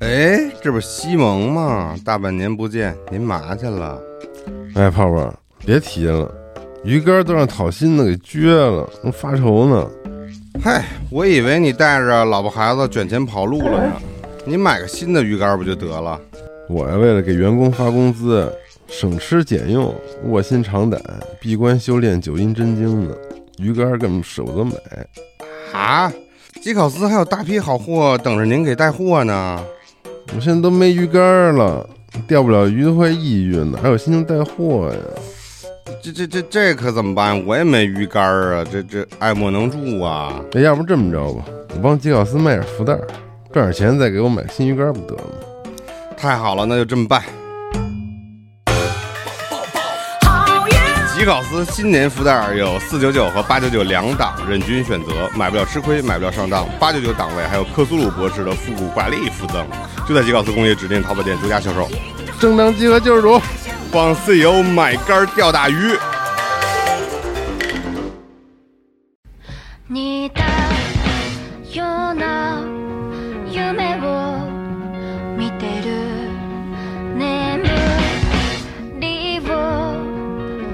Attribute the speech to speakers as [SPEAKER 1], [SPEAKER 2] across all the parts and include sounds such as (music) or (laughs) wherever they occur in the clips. [SPEAKER 1] 哎这不是西蒙吗？大半年不见，您嘛去了？
[SPEAKER 2] 哎，泡泡，别提了，鱼竿都让讨薪的给撅了，正发愁呢。
[SPEAKER 1] 嗨，我以为你带着老婆孩子卷钱跑路了呢。你买个新的鱼竿不就得了？
[SPEAKER 2] 我呀，为了给员工发工资，省吃俭用，卧薪尝胆，闭关修炼九阴真经呢。鱼竿根本舍不得买。
[SPEAKER 1] 啊，吉考斯还有大批好货等着您给带货呢。
[SPEAKER 2] 我现在都没鱼竿了，钓不了鱼都快抑郁了，哪有心情带货呀？
[SPEAKER 1] 这这这这可怎么办？我也没鱼竿啊，这这爱莫能助啊。
[SPEAKER 2] 哎，要不这么着吧，我帮吉考斯卖点福袋，赚点钱再给我买新鱼竿不得了吗？
[SPEAKER 1] 太好了，那就这么办。
[SPEAKER 3] 好运
[SPEAKER 1] 吉考斯新年福袋有四九九和八九九两档，任君选择，买不了吃亏，买不了上当。八九九档位还有克苏鲁博士的复古挂历附赠，就在吉考斯工业指定淘宝店独家销售。
[SPEAKER 2] 正当集合救世主。
[SPEAKER 1] 帮 CEO 买竿钓大鱼。
[SPEAKER 4] 似たような夢を見てる眠りを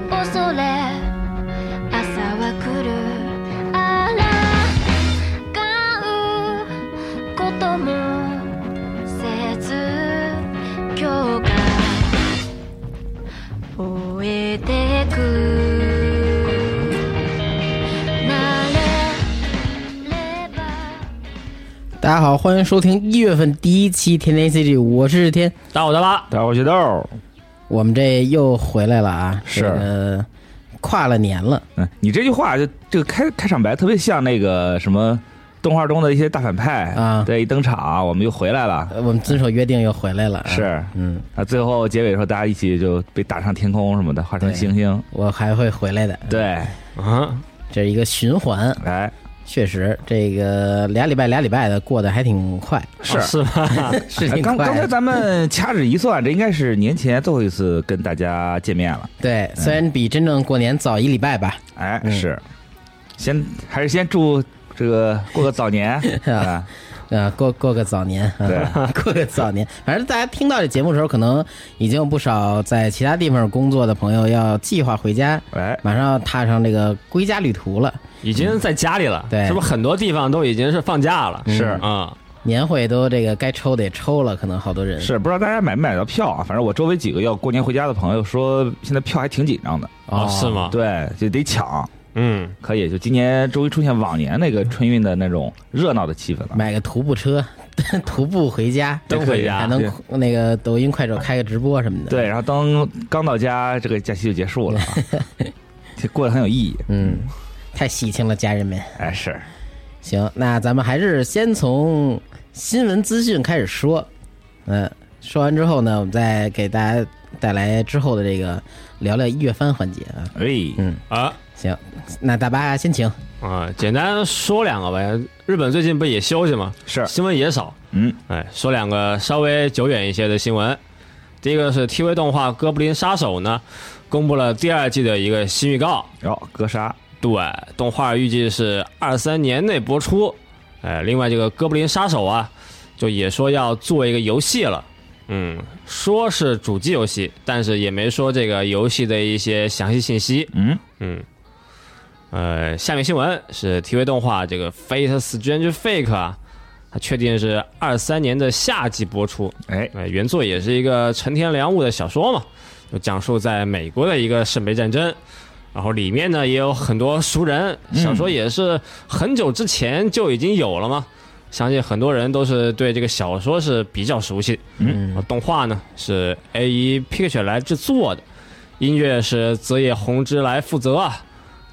[SPEAKER 4] 恐れ朝は来るあらがうこともせず今日が終えてく
[SPEAKER 5] 大家好，欢迎收听一月份第一期《天天 CG》，我是日天，
[SPEAKER 6] 打我的吧，
[SPEAKER 7] 大伙学豆，
[SPEAKER 5] 我们这又回来了啊，
[SPEAKER 7] 是
[SPEAKER 5] 这个跨了年了，
[SPEAKER 7] 嗯，你这句话就这个开开场白特别像那个什么动画中的一些大反派
[SPEAKER 5] 啊
[SPEAKER 7] 对，一登场我们就回来了，
[SPEAKER 5] 呃我们遵守约定又回来了、啊，
[SPEAKER 7] 是
[SPEAKER 5] 嗯，
[SPEAKER 7] 啊，最后结尾的时候大家一起就被打上天空什么的，化成星星，
[SPEAKER 5] 我还会回来的，
[SPEAKER 7] 对，
[SPEAKER 6] 啊，
[SPEAKER 5] 这是一个循环，
[SPEAKER 7] 来
[SPEAKER 5] 确实这个俩礼拜俩礼拜的过得还挺快，
[SPEAKER 7] 是。
[SPEAKER 6] 哦
[SPEAKER 5] (laughs)
[SPEAKER 6] 是吧？
[SPEAKER 5] 是
[SPEAKER 7] 哎
[SPEAKER 5] 挺
[SPEAKER 7] 刚刚
[SPEAKER 5] 快
[SPEAKER 7] 才
[SPEAKER 5] 的，
[SPEAKER 7] 咱们掐指一算，这应该是年前最后一次跟大家见面了。
[SPEAKER 5] 对，虽然比真正过年早一礼拜吧，
[SPEAKER 7] 哎，
[SPEAKER 5] 嗯
[SPEAKER 7] 是，先还是先祝这个过个
[SPEAKER 5] (laughs)
[SPEAKER 7] 早年啊！
[SPEAKER 5] 啊，过过个早年，
[SPEAKER 7] 对
[SPEAKER 5] 啊， (laughs) 过个早年。反正大家听到这节目的时候，可能已经有不少在其他地方工作的朋友要计划回家，
[SPEAKER 7] 哎，
[SPEAKER 5] 马上要踏上这个归家旅途了。
[SPEAKER 6] (laughs) 已经在家里了，
[SPEAKER 5] 对
[SPEAKER 6] 是不是很多地方都已经是放假了？
[SPEAKER 7] 是
[SPEAKER 6] 啊，
[SPEAKER 5] 年会都这个该抽的也抽了，可能好多人
[SPEAKER 7] 是不知道大家买没买到票啊？反正我周围几个要过年回家的朋友说，现在票还挺紧张的。
[SPEAKER 6] 哦，是？
[SPEAKER 5] 啊
[SPEAKER 6] 吗？，
[SPEAKER 7] 对，就得抢。
[SPEAKER 6] 嗯，
[SPEAKER 7] 可以，就今年终于出现往年那个春运的那种热闹的气氛了。
[SPEAKER 5] 买个徒步车， (laughs) 徒步回家，
[SPEAKER 6] 都回家
[SPEAKER 5] 还能那个抖音快手开个直播什么的。，
[SPEAKER 7] 对，然后当刚到家，这个假期就
[SPEAKER 5] (laughs)
[SPEAKER 7] 结束了啊，这过得很有意义。
[SPEAKER 5] 嗯，太喜庆了，家人们。
[SPEAKER 7] 哎，是，
[SPEAKER 5] 行，那咱们还是先从新闻资讯开始说。嗯，说完之后呢，我们再给大家带来之后的这个聊聊一月番环节啊。
[SPEAKER 7] 哎，
[SPEAKER 5] 嗯，
[SPEAKER 6] 啊
[SPEAKER 5] 行，那大巴先请。
[SPEAKER 6] 啊，简单说两个呗。日本最近不也休息吗？
[SPEAKER 7] 是
[SPEAKER 6] 新闻也少。
[SPEAKER 7] 嗯，
[SPEAKER 6] 哎，说两个稍微久远一些的新闻。第一个是 TV 动画《哥布林杀手》呢，公布了第二季的一个新预告。
[SPEAKER 7] 然后格杀，
[SPEAKER 6] 对，动画预计是二三年内播出。哎，另外这个《哥布林杀手》啊，就也说要做一个游戏了。嗯，说是主机游戏，但是也没说这个游戏的一些详细信息。
[SPEAKER 7] 嗯，
[SPEAKER 6] 嗯，呃，下面新闻是 TV 动画这个《Fate Strange Fake》啊，它确定是二三年的夏季播出。
[SPEAKER 7] 哎，
[SPEAKER 6] 呃，原作也是一个陈田良悟的小说嘛，就讲述在美国的一个圣杯战争。然后里面呢也有很多熟人，
[SPEAKER 7] 嗯
[SPEAKER 6] 小说也是很久之前就已经有了嘛，相信很多人都是对这个小说是比较熟悉。
[SPEAKER 7] 嗯，
[SPEAKER 6] 动画呢是 A E Picture 来制作的，音乐是泽野弘之来负责啊，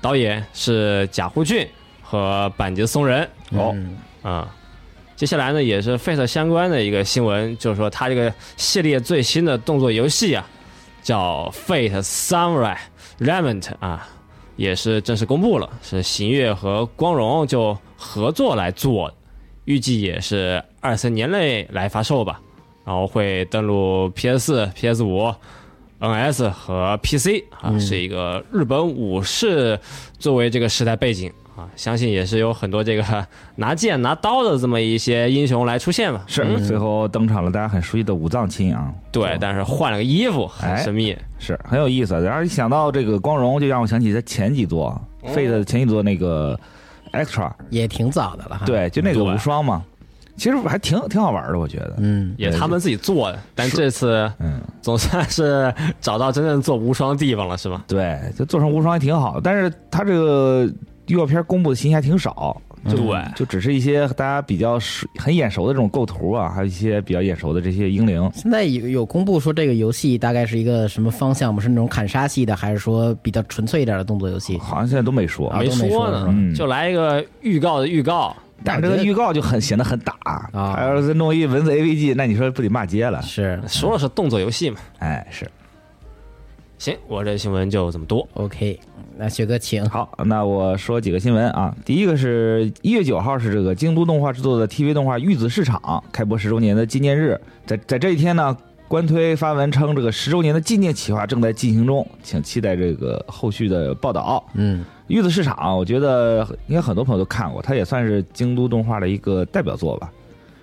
[SPEAKER 6] 导演是贾户俊和板杰松人。
[SPEAKER 7] 哦，
[SPEAKER 6] 啊、接下来呢，也是 Fate 相关的一个新闻，就是说它这个系列最新的动作游戏啊，叫 Fate Samurai Remnant 啊，也是正式公布了，是行月和光荣就合作来做的，预计也是二三年内来发售吧，然后会登陆 PS 4 PS 五。NS 和 PC 啊，是一个日本武士作为这个时代背景啊，相信也是有很多这个 (laughs) 拿剑拿刀的这么一些英雄来出现嘛。
[SPEAKER 5] 嗯
[SPEAKER 7] 是最后登场了大家很熟悉的武藏亲啊，
[SPEAKER 6] 对，但是换了个衣服，很
[SPEAKER 7] 哎
[SPEAKER 6] 神秘。
[SPEAKER 7] 是很有意思。然后一想到这个光荣，就让我想起他前几座 Fate 的前几座那个
[SPEAKER 5] 嗯
[SPEAKER 7] Extra，
[SPEAKER 5] 也挺早的了哈。，
[SPEAKER 7] 对，就那个
[SPEAKER 6] 对
[SPEAKER 7] 无双嘛，其实还挺挺好玩的，我觉得。
[SPEAKER 5] 嗯，
[SPEAKER 6] 也他们自己做的，但这次
[SPEAKER 7] 嗯，
[SPEAKER 6] 总算是找到真正做无双地方了，是吧？
[SPEAKER 7] 对，就做成无双也挺好，但是他这个预告片公布的信息还挺少，
[SPEAKER 5] 嗯
[SPEAKER 7] 就
[SPEAKER 6] 对
[SPEAKER 7] 就只是一些大家比较熟很眼熟的这种构图啊，还有一些比较眼熟的这些英灵。
[SPEAKER 5] 现在有有公布说这个游戏大概是一个什么方向吗？是那种砍杀系的，还是说比较纯粹一点的动作游戏？
[SPEAKER 7] 好像现在都没说，
[SPEAKER 5] 啊
[SPEAKER 6] 没
[SPEAKER 5] 都没说
[SPEAKER 6] 呢
[SPEAKER 5] 是吧，
[SPEAKER 7] 嗯
[SPEAKER 6] 就来一个预告的预告，
[SPEAKER 7] 但是这个预告就很显得很打
[SPEAKER 5] 啊
[SPEAKER 7] 还要是弄一文字 AVG，那你说不得骂街了？
[SPEAKER 5] 是
[SPEAKER 6] 说的是动作游戏嘛。
[SPEAKER 7] 哎，是
[SPEAKER 6] 行，我这新闻就这么多。
[SPEAKER 5] OK，那雪哥请。
[SPEAKER 7] 好，那我说几个新闻啊。第一个是一月九号是这个京都动画制作的 TV 动画《玉子市场》开播十周年的纪念日，在在这一天呢，官推发文称这个十周年的纪念企划正在进行中，请期待这个后续的报道。
[SPEAKER 5] 嗯，
[SPEAKER 7] 玉子市场，我觉得应该很多朋友都看过，它也算是京都动画的一个代表作吧。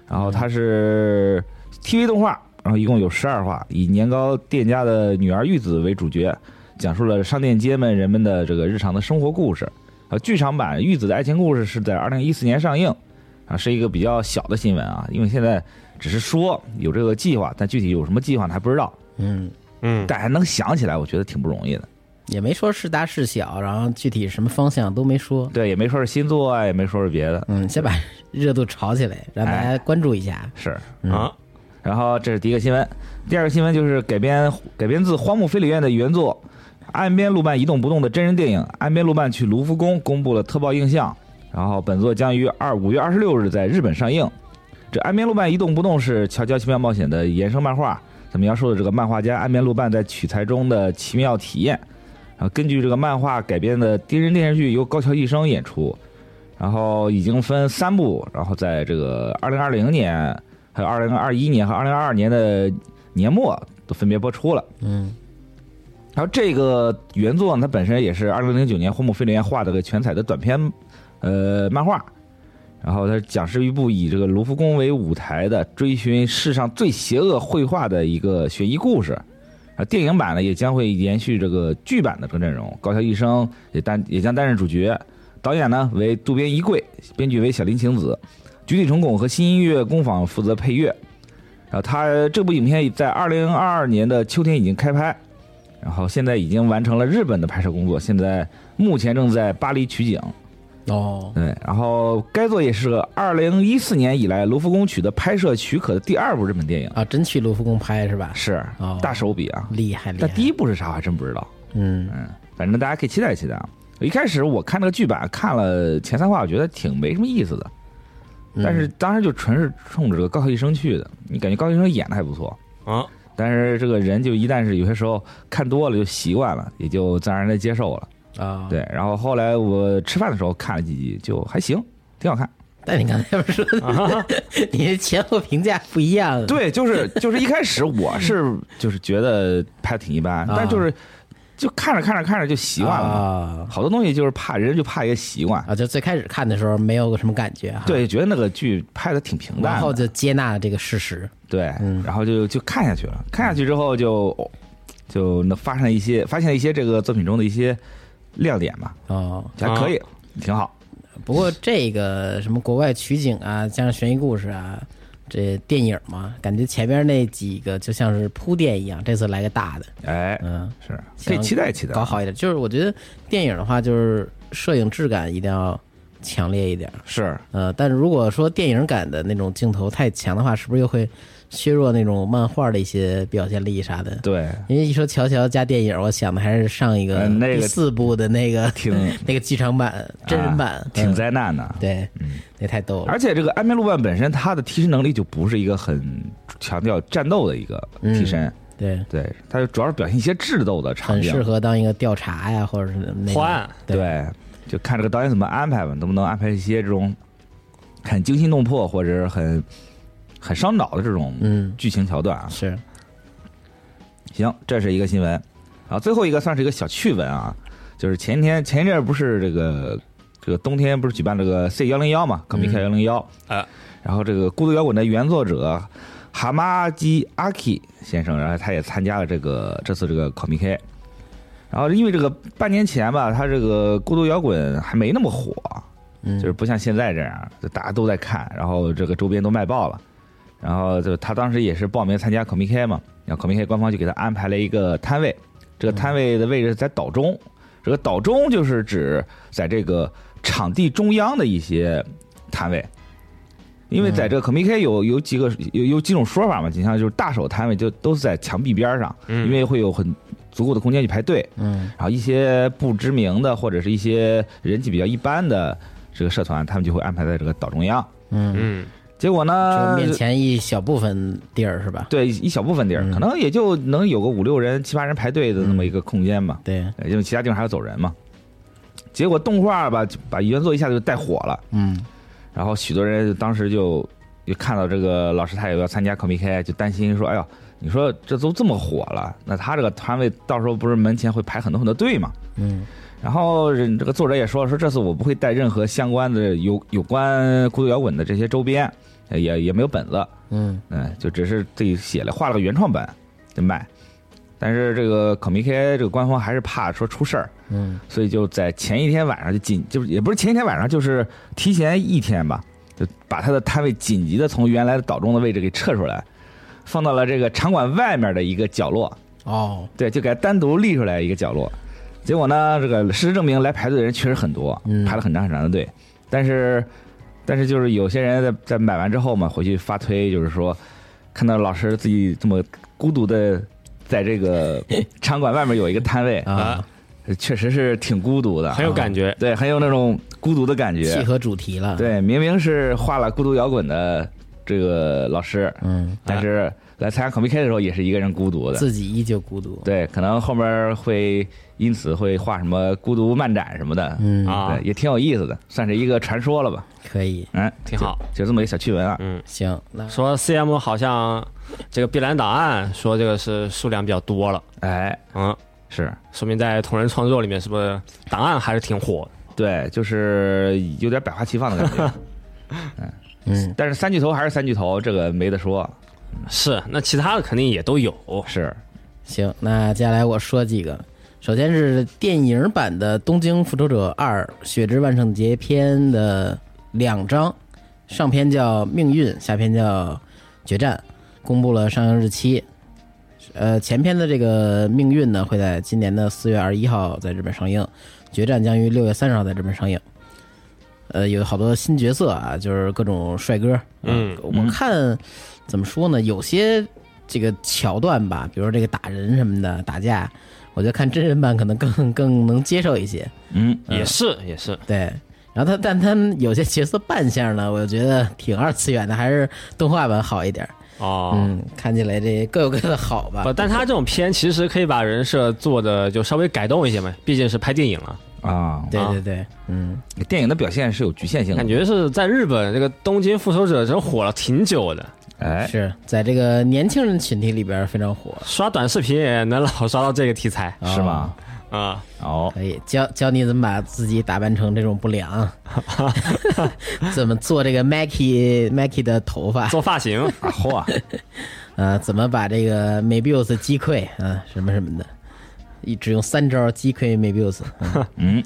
[SPEAKER 7] 然后它是 TV 动画，然后一共有十二话，以年糕店家的女儿玉子为主角，讲述了商店街们人们的这个日常的生活故事。啊，剧场版《玉子的爱情故事》是在二零一四年上映，啊，是一个比较小的新闻啊，因为现在只是说有这个计划，但具体有什么计划呢还不知道。
[SPEAKER 5] 嗯，
[SPEAKER 1] 嗯，
[SPEAKER 7] 但还能想起来，我觉得挺不容易的。
[SPEAKER 5] 也没说是大是小，然后具体什么方向都没说。
[SPEAKER 7] 对，也没说是新作啊，也没说是别的，
[SPEAKER 5] 嗯，先把热度炒起来，让大家关注一下。
[SPEAKER 7] 是
[SPEAKER 5] 嗯
[SPEAKER 6] 啊，
[SPEAKER 7] 然后这是第一个新闻，第二个新闻就是改编改编自《荒木飞吕彦》的原作《岸边露伴一动不动》的真人电影《岸边露伴去卢浮宫》公布了特报映像，然后本作将于二五月二十六日在日本上映。这《岸边露伴一动不动》是《乔乔奇妙冒险》的衍生漫画，咱们要说的这个漫画家岸边露伴在取材中的奇妙体验。然后根据这个漫画改编的真人电视剧由高桥一生演出，然后已经分三部，然后在这个二零二零年、还有二零二一年和二零二二年的年末都分别播出了。
[SPEAKER 5] 嗯，
[SPEAKER 7] 然后这个原作呢，它本身也是二零零九年荒木飞吕彦画的个全彩的短篇呃漫画，然后它讲是一部以这个卢浮宫为舞台的追寻世上最邪恶绘画的一个悬疑故事。啊，电影版呢也将会延续这个剧版的这个阵容，高桥一生也担也将担任主角，导演呢为渡边一贵，编剧为小林晴子，菊地重拱和新音乐工坊负责配乐。然后他这部影片在二零二二年的秋天已经开拍，然后现在已经完成了日本的拍摄工作，现在目前正在巴黎取景。
[SPEAKER 5] 哦，
[SPEAKER 7] 对，然后该作也是二零一四年以来卢浮宫取得拍摄许可的第二部日本电影，
[SPEAKER 5] 啊，真去卢浮宫拍是吧？
[SPEAKER 7] 是
[SPEAKER 5] 哦
[SPEAKER 7] 大手笔啊！
[SPEAKER 5] 厉害厉害。
[SPEAKER 7] 但第一部是啥我还真不知道，
[SPEAKER 5] 嗯，
[SPEAKER 7] 反正大家可以期待期待啊。一开始我看这个剧版，看了前三话，我觉得挺没什么意思的，
[SPEAKER 5] 嗯
[SPEAKER 7] 但是当时就纯是冲着这个高桥一生去的，你感觉高桥一生演的还不错，
[SPEAKER 6] 啊，
[SPEAKER 7] 但是这个人就一旦是有些时候看多了就习惯了，也就自然而然的接受了。
[SPEAKER 5] 啊，。
[SPEAKER 7] 对，然后后来我吃饭的时候看了几集，就还行，挺好看。
[SPEAKER 5] 但你刚才不是
[SPEAKER 7] (laughs)
[SPEAKER 5] 说你的前后评价不一样？，
[SPEAKER 7] 对，就是就是一开始我是就是觉得拍得挺一般，但就是就看着看着看着就习惯了嘛。
[SPEAKER 5] 啊
[SPEAKER 7] 好多东西就是怕人就怕一个习惯，
[SPEAKER 5] 啊！就最开始看的时候没有个什么感觉哈，，
[SPEAKER 7] 对，觉得那个剧拍的挺平
[SPEAKER 5] 然
[SPEAKER 7] 淡
[SPEAKER 5] 啊后
[SPEAKER 7] 的，
[SPEAKER 5] 就接纳了这个事实。
[SPEAKER 7] 对
[SPEAKER 5] 嗯，
[SPEAKER 7] 然后就就看下去了。看下去之后就哦就能发现一些发现一些这个作品中的一些亮点吧，
[SPEAKER 5] 哦，
[SPEAKER 7] 还可以，挺好。
[SPEAKER 5] 不过这个什么国外取景啊，加上悬疑故事啊，这电影嘛，感觉前面那几个就像是铺垫一样，这次来个大的，
[SPEAKER 7] 哎，
[SPEAKER 5] 嗯，
[SPEAKER 7] 是可以
[SPEAKER 5] 行
[SPEAKER 7] 期待期待
[SPEAKER 5] 搞。好一点。就是我觉得电影的话，就是摄影质感一定要强烈一点。
[SPEAKER 7] 是，
[SPEAKER 5] 呃，但是如果说电影感的那种镜头太强的话，是不是又会削弱那种漫画的一些表现力啥的？
[SPEAKER 7] 对，啊
[SPEAKER 5] 因为一说乔乔加电影，我想的还是上一个
[SPEAKER 7] 嗯那个
[SPEAKER 5] 第四部的那个、
[SPEAKER 7] 挺
[SPEAKER 5] (laughs) 那个剧场版真人版，
[SPEAKER 7] 啊
[SPEAKER 5] 嗯
[SPEAKER 7] 挺灾难的。
[SPEAKER 5] 对，那太逗了
[SPEAKER 7] 而。且这个安眠路伴本身它的替身能力就不是一个很强调战斗的一个替身，
[SPEAKER 5] 对，
[SPEAKER 7] 对，它就主要是表现一些智斗的
[SPEAKER 5] 嗯
[SPEAKER 7] 场
[SPEAKER 5] 很
[SPEAKER 7] 景，
[SPEAKER 5] 适合当一个调查呀，或者是那
[SPEAKER 6] 破
[SPEAKER 5] 个
[SPEAKER 6] 案，
[SPEAKER 7] 对。就看这个导演怎么安排吧，能不能安排一些这种很惊心动魄或者是很很伤脑的这种
[SPEAKER 5] 嗯
[SPEAKER 7] 剧情桥段啊。
[SPEAKER 5] 是
[SPEAKER 7] 行，这是一个新闻，然后最后一个算是一个小趣闻啊，就是前天前一阵儿不是这个这个冬天不是举办这个 C 幺零幺嘛，Comic 幺零幺
[SPEAKER 6] 啊，
[SPEAKER 7] 然后这个《孤独摇滚》的原作者蛤蟆基阿 k 先生，然后他也参加了这个这次这个 Comic。然后因为这个半年前吧，他这个孤独摇滚还没那么火，
[SPEAKER 5] 嗯，
[SPEAKER 7] 就是不像现在这样，就大家都在看，然后这个周边都卖爆了。然后就他当时也是报名参加 Comic Con 嘛，然后 Comic Con 官方就给他安排了一个摊位，这个摊位的位置在岛中，这个岛中就是指在这个场地中央的一些摊位。因为在这个 Comic Con 有有几个有有几种说法嘛，就像就是大手摊位就都是在墙壁边上，因为会有很足够的空间去排队。
[SPEAKER 5] 嗯
[SPEAKER 7] 然后一些不知名的或者是一些人气比较一般的这个社团，他们就会安排在这个岛中央。
[SPEAKER 5] 嗯，
[SPEAKER 6] 嗯，
[SPEAKER 7] 结
[SPEAKER 5] 就
[SPEAKER 7] 果呢，
[SPEAKER 5] 面前一小部分地儿是吧？
[SPEAKER 7] 对一小部分地儿，
[SPEAKER 5] 嗯
[SPEAKER 7] 可能也就能有个五六人、七八人排队的那么一个空间吧，
[SPEAKER 5] 对，
[SPEAKER 7] 呃因为其他地方还要走人嘛。结果动画吧，就把原作一下就带火了，
[SPEAKER 5] 嗯
[SPEAKER 7] 然后许多人当时就就看到这个老师他也要参加 Comic Con，就担心说：“哎呦，你说这都这么火了，那他这个摊位到时候不是门前会排很多很多队嘛？”
[SPEAKER 5] 嗯
[SPEAKER 7] 然后人这个作者也说了，说这次我不会带任何相关的有有关孤独摇滚的这些周边，呃也也没有本子，
[SPEAKER 5] 嗯
[SPEAKER 7] 嗯，就只是自己写了画了个原创本就卖。但是这个 Comic 这个官方还是怕说出事儿，
[SPEAKER 5] 嗯
[SPEAKER 7] 所以就在前一天晚上就紧就是也不是前一天晚上，就是提前一天吧，就把他的摊位紧急的从原来的岛中的位置给撤出来，放到了这个场馆外面的一个角落。
[SPEAKER 5] 哦，
[SPEAKER 7] 对，就给它单独立出来一个角落。结果呢，这个事实证明来排队的人确实很多，
[SPEAKER 5] 嗯
[SPEAKER 7] 排了很长很长的队。但是，但是就是有些人在在买完之后嘛，回去发推，就是说看到老师自己这么孤独的在这
[SPEAKER 5] (laughs)
[SPEAKER 7] 个场馆外面有一个摊位，
[SPEAKER 5] 啊，
[SPEAKER 7] 确实是挺孤独的，
[SPEAKER 6] 很有感觉，
[SPEAKER 7] 对，很有那种孤独的感
[SPEAKER 5] 契
[SPEAKER 7] 觉。
[SPEAKER 5] 合主题了。，
[SPEAKER 7] 对，明明是画了孤独摇滚的这个老师，
[SPEAKER 5] 嗯，
[SPEAKER 7] 但是来参加 c o m i K 的时候也是一个人孤独的。
[SPEAKER 5] 自己依旧孤独。
[SPEAKER 7] 对，可能后面会因此会画什么孤独漫展什么的，
[SPEAKER 5] 嗯
[SPEAKER 6] 啊
[SPEAKER 7] 对，也挺有意思的，算是一个传说了吧，
[SPEAKER 5] 可以，
[SPEAKER 7] 嗯，
[SPEAKER 6] 挺好
[SPEAKER 7] 就，就这么一个小趣闻啊，
[SPEAKER 6] 嗯，
[SPEAKER 5] 行，那
[SPEAKER 6] 说 CM 好像这个碧蓝档案说这个是数量比较多了，
[SPEAKER 7] 哎，
[SPEAKER 6] 嗯，
[SPEAKER 7] 是
[SPEAKER 6] 说明在同人创作里面是不是档案还是挺火的？
[SPEAKER 7] 对，就是有点百花齐放的感觉，哎
[SPEAKER 5] 嗯
[SPEAKER 7] 但是三巨头还是三巨头，这个没得说，
[SPEAKER 6] 是，那其他的肯定也都有，
[SPEAKER 7] 是
[SPEAKER 5] 行，那接下来我说几个。首先是电影版的《东京复仇者二：血之万圣节篇》的两章，上篇叫《命运》，下篇叫《决战》，公布了上映日期。呃，前篇的这个《命运》呢，会在今年的四月二十一号在日本上映，《决战》将于六月三十号在日本上映。呃，有好多新角色啊，就是各种帅哥。
[SPEAKER 6] 嗯
[SPEAKER 5] 呃我看怎么说呢，有些这个桥段吧，比如说这个打人什么的，打架，我觉得看真人版可能更更能接受一些。
[SPEAKER 7] 嗯，
[SPEAKER 6] 也是也是，
[SPEAKER 5] 对，然后他但他们有些角色扮相呢，我觉得挺二次元的，还是动画版好一点。
[SPEAKER 6] 哦。
[SPEAKER 5] 嗯，看起来这各有各的好吧
[SPEAKER 6] 不，。但他这种片其实可以把人设做的就稍微改动一些嘛，毕竟是拍电影了。
[SPEAKER 7] 啊，
[SPEAKER 5] 对
[SPEAKER 6] 啊
[SPEAKER 5] 对对，嗯，
[SPEAKER 7] 电影的表现是有局限性的，
[SPEAKER 6] 感觉是在日本这个《东京复仇者》真火了挺久的，
[SPEAKER 7] 哎，
[SPEAKER 5] 是在这个年轻人群体里边非常火。
[SPEAKER 6] 刷短视频也能老刷到这个题材
[SPEAKER 7] 是吗？
[SPEAKER 6] 啊、
[SPEAKER 7] 哦，
[SPEAKER 5] (laughs) 可以教教你怎么把自己打扮成这种不
[SPEAKER 6] (laughs)
[SPEAKER 5] 良，怎么做这个 Mackie Mackie 的头发，
[SPEAKER 6] 做发 (laughs) 型，
[SPEAKER 7] 啊嚯啊，
[SPEAKER 5] 呃，怎么把这个 Mebius 击溃啊、什么什么的，一只用三招击溃 Mebius、
[SPEAKER 7] 嗯，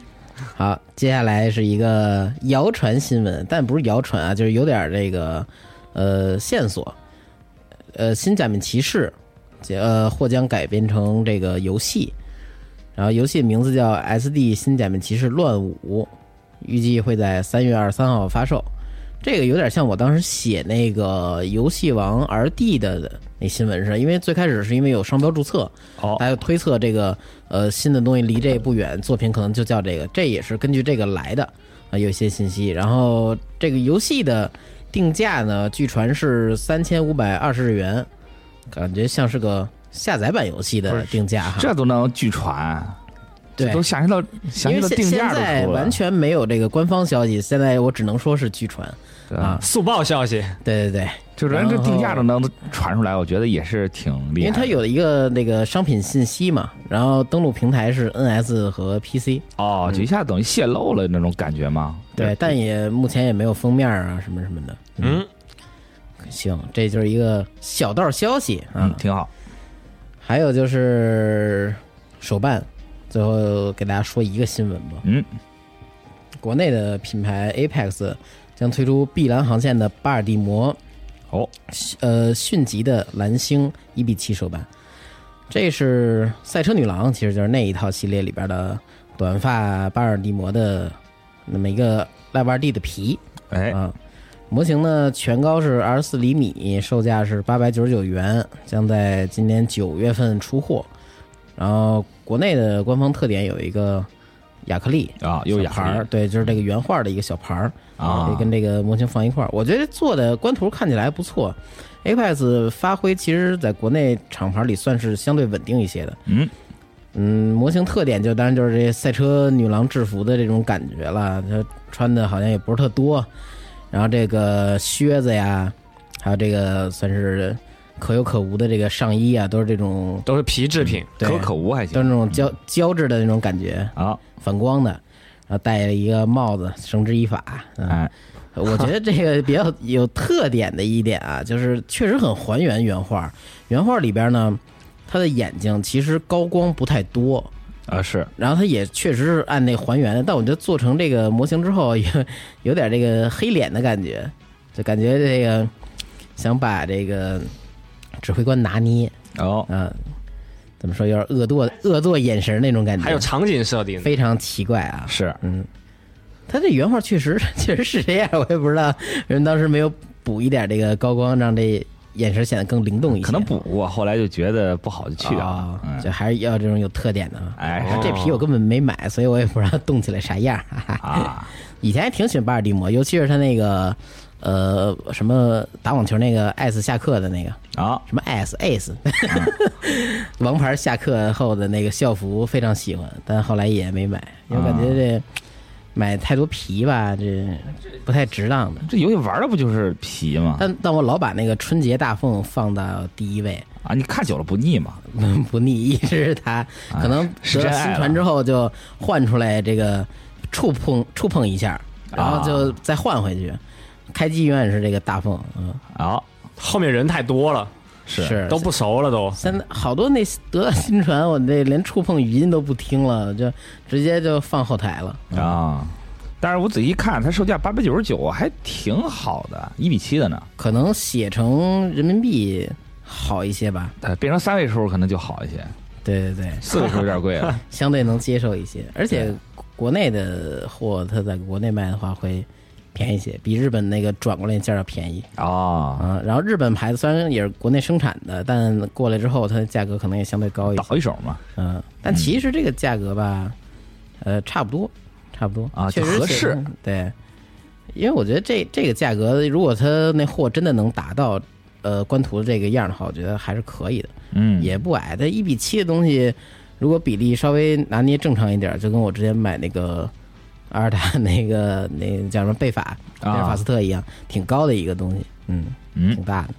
[SPEAKER 5] 好，接下来是一个谣传新闻，但不是谣传啊，就是有点这个呃线索。呃，新假面骑士，呃，或将改编成这个游戏，然后游戏名字叫《SD 新假面骑士乱舞》，预计会在三月二十三号发售。这个有点像我当时写那个游戏王 RD 的那新闻似的，因为最开始是因为有商标注册，
[SPEAKER 7] 哦
[SPEAKER 5] 大家就推测这个呃新的东西离这不远，作品可能就叫这个，这也是根据这个来的啊、有一些信息。然后这个游戏的定价呢，据传是三千五百二十日元，感觉像是个下载版游戏的定价哈。
[SPEAKER 7] 这都能据传，
[SPEAKER 5] 对
[SPEAKER 7] 都详细到详
[SPEAKER 5] 因为
[SPEAKER 7] 细到
[SPEAKER 5] 现
[SPEAKER 7] 定
[SPEAKER 5] 现
[SPEAKER 7] 价都
[SPEAKER 5] 在
[SPEAKER 7] 出了
[SPEAKER 5] 完全没有这个官方消息，现在我只能说是据传。
[SPEAKER 7] 对
[SPEAKER 5] 啊
[SPEAKER 6] 速报消息，
[SPEAKER 5] 对对对，
[SPEAKER 7] 就是连这定价都能传出来，我觉得也是挺厉害的。
[SPEAKER 5] 因为它有一个那个商品信息嘛，然后登录平台是 NS 和 PC，
[SPEAKER 7] 哦，就一下等于泄露了那种感觉吗？
[SPEAKER 5] 嗯对，但也目前也没有封面啊什么什么的。
[SPEAKER 6] 嗯，
[SPEAKER 5] 行，这就是一个小道消息啊。
[SPEAKER 7] 嗯，挺好。
[SPEAKER 5] 还有就是手办，最后给大家说一个新闻吧。
[SPEAKER 7] 嗯，
[SPEAKER 5] 国内的品牌 Apex 将推出碧蓝航线的巴尔的摩，
[SPEAKER 7] 哦，
[SPEAKER 5] 呃，迅疾的蓝星一比七手办，这是赛车女郎，其实就是那一套系列里边的短发巴尔的摩的那么一个赖巴蒂的皮
[SPEAKER 7] 哎，
[SPEAKER 5] 啊。模型呢，全高是二十四厘米，售价是八百九十九元，将在今年九月份出货。然后国内的官方特点有一个亚克力，
[SPEAKER 7] 啊，又
[SPEAKER 5] 小
[SPEAKER 7] 雅
[SPEAKER 5] 牌儿，
[SPEAKER 7] 儿
[SPEAKER 5] 对，就是这个原画的一个小牌儿
[SPEAKER 7] 啊
[SPEAKER 5] 可以跟这个模型放一块儿。我觉得做的官图看起来不错，Apex 发挥其实在国内厂牌里算是相对稳定一些的。
[SPEAKER 7] 嗯
[SPEAKER 5] 嗯，模型特点就当然就是这赛车女郎制服的这种感觉了，她穿的好像也不是特多，然后这个靴子呀，还有这个算是可有可无的这个上衣啊，都是这种
[SPEAKER 6] 都是皮制品，
[SPEAKER 5] 对
[SPEAKER 7] 可有可无还
[SPEAKER 5] 都
[SPEAKER 7] 行
[SPEAKER 5] 是那种胶胶质的那种感觉。
[SPEAKER 7] 啊，
[SPEAKER 5] 反光的，然后戴了一个帽子，绳之以法。嗯，
[SPEAKER 7] 哎，
[SPEAKER 5] 我觉得这个比较有特点的一点啊， (laughs) 就是确实很还原原画。原画里边呢，他的眼睛其实高光不太多，
[SPEAKER 7] 啊是
[SPEAKER 5] 然后他也确实是按那还原的，但我觉得做成这个模型之后，也 (laughs) 有点这个黑脸的感觉，就感觉这个想把这个指挥官拿捏，
[SPEAKER 7] 哦，
[SPEAKER 5] 嗯。怎么说？有点恶作恶作眼神那种感觉，
[SPEAKER 6] 还有场景设定，
[SPEAKER 5] 非常奇怪啊！
[SPEAKER 7] 是
[SPEAKER 5] 嗯，他这原画确实 (laughs) 确实是这样，我也不知道人当时没有补一点这个高光，让这眼神显得更灵动一些。
[SPEAKER 7] 可能补过，后来就觉得不好就去掉
[SPEAKER 5] 啊
[SPEAKER 7] 了。，嗯
[SPEAKER 5] 就还是要这种有特点的。
[SPEAKER 7] 哎
[SPEAKER 5] 这皮我根本没买，所以我也不知道动起来啥样。哈
[SPEAKER 7] (laughs)
[SPEAKER 5] 哈
[SPEAKER 7] 啊，
[SPEAKER 5] 以前还挺喜欢巴尔的摩，尤其是他那个呃什么打网球那个艾斯下课的那个
[SPEAKER 7] 啊，
[SPEAKER 5] 什么 S S，王牌下课后的那个校服非常喜欢，但后来也没买，因为我感觉这买太多皮吧，这不太值当的。
[SPEAKER 7] 这游戏玩的不就是皮吗？
[SPEAKER 5] 但但我老把那个春节大凤放到第一位， (laughs)
[SPEAKER 7] 啊，你看久了不腻吗？
[SPEAKER 5] 不腻，一直是它。可能
[SPEAKER 7] 是
[SPEAKER 5] 得
[SPEAKER 7] 真
[SPEAKER 5] 了
[SPEAKER 7] 爱
[SPEAKER 5] 新
[SPEAKER 7] 了
[SPEAKER 5] 传之后就换出来这个触碰触碰一下，然后就再换回去。开机永远是这个大凤，嗯，
[SPEAKER 7] 啊，
[SPEAKER 6] 后面人太多了，
[SPEAKER 5] 是
[SPEAKER 6] 都不熟了都。
[SPEAKER 5] 现在好多那得到新传，我那连触碰语音都不听了，就直接就放后台了。
[SPEAKER 7] 啊。但是我仔细看，它售价八百九十九，还挺好的，一比七的呢。
[SPEAKER 5] 可能写成人民币好一些吧。
[SPEAKER 7] 它呃变成三位数可能就好一些，
[SPEAKER 5] 对对对，
[SPEAKER 7] 四位数有点贵了。
[SPEAKER 5] 相对能接受一些，而且
[SPEAKER 7] 对
[SPEAKER 5] 国内的货它在国内卖的话会便宜一些，比日本那个转过来价儿要便宜
[SPEAKER 7] (laughs) 啊，
[SPEAKER 5] 啊。然后日本牌子虽然也是国内生产的，但过来之后它的价格可能也相对高一些。
[SPEAKER 7] 倒一手嘛，
[SPEAKER 5] 嗯，但其实这个价格吧，呃，差不多，差不多
[SPEAKER 7] 啊
[SPEAKER 5] 确实
[SPEAKER 7] 就合
[SPEAKER 5] 是
[SPEAKER 7] 适。
[SPEAKER 5] 对，因为我觉得这这个价格，如果它那货真的能达到呃官图这个样儿的话，我觉得还是可以的，
[SPEAKER 7] 嗯，
[SPEAKER 5] 也不矮。但一比七的东西，如果比例稍微拿捏正常一点儿，就跟我之前买那个阿尔达那个那个叫什么贝法贝尔法斯特一样，挺高的一个东西，嗯，
[SPEAKER 7] 啊嗯
[SPEAKER 5] 挺大的。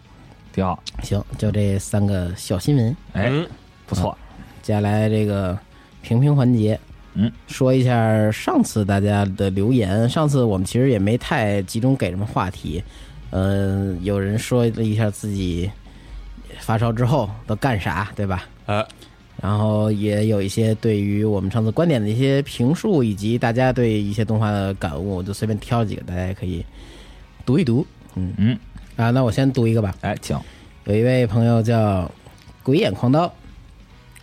[SPEAKER 7] 挺好，
[SPEAKER 5] 行，就这三个小新闻。
[SPEAKER 7] 哎，
[SPEAKER 6] 嗯，
[SPEAKER 7] 不错，
[SPEAKER 5] 接下来这个评评环节，
[SPEAKER 7] 嗯，
[SPEAKER 5] 说一下上次大家的留言。上次我们其实也没太集中给什么话题，呃，有人说了一下自己发烧之后都干啥，对吧？
[SPEAKER 6] 呃，
[SPEAKER 5] 然后也有一些对于我们上次观点的一些评述，以及大家对一些动画的感悟，我就随便挑几个，大家也可以读一读。嗯
[SPEAKER 7] 嗯，
[SPEAKER 5] 啊，那我先读一个吧。
[SPEAKER 7] 哎，请，
[SPEAKER 5] 有一位朋友叫“鬼眼狂刀”，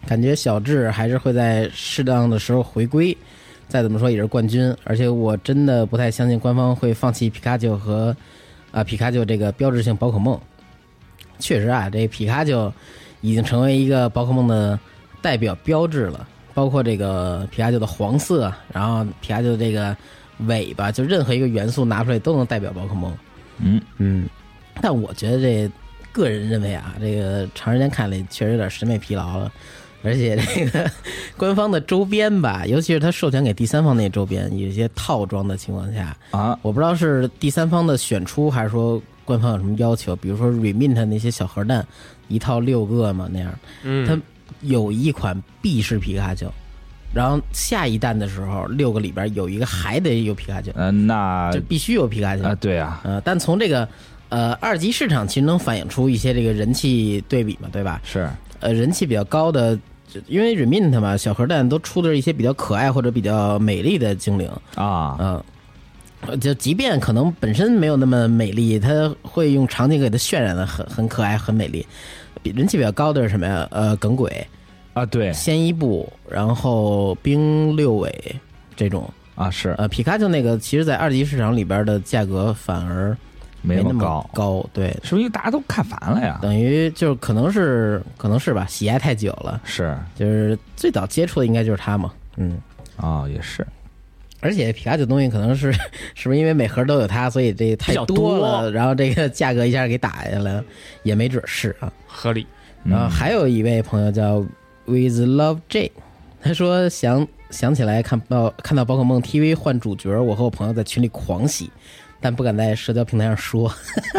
[SPEAKER 5] 感觉小智还是会在适当的时候回归，再怎么说也是冠军。而且我真的不太相信官方会放弃皮卡丘和啊皮卡丘这个标志性宝可梦。确实啊，这皮卡丘已经成为一个宝可梦的代表标志了，包括这个皮卡丘的黄色，啊然后皮卡丘这个尾巴，就任何一个元素拿出来都能代表宝可梦。
[SPEAKER 7] 嗯
[SPEAKER 5] 嗯，但我觉得这个人认为啊，这个长时间看了确实有点审美疲劳了，而且这个官方的周边吧， (laughs) 尤其是它授权给第三方那周边，有一些套装的情况下，
[SPEAKER 7] 啊，
[SPEAKER 5] 我不知道是第三方的选出，还是说官方有什么要求，比如说 Remint 那些小核弹，一套六个嘛那样，它
[SPEAKER 6] 嗯，
[SPEAKER 5] 有一款 B 是皮卡丘，然后下一弹的时候，六个里边有一个还得有皮卡丘，
[SPEAKER 7] 嗯，那
[SPEAKER 5] 就必须有皮卡丘
[SPEAKER 7] 啊，对啊，
[SPEAKER 5] 呃，但从这个呃二级市场其实能反映出一些这个人气对比嘛，对吧？
[SPEAKER 7] 是
[SPEAKER 5] 呃，人气比较高的，就因为 Remint 嘛，小核弹都出的是一些比较可爱或者比较美丽的精灵，
[SPEAKER 7] 啊，
[SPEAKER 5] 嗯、呃就即便可能本身没有那么美丽，它会用场景给它渲染的很很可爱、很美丽。比人气比较高的是什么呀？呃，耿鬼、
[SPEAKER 7] 啊，对
[SPEAKER 5] 仙一步，然后冰六尾这种。
[SPEAKER 7] 啊，是
[SPEAKER 5] 呃，皮卡丘那个，其实在二级市场里边的价格反而
[SPEAKER 7] 没
[SPEAKER 5] 那
[SPEAKER 7] 么
[SPEAKER 5] 么
[SPEAKER 7] 高，
[SPEAKER 5] 高，嗯对，
[SPEAKER 7] 是不是因为大家都看烦了呀？
[SPEAKER 5] 等于就是可能是可能是吧，喜爱太久了，
[SPEAKER 7] 是
[SPEAKER 5] 就是最早接触的应该就是它嘛，嗯，
[SPEAKER 7] 啊，也是
[SPEAKER 5] 而且皮卡丘东西可能是 (laughs) 是不是因为每盒都有它，所以这太
[SPEAKER 6] 比较
[SPEAKER 5] 多
[SPEAKER 6] 多
[SPEAKER 5] 了，然后这个价格一下给打下来了，也没准是啊。
[SPEAKER 6] 合理。
[SPEAKER 5] 然后还有一位朋友叫 With Love J，他说想想起来看到看到宝可梦 TV 换主角，我和我朋友在群里狂喜，但不敢在社交平台上
[SPEAKER 6] (laughs)
[SPEAKER 5] 说，，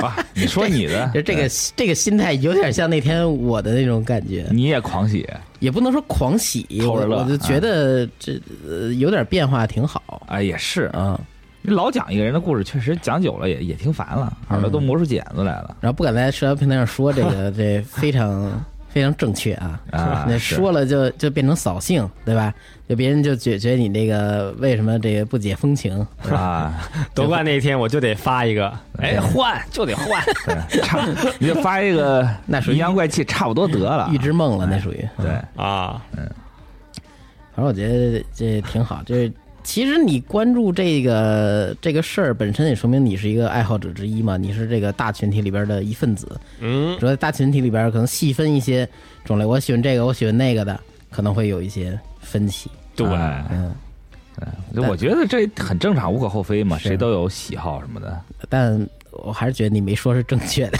[SPEAKER 7] 啊，你说你的
[SPEAKER 5] 就这个这个心态有点像那天我的那种感觉。
[SPEAKER 7] 你也狂喜
[SPEAKER 5] 也不能说狂喜，
[SPEAKER 7] 偷
[SPEAKER 5] 我
[SPEAKER 7] 着乐
[SPEAKER 5] 我就觉得这、呃、有点变化挺好
[SPEAKER 7] 啊，也是，
[SPEAKER 5] 啊、
[SPEAKER 7] 你老讲一个人的故事，确实讲久了也也挺烦了，耳朵都磨出茧子来了
[SPEAKER 5] 然后不敢在社交平台上说这
[SPEAKER 7] (laughs)
[SPEAKER 5] 个，这非常非常正确啊。
[SPEAKER 7] 啊
[SPEAKER 5] 那
[SPEAKER 7] 是
[SPEAKER 5] 说了就就变成扫兴，对吧？就别人就觉觉得你这个为什么这个不解风情？
[SPEAKER 7] 啊！ (laughs)
[SPEAKER 6] 夺冠那一天我就得发一个，哎，换就得 (laughs) 换，
[SPEAKER 7] 对，差你就发一个
[SPEAKER 5] 那属于
[SPEAKER 7] 阴阳怪气，差不多得了
[SPEAKER 5] 预。知梦了，
[SPEAKER 7] 哎
[SPEAKER 5] 那属于。
[SPEAKER 7] 对
[SPEAKER 6] 啊，
[SPEAKER 5] 反正我觉得这挺好，就是其实你关注这个这个事儿本身，也说明你是一个爱好者之一嘛，你是这个大群体里边的一份子。
[SPEAKER 6] 嗯，
[SPEAKER 5] 主要在大群体里边儿可能细分一些种类，我喜欢这个，我喜欢那个的，可能会有一些分歧。
[SPEAKER 6] 对，
[SPEAKER 7] 哎
[SPEAKER 5] 嗯，
[SPEAKER 7] 就我觉得这很正常，无可厚非嘛，谁都有喜好什么的。
[SPEAKER 5] 但我还是觉得你没说是正确的，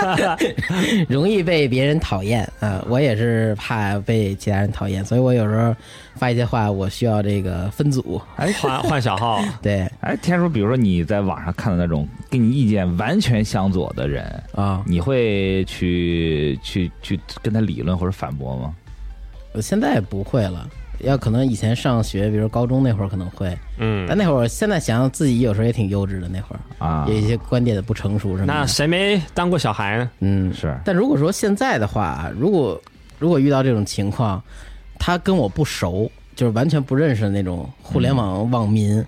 [SPEAKER 5] (laughs) 容易被别人讨厌啊、我也是怕被其他人讨厌，所以我有时候发一些话，我需要这个分组。
[SPEAKER 6] 换换小号， (laughs)
[SPEAKER 5] 对
[SPEAKER 7] 哎，天叔，比如说你在网上看到那种跟你意见完全相左的人，
[SPEAKER 5] 啊、
[SPEAKER 7] 你会去去去跟他理论或者反驳吗？
[SPEAKER 5] 我呃现在不会了。要可能以前上学，比如高中那会儿可能会，
[SPEAKER 6] 嗯
[SPEAKER 5] 但，那会儿现在想想自己有时候也挺幼稚的，那会儿
[SPEAKER 7] 啊
[SPEAKER 5] 有，一些观点的不成熟什么的。
[SPEAKER 6] 那谁没当过小孩呢？
[SPEAKER 5] 嗯，
[SPEAKER 7] 是
[SPEAKER 5] 但如果说现在的话，如果如果遇到这种情况，他跟我不熟，就是完全不认识的那种互
[SPEAKER 6] 嗯
[SPEAKER 5] 联网网民，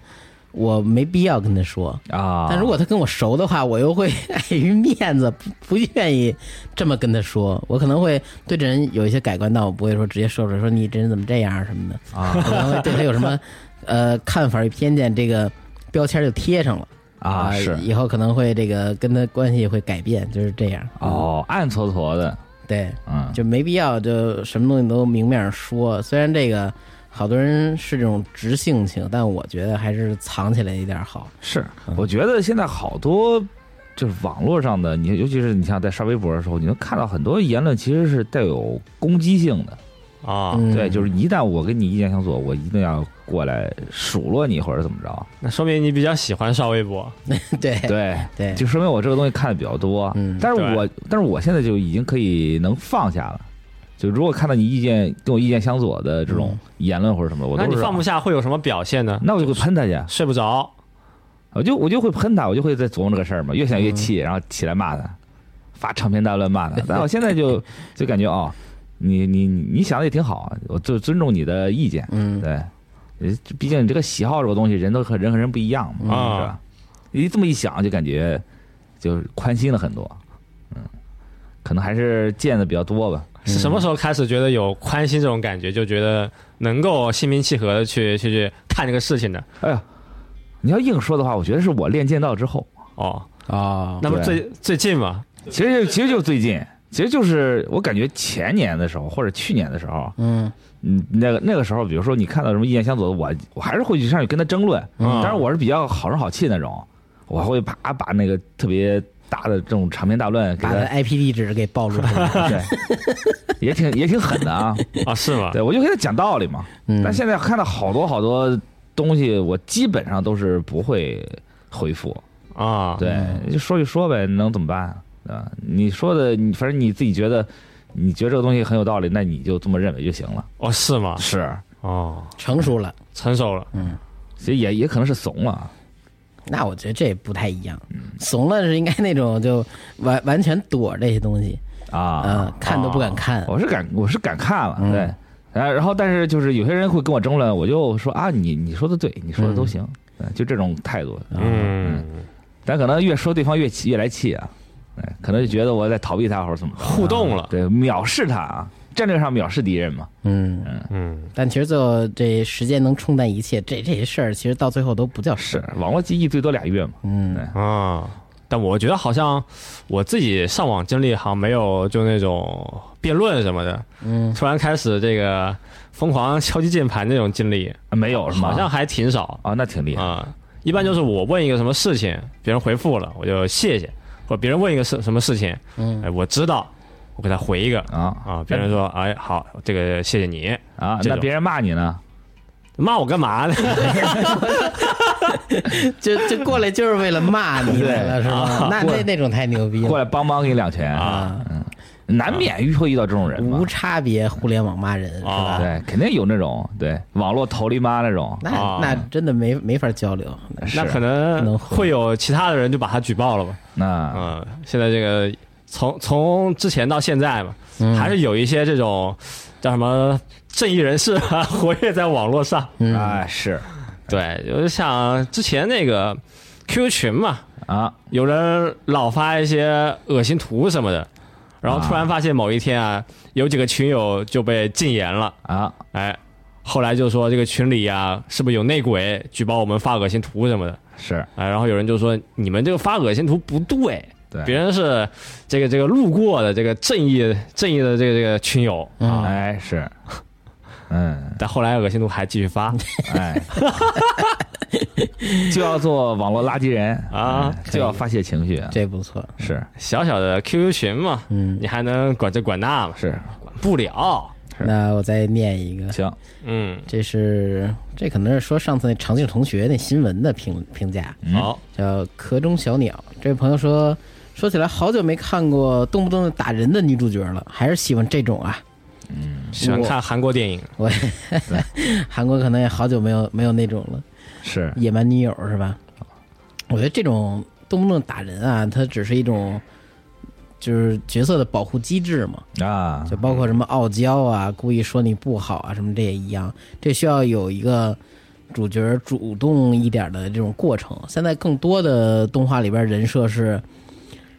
[SPEAKER 5] 我没必要跟他说。
[SPEAKER 7] 啊。
[SPEAKER 5] 但如果他跟我熟的话，我又会 (laughs) 碍于面子，不不愿意这么跟他说。我可能会对这人有一些改观，但我不会说直接说出来，说你这人怎么这样啊什么的。
[SPEAKER 7] 啊
[SPEAKER 5] 我可能会对他有什
[SPEAKER 7] (laughs)
[SPEAKER 5] 么呃看法与偏见，这个标签就贴上了
[SPEAKER 7] 啊是
[SPEAKER 5] 以后可能会这个跟他关系会改变，就是这样。
[SPEAKER 7] 哦，暗搓搓的，
[SPEAKER 5] 对，
[SPEAKER 7] 嗯，
[SPEAKER 5] 就没必要就什么东西都明面上说。虽然这个好多人是这种直性情，但我觉得还是藏起来一点好。
[SPEAKER 7] 是，
[SPEAKER 5] 嗯
[SPEAKER 7] 我觉得现在好多就是网络上的，你尤其是你像在刷微博的时候，你能看到很多言论其实是带有攻击性的。
[SPEAKER 6] 啊，
[SPEAKER 5] 嗯
[SPEAKER 7] 对，就是一旦我跟你意见相左，我一定要过来数落你或者怎么着。
[SPEAKER 6] 那说明你比较喜欢刷微博，
[SPEAKER 5] (laughs) 对
[SPEAKER 6] 哎
[SPEAKER 7] 对，
[SPEAKER 5] 对
[SPEAKER 7] 就说明我这个东西看的比较多。
[SPEAKER 5] 嗯
[SPEAKER 7] 但是
[SPEAKER 6] 对
[SPEAKER 7] 我但是我现在就已经可以能放下了。就如果看到你意见跟我意见相左的这种言论或者什么的，我
[SPEAKER 6] 嗯那
[SPEAKER 7] 都
[SPEAKER 6] 你
[SPEAKER 7] 是啊
[SPEAKER 6] 放不下会有什么表现呢？
[SPEAKER 7] 那我就会喷他去，
[SPEAKER 6] 睡不着，
[SPEAKER 7] 我就我就会喷他，我就会在琢磨这个事儿嘛，越想越气，
[SPEAKER 6] 嗯
[SPEAKER 7] 然后起来骂他，发长篇大论骂
[SPEAKER 6] (laughs)
[SPEAKER 7] 他。但我现在就就感觉哦，你你你想的也挺好，啊我就尊重你的意见，
[SPEAKER 5] 嗯
[SPEAKER 7] 对，呃毕竟你这个喜好这个东西，人都和人和人不一样嘛，
[SPEAKER 6] 啊
[SPEAKER 7] 是吧？一这么一想，就感觉就是宽心了很多，嗯，可能还是见的比较多吧。
[SPEAKER 6] 是什么时候开始觉得有宽心这种感觉，就觉得能够心平气和的去去去看这个事情的？
[SPEAKER 7] 哎呀，你要硬说的话，我觉得是我练剑道之后，
[SPEAKER 6] 哦，
[SPEAKER 5] 哦，
[SPEAKER 6] 那么
[SPEAKER 7] 啊对
[SPEAKER 6] 最最近
[SPEAKER 7] (laughs)
[SPEAKER 6] 嘛，
[SPEAKER 7] 其实就其实就最近，其实就是我感觉前年的时候或者去年的时候，
[SPEAKER 5] 嗯
[SPEAKER 7] 嗯，那个那个时候，比如说你看到什么意见相左的，我我还是会去上去跟他争论。
[SPEAKER 6] 嗯
[SPEAKER 7] 当然我是比较好声好气那种，我会把把那个特别大的这种场面大乱，给
[SPEAKER 5] 把他
[SPEAKER 7] 他
[SPEAKER 5] IP 地址给暴露出来。
[SPEAKER 7] 对，也挺也挺狠的啊。
[SPEAKER 6] 啊，是吗？
[SPEAKER 7] 对，我就给他讲道理嘛。
[SPEAKER 5] (laughs) 嗯
[SPEAKER 7] 但现在看到好多好多东西，我基本上都是不会回复。
[SPEAKER 6] 啊，
[SPEAKER 7] 对，就说就说呗，能怎么办啊？你说的，你反正你自己觉得，你觉得这个东西很有道理，那你就这么认为就行了。
[SPEAKER 6] 哦，是吗？
[SPEAKER 7] 是，
[SPEAKER 6] 哦，
[SPEAKER 5] 成熟了，
[SPEAKER 6] 成熟了，
[SPEAKER 7] 所以也也可能是怂了。
[SPEAKER 5] 那我觉得这不太一样。怂了是应该那种就完完全躲这些东西，嗯
[SPEAKER 7] 啊，，
[SPEAKER 5] 看都不敢看。
[SPEAKER 7] 我是敢，我是敢看了，
[SPEAKER 5] 嗯
[SPEAKER 7] 对。啊，然后但是就是有些人会跟我争论，我就说啊，你你说的对，你说的都行，嗯就这种态度。
[SPEAKER 6] 嗯，
[SPEAKER 7] 但可能越说对方越气，越来气啊，哎，可能就觉得我在逃避他或者怎么着啊
[SPEAKER 6] 互动了
[SPEAKER 7] 对，藐视他啊，战略上藐视敌人嘛。
[SPEAKER 5] 嗯，
[SPEAKER 6] 嗯，
[SPEAKER 5] 但其实最后这时间能冲淡一切，这这些事儿其实到最后都不叫事
[SPEAKER 7] 是
[SPEAKER 5] 儿。
[SPEAKER 7] 网络记忆最多俩月嘛，
[SPEAKER 5] 嗯
[SPEAKER 7] 对
[SPEAKER 6] 啊，但我觉得好像我自己上网经历好像没有就那种辩论什么的，
[SPEAKER 5] 嗯，
[SPEAKER 6] 突然开始这个疯狂敲击键盘这种经历，
[SPEAKER 7] 啊没有是吗？
[SPEAKER 6] 好像还挺少
[SPEAKER 7] 啊，那挺厉害。
[SPEAKER 6] 啊。一般就是我问一个什么事情，别人回复了，我就谢谢；或者别人问一个事什么事情，
[SPEAKER 5] 嗯
[SPEAKER 6] 哎，我知道，我给他回一个
[SPEAKER 7] 啊
[SPEAKER 6] 啊。别人说，哎，好，这个谢谢你，
[SPEAKER 7] 啊，
[SPEAKER 6] 这
[SPEAKER 7] 那
[SPEAKER 6] 种
[SPEAKER 7] 别人骂你呢？
[SPEAKER 6] 骂我干嘛呢？
[SPEAKER 5] (laughs) 就就过来就是为了骂你啊来了是吧？那那那种太牛逼
[SPEAKER 7] 过
[SPEAKER 5] 了
[SPEAKER 7] 来帮帮给你两拳，嗯
[SPEAKER 5] 啊！
[SPEAKER 7] 难免遇会遇到这种人嘛
[SPEAKER 5] 无。差别互联网骂人是吧？
[SPEAKER 6] 啊
[SPEAKER 7] 对，肯定有那种对网络头力妈那种，
[SPEAKER 5] 那
[SPEAKER 6] 啊
[SPEAKER 5] 那真的没没法交流。
[SPEAKER 6] (laughs) 那
[SPEAKER 7] 是
[SPEAKER 6] 可能
[SPEAKER 5] 能回
[SPEAKER 6] 会有其他的人就把他举报了吧？
[SPEAKER 7] 那
[SPEAKER 6] 嗯，现在这个从从之前到现在嘛，还是有一些这种叫什么正义人士啊， (laughs) 活跃在网络上。
[SPEAKER 5] 嗯，
[SPEAKER 7] 啊是
[SPEAKER 6] 对，我就想之前那个 QQ 群嘛，
[SPEAKER 7] 啊
[SPEAKER 6] 有人老发一些恶心图什么的，然后
[SPEAKER 7] 啊
[SPEAKER 6] 突然发现某一天啊，有几个群友就被禁言了，
[SPEAKER 7] 啊
[SPEAKER 6] 哎。后来就说这个群里啊，是不是有内鬼举报我们发恶心图什么的？
[SPEAKER 7] 是
[SPEAKER 6] 哎，然后有人就说你们这个发恶心图不对，
[SPEAKER 7] 对
[SPEAKER 6] 别人是这个这个路过的这个正义正义的这个这个群友啊，
[SPEAKER 7] 哎是，嗯
[SPEAKER 6] 但后来恶心图还继续发
[SPEAKER 7] 哎， (laughs) 就要做网络垃圾人
[SPEAKER 6] 啊
[SPEAKER 7] 嗯就要发泄情绪，
[SPEAKER 5] 这不错。
[SPEAKER 7] 是
[SPEAKER 6] 小小的 QQ 群嘛，
[SPEAKER 5] 嗯
[SPEAKER 6] 你还能管这管那嘛？
[SPEAKER 7] 是
[SPEAKER 6] 管不了，
[SPEAKER 7] 是
[SPEAKER 5] 那我再念一个，
[SPEAKER 7] 行
[SPEAKER 6] 嗯，
[SPEAKER 5] 这是这可能是说上次那长庆同学那新闻的评评价，
[SPEAKER 6] 好，
[SPEAKER 5] 叫“壳中小鸟”。这位朋友说，说起来好久没看过动不动就打人的女主角了，还是喜欢这种啊。 (laughs)
[SPEAKER 6] 喜欢看韩国电影
[SPEAKER 5] 我韩国可能也好久没有没有那种了，
[SPEAKER 7] 是
[SPEAKER 5] 野蛮女友是吧？哦我觉得这种动不动打人啊，它只是一种就是角色的保护机制嘛。
[SPEAKER 7] 啊
[SPEAKER 5] 就包括什么傲娇啊、故意说你不好啊，什么这也一样，这需要有一个主角主动一点的这种过程。现在更多的动画里边人设是，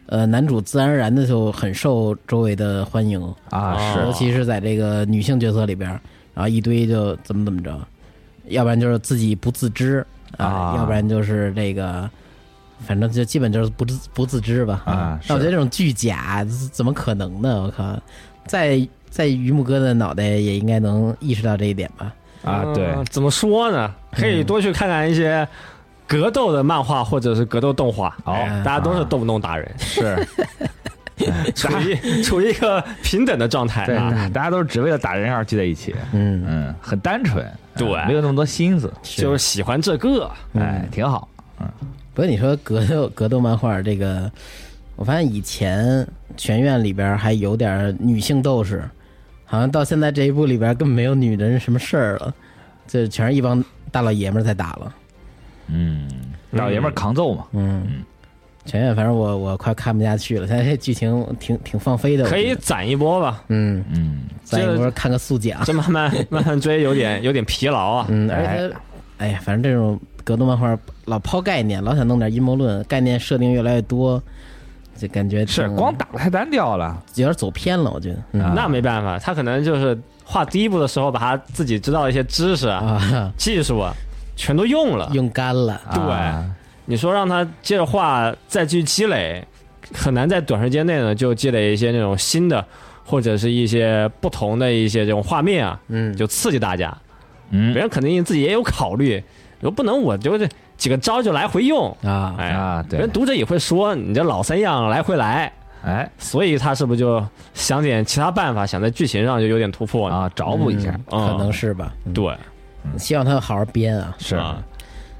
[SPEAKER 5] 呃，男主自然而然的就很受周围的欢迎，
[SPEAKER 7] 啊
[SPEAKER 6] 哦
[SPEAKER 5] 尤
[SPEAKER 7] 是
[SPEAKER 5] 其是在这个女性角色里边，然后一堆就怎么怎么着，要不然就是自己不自知啊
[SPEAKER 7] 啊，
[SPEAKER 5] 要不然就是这个。反正就基本就是不自不自知吧
[SPEAKER 7] 啊
[SPEAKER 5] 那我
[SPEAKER 7] 是
[SPEAKER 5] 觉得这种剧假怎么可能呢？我靠，在在榆木哥的脑袋也应该能意识到这一点吧？
[SPEAKER 7] 啊对
[SPEAKER 6] 嗯怎么说呢？
[SPEAKER 5] 嗯
[SPEAKER 6] 可以多去看看一些格斗的漫画或者是格斗动画，
[SPEAKER 7] 哦
[SPEAKER 6] 哎大家都是动不动打人，
[SPEAKER 5] 啊
[SPEAKER 7] 是
[SPEAKER 6] (laughs) 处于处于一个平等的状态
[SPEAKER 7] 对
[SPEAKER 6] 啊，
[SPEAKER 7] 大家都是只为了打人而聚在一起，
[SPEAKER 5] 嗯，
[SPEAKER 7] 嗯很单纯，
[SPEAKER 6] 对嗯
[SPEAKER 7] 嗯没有那么多心思，
[SPEAKER 6] 就是喜欢这个，
[SPEAKER 7] 哎挺好
[SPEAKER 5] 不过你说格斗格斗漫画这个，我发现以前全院里边还有点女性斗士，好像到现在这一部里边根本没有女人什么事儿了，这全是一帮大老爷们儿在打了。
[SPEAKER 7] 嗯老爷们儿扛揍嘛
[SPEAKER 5] 嗯，全院反正我我快看不下去了，现在这剧情挺挺放飞的。我
[SPEAKER 6] 可以
[SPEAKER 5] 觉得，
[SPEAKER 6] 攒一
[SPEAKER 5] (laughs)
[SPEAKER 6] 波吧。
[SPEAKER 5] 嗯，
[SPEAKER 7] 嗯
[SPEAKER 5] 咱一会儿看个速讲。
[SPEAKER 6] 这慢慢慢慢追，有点有点疲劳啊。
[SPEAKER 5] 嗯，而且，哎呀，反正这种格斗漫画老抛概念，老想弄点阴谋论，概念设定越来越多，就感觉
[SPEAKER 7] 是
[SPEAKER 5] 挺
[SPEAKER 7] 光打得太单调了
[SPEAKER 5] 有点走偏了，我觉得。嗯
[SPEAKER 7] 啊
[SPEAKER 6] 那没办法，他可能就是画第一步的时候，把他自己知道的一些知识、啊、
[SPEAKER 5] 啊，
[SPEAKER 6] 技术啊，全都用了。
[SPEAKER 5] 用干了。
[SPEAKER 6] 对
[SPEAKER 7] 啊
[SPEAKER 6] 你说让他接着画，再去积累，很难在短时间内呢就积累一些那种新的，或者是一些不同的一些这种画面啊，
[SPEAKER 5] 嗯，
[SPEAKER 6] 就刺激大家。
[SPEAKER 7] 嗯
[SPEAKER 6] 别人肯定自己也有考虑，说不能我就这几个招就来回用。
[SPEAKER 5] 啊，
[SPEAKER 6] 哎
[SPEAKER 7] 啊对
[SPEAKER 6] 人读者也会说你这老三样来回来，
[SPEAKER 7] 哎
[SPEAKER 6] 所以他是不是就想点其他办法，想在剧情上就有点突破呢？
[SPEAKER 7] 啊，找补一下，
[SPEAKER 5] 可
[SPEAKER 6] 嗯
[SPEAKER 5] 能是吧。嗯
[SPEAKER 6] 对，
[SPEAKER 5] 希望他好好编啊。
[SPEAKER 7] 是
[SPEAKER 6] 啊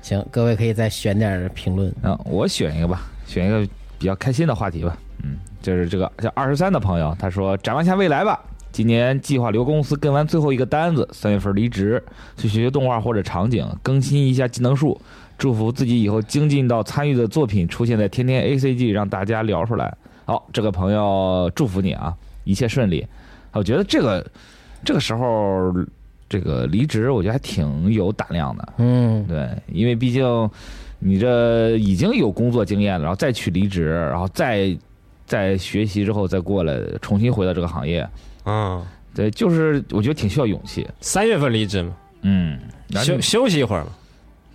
[SPEAKER 5] 行，各位可以再选点儿评论。
[SPEAKER 7] 嗯，我选一个吧，选一个比较开心的话题吧。嗯，就是这个叫二十三的朋友，他说展望一下未来吧。今年计划留公司跟完最后一个单子，三月份离职，去学学动画或者场景，更新一下技能树。祝福自己以后精进到参与的作品出现在天天 A C G，让大家聊出来。好，这个朋友祝福你啊，一切顺利。我觉得这个这个时候这个离职，我觉得还挺有胆量的。
[SPEAKER 5] 嗯，
[SPEAKER 7] 对，因为毕竟你这已经有工作经验了，然后再去离职，然后再再学习之后再过来，重新回到这个行业，
[SPEAKER 6] 嗯，
[SPEAKER 7] 对，就是我觉得挺需要勇气。
[SPEAKER 6] 三月份离职嘛，
[SPEAKER 7] 嗯，然后
[SPEAKER 6] 休
[SPEAKER 7] 你
[SPEAKER 6] 休息一会儿嘛。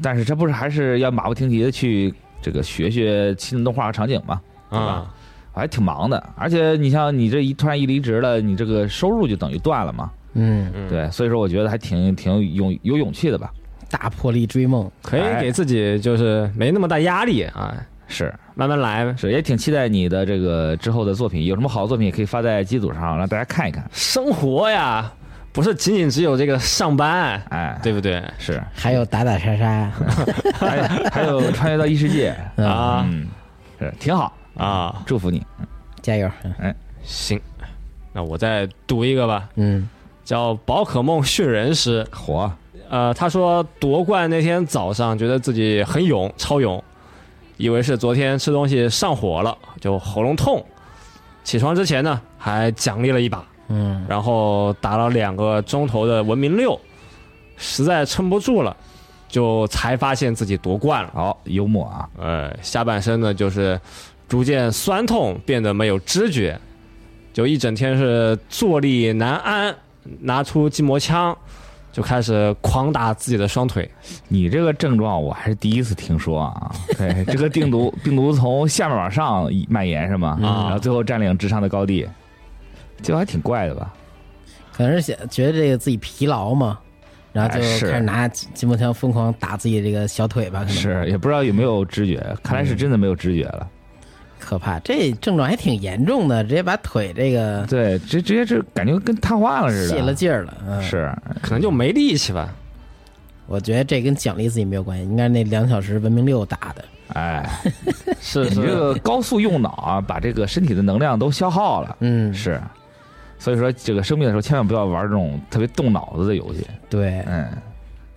[SPEAKER 7] 但是这不是还是要马不停蹄的去这个学学新的动画和场景嘛？对吧
[SPEAKER 6] 啊，
[SPEAKER 7] 还挺忙的，而且你像你这一突然一离职了，你这个收入就等于断了嘛。
[SPEAKER 5] 嗯，
[SPEAKER 6] 嗯，
[SPEAKER 7] 对，所以说我觉得还挺挺有勇有勇气的吧。
[SPEAKER 5] 大魄力追梦，
[SPEAKER 6] 可以给自己就是没那么大压力啊，
[SPEAKER 7] 是
[SPEAKER 6] 慢慢来呗。
[SPEAKER 7] 是，也挺期待你的这个之后的作品，有什么好的作品也可以发在机组上，让大家看一看。
[SPEAKER 6] 生活呀，不是仅仅只有这个上班，
[SPEAKER 7] 哎，，
[SPEAKER 6] 对不对？
[SPEAKER 7] 是，
[SPEAKER 5] 还有打打杀杀，
[SPEAKER 7] 还有还有穿越到异世界，
[SPEAKER 6] (laughs) 啊
[SPEAKER 7] 嗯，是挺好，
[SPEAKER 6] 啊，
[SPEAKER 7] 祝福你。
[SPEAKER 5] 加油！
[SPEAKER 6] 行，那我再读一个吧，
[SPEAKER 5] 嗯，
[SPEAKER 6] 叫《宝可梦训人师》。
[SPEAKER 7] 火，
[SPEAKER 6] 呃，他说夺冠那天早上觉得自己很勇，超勇，以为是昨天吃东西上火了，就喉咙痛。起床之前呢，还奖励了一把，
[SPEAKER 5] 嗯，
[SPEAKER 6] 然后打了两个钟头的文明六，实在撑不住了，就才发现自己夺冠了。
[SPEAKER 7] 好幽默啊，
[SPEAKER 6] 呃，下半身呢就是逐渐酸痛，变得没有知觉，就一整天是坐立难安，拿出筋膜枪就开始狂打自己的双腿。
[SPEAKER 7] 你这个症状我还是第一次听说啊。对，这个病毒病毒从下面往上蔓延是吗？
[SPEAKER 6] 啊
[SPEAKER 7] 然后最后占领智商的高地，就还挺怪的吧？
[SPEAKER 5] 可能是想觉得这个自己疲劳嘛，然后就
[SPEAKER 7] 哎是
[SPEAKER 5] 开始拿筋筋膜枪疯狂打自己这个小腿吧，可能
[SPEAKER 7] 是，也不知道有没有知觉，看来是真的没有知觉了。
[SPEAKER 6] 嗯
[SPEAKER 5] 可怕。这症状还挺严重的，直接把腿这个
[SPEAKER 7] 对，直直接是感觉跟瘫痪了似的，
[SPEAKER 5] 泄了劲儿了。嗯，
[SPEAKER 7] 是，
[SPEAKER 6] 可能就没力气吧。
[SPEAKER 5] 我觉得这跟奖励自己没有关系，应该是那两小时文明六打的。
[SPEAKER 7] (laughs) 哎，
[SPEAKER 6] 是
[SPEAKER 7] 你这个高速用脑啊，把这个身体的能量都消耗了，
[SPEAKER 5] 嗯，
[SPEAKER 7] 是。所以说，这个生病的时候千万不要玩这种特别动脑子的游戏。
[SPEAKER 5] 对。
[SPEAKER 7] 嗯，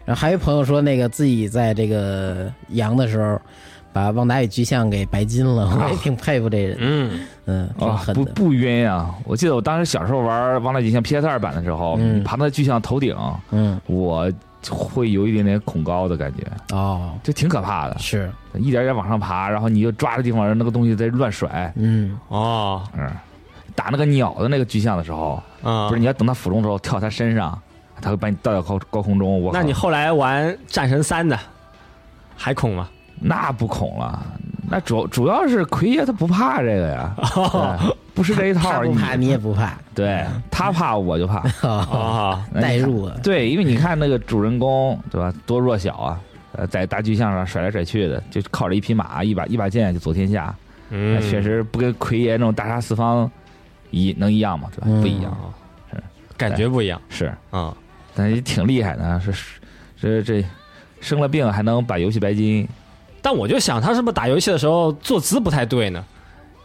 [SPEAKER 5] 然后还有朋友说，那个自己在这个阳的时候，把旺达与巨像给白金了，我也挺佩服这人，
[SPEAKER 6] 嗯，
[SPEAKER 5] 嗯，挺
[SPEAKER 7] 哦，
[SPEAKER 5] 狠
[SPEAKER 7] 不
[SPEAKER 5] 的。
[SPEAKER 7] 不晕啊！我记得我当时小时候玩《王大吉像 PS 二版的时候，
[SPEAKER 5] 嗯
[SPEAKER 7] 爬到巨像头顶，
[SPEAKER 5] 嗯，
[SPEAKER 7] 我会有一点点恐高的感觉，
[SPEAKER 5] 哦，
[SPEAKER 7] 就挺可怕的。
[SPEAKER 5] 是，
[SPEAKER 7] 一点点往上爬，然后你就抓的地方，那个东西在乱甩。
[SPEAKER 5] 嗯，
[SPEAKER 6] 哦，
[SPEAKER 7] 嗯，打那个鸟的那个巨像的时候，
[SPEAKER 6] 啊、
[SPEAKER 7] 不是你要等它俯冲的时候跳它身上，它会把你带到高高空中。我靠
[SPEAKER 6] 那你后来玩《战神三》的，还恐吗？
[SPEAKER 7] 那不恐了，那主主要是奎爷他不怕这个呀，对不是这一套
[SPEAKER 5] 哦他
[SPEAKER 7] 儿。
[SPEAKER 5] 不怕你也不怕，
[SPEAKER 7] 对他怕我就怕，
[SPEAKER 5] 哦，
[SPEAKER 6] 啊、
[SPEAKER 7] 那你看
[SPEAKER 5] 代入啊，
[SPEAKER 7] 对，因为你看那个主人公对吧，多弱小啊，呃，在大巨象上甩来甩去的，就靠着一匹马一把一把剑就走天下，那
[SPEAKER 6] 嗯，
[SPEAKER 7] 确实不跟奎爷那种大杀四方一能一样吗？对吧？
[SPEAKER 5] 嗯
[SPEAKER 7] 不一样，
[SPEAKER 6] 啊
[SPEAKER 7] 是
[SPEAKER 6] 感觉不一样
[SPEAKER 7] 是，
[SPEAKER 6] 啊、
[SPEAKER 7] 但也挺厉害的啊，是这这生了病还能把游戏白金，
[SPEAKER 6] 但我就想，他是不是打游戏的时候坐姿不太对呢？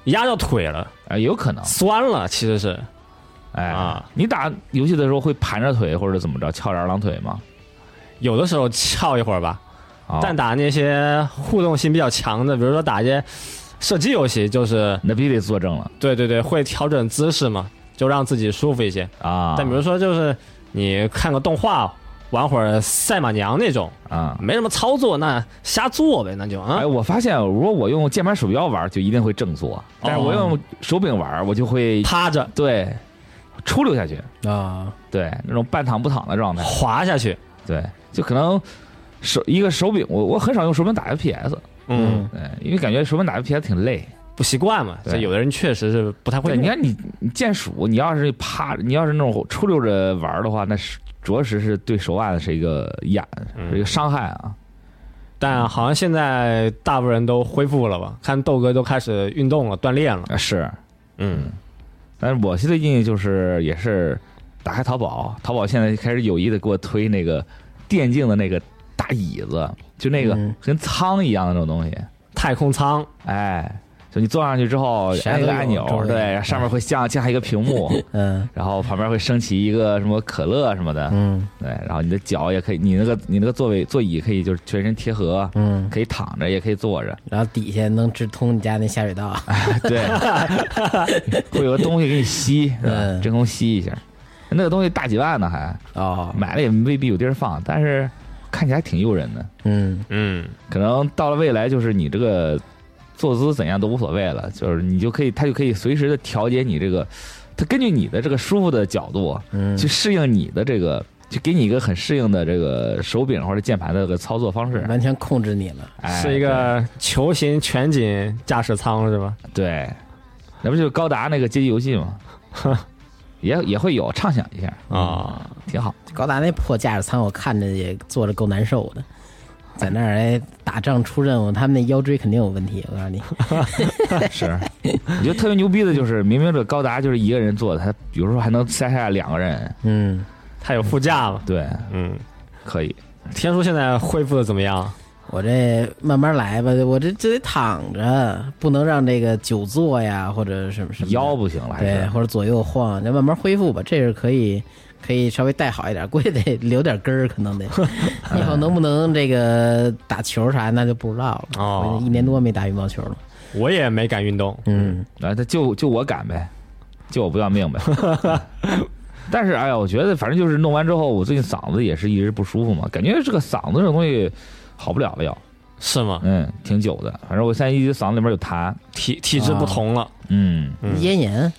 [SPEAKER 6] 压到腿了，
[SPEAKER 7] 啊、有可能。
[SPEAKER 6] 酸了，其实是。
[SPEAKER 7] 哎，
[SPEAKER 6] 啊
[SPEAKER 7] 你打游戏的时候会盘着腿或者怎么着，翘着二郎腿吗？
[SPEAKER 6] 有的时候翘一会儿吧，
[SPEAKER 7] 啊，
[SPEAKER 6] 但打那些互动性比较强的，比如说打一些射击游戏，就是
[SPEAKER 7] 那必须得坐正了
[SPEAKER 6] 对对对，会调整姿势嘛，就让自己舒服一些。
[SPEAKER 7] 啊。
[SPEAKER 6] 但比如说就是你看个动画，玩会儿赛马娘那种，
[SPEAKER 7] 啊，
[SPEAKER 6] 没什么操作，那瞎做呗，那就啊
[SPEAKER 7] 哎，，我发现如果我用键盘鼠标玩，就一定会正
[SPEAKER 6] 哦
[SPEAKER 7] 坐，但是我用手柄玩，我就会
[SPEAKER 6] 趴着
[SPEAKER 7] 对出溜下去，
[SPEAKER 5] 啊，
[SPEAKER 7] 对那种半躺不躺的状态，
[SPEAKER 6] 滑下去，
[SPEAKER 7] 对，就可能手一个手柄，我我很少用手柄打 FPS，
[SPEAKER 6] 嗯，
[SPEAKER 7] 对，因为感觉手柄打 FPS 挺累。
[SPEAKER 6] 不习惯嘛。
[SPEAKER 7] 对
[SPEAKER 6] 所以有的人确实是不太会
[SPEAKER 7] 对，你
[SPEAKER 6] 用。
[SPEAKER 7] 看你你键鼠，你要是趴，你要是那种出溜着玩儿的话，那是着实是对手腕是一个压，是一个伤害啊。
[SPEAKER 6] 但好像现在大部分人都恢复了吧？看豆哥都开始运动了，锻炼了。
[SPEAKER 7] 啊是，
[SPEAKER 6] 嗯，
[SPEAKER 7] 但是我最近就是也是打开淘宝，淘宝现在开始有意的给我推那个电竞的那个大椅子，就那个
[SPEAKER 5] 嗯
[SPEAKER 7] 跟仓一样的那种东西，
[SPEAKER 6] 太空舱
[SPEAKER 7] 哎，就你坐上去之后
[SPEAKER 5] 啥
[SPEAKER 7] 按一
[SPEAKER 5] 都
[SPEAKER 7] 个
[SPEAKER 5] 有
[SPEAKER 7] 按钮
[SPEAKER 5] 周，围
[SPEAKER 7] 对，上面会降降下一个屏幕，
[SPEAKER 5] 嗯
[SPEAKER 7] 然后旁边会升起一个什么可乐什么的，
[SPEAKER 5] 嗯
[SPEAKER 7] 对，然后你的脚也可以，你那个你那个座位座椅可以就是全身贴合，
[SPEAKER 5] 嗯，
[SPEAKER 7] 可以躺着也可以坐
[SPEAKER 5] (laughs)
[SPEAKER 7] 着，
[SPEAKER 5] 然后底下能直通你家那下水道，
[SPEAKER 7] (laughs) 对，会有个东西给你吸，是吧
[SPEAKER 5] 嗯
[SPEAKER 7] 真空吸一下，那个东西大几万呢还，
[SPEAKER 5] 哦，
[SPEAKER 7] 买了也未必有地儿放，但是看起来挺诱人的。
[SPEAKER 5] 嗯
[SPEAKER 6] 嗯，
[SPEAKER 7] 可能到了未来，就是你这个坐姿怎样都无所谓了，就是你就可以，它就可以随时的调节你这个，它根据你的这个舒服的角度
[SPEAKER 5] 嗯，
[SPEAKER 7] 去适应你的这个，就给你一个很适应的这个手柄或者键盘的这个操作方式。
[SPEAKER 5] 完全控制你了，
[SPEAKER 7] 哎
[SPEAKER 6] 是一个球形全景驾驶舱是吧？
[SPEAKER 7] 对，那不就是高达那个街机游戏吗？也也会有畅想一下，
[SPEAKER 6] 啊、
[SPEAKER 7] 挺好。
[SPEAKER 5] 高达那破驾驶舱我看着也坐着够难受的。在那儿哎，打仗出任务，他们那腰椎肯定有问题。我告诉你，
[SPEAKER 7] 是，我觉得特别牛逼的就是，明明这高达就是一个人做的，他有时候还能塞下两个人，
[SPEAKER 5] 嗯，
[SPEAKER 6] 它有副驾嘛？
[SPEAKER 7] 对，
[SPEAKER 6] 嗯，
[SPEAKER 7] 可以。
[SPEAKER 6] 天叔现在恢复的怎么样？
[SPEAKER 5] 我这慢慢来吧，我这这得躺着，不能让这个久坐呀，或者什么什么的
[SPEAKER 7] 腰不行了，还
[SPEAKER 5] 对，
[SPEAKER 7] 是
[SPEAKER 5] 或者左右晃，那慢慢恢复吧。这是可以，可以稍微带好一点，估计得留点根儿，可
[SPEAKER 7] (laughs)
[SPEAKER 5] 能得以后能不能这个打球啥，那就不知道了。
[SPEAKER 6] 哦
[SPEAKER 5] 我一年多没打羽毛球了。
[SPEAKER 6] 我也没敢运动。
[SPEAKER 5] 嗯
[SPEAKER 7] 然后啊他就就我敢呗，就我不要命呗。 (laughs) 但是哎呀，我觉得反正就是弄完之后，我最近嗓子也是一直不舒服嘛，感觉这个嗓子这种东西好不了了要，
[SPEAKER 6] 是吗？
[SPEAKER 7] 嗯，挺久的。反正我现在一直嗓子里面有痰，
[SPEAKER 6] 体体质不同了，
[SPEAKER 7] 嗯，
[SPEAKER 6] 嗯
[SPEAKER 5] 咽炎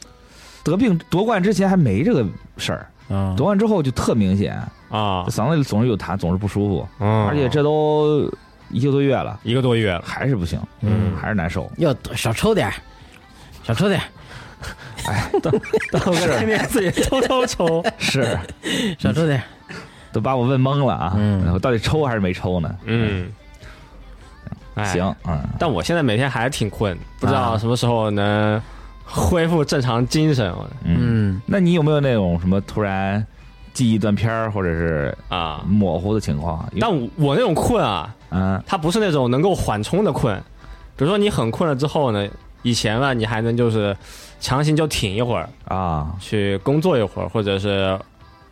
[SPEAKER 7] 得病夺冠之前还没这个事儿，
[SPEAKER 5] 啊
[SPEAKER 7] 夺冠之后就特明显，
[SPEAKER 6] 啊，
[SPEAKER 7] 嗓子里总是有痰，总是不舒服，
[SPEAKER 6] 嗯
[SPEAKER 7] 而且这都一个多月了，
[SPEAKER 6] 一个多
[SPEAKER 7] (laughs)
[SPEAKER 6] 月了，
[SPEAKER 7] 还是不行，
[SPEAKER 6] 嗯
[SPEAKER 7] 还是难受。
[SPEAKER 5] 要少抽点儿，少抽点儿，
[SPEAKER 6] 我天天自己抽抽抽，
[SPEAKER 7] 是，
[SPEAKER 5] 少抽点儿。
[SPEAKER 7] 都把我问懵了啊！
[SPEAKER 5] 嗯
[SPEAKER 7] 我到底抽还是没抽呢？
[SPEAKER 6] (laughs) 嗯，哎
[SPEAKER 7] 行，嗯，
[SPEAKER 6] 但我现在每天还挺困，不知道什么时候能恢复正常精神
[SPEAKER 5] 嗯，
[SPEAKER 7] 那你有没有那种什么突然记忆断片儿，或者是
[SPEAKER 6] 啊。
[SPEAKER 7] 模糊的情况？有
[SPEAKER 6] 但我那种困啊，
[SPEAKER 7] 嗯
[SPEAKER 6] 它不是那种能够缓冲的困，比如说你很困了之后呢，以前吧你还能就是强行就挺一会儿，
[SPEAKER 7] 啊
[SPEAKER 6] 去工作一会儿，或者是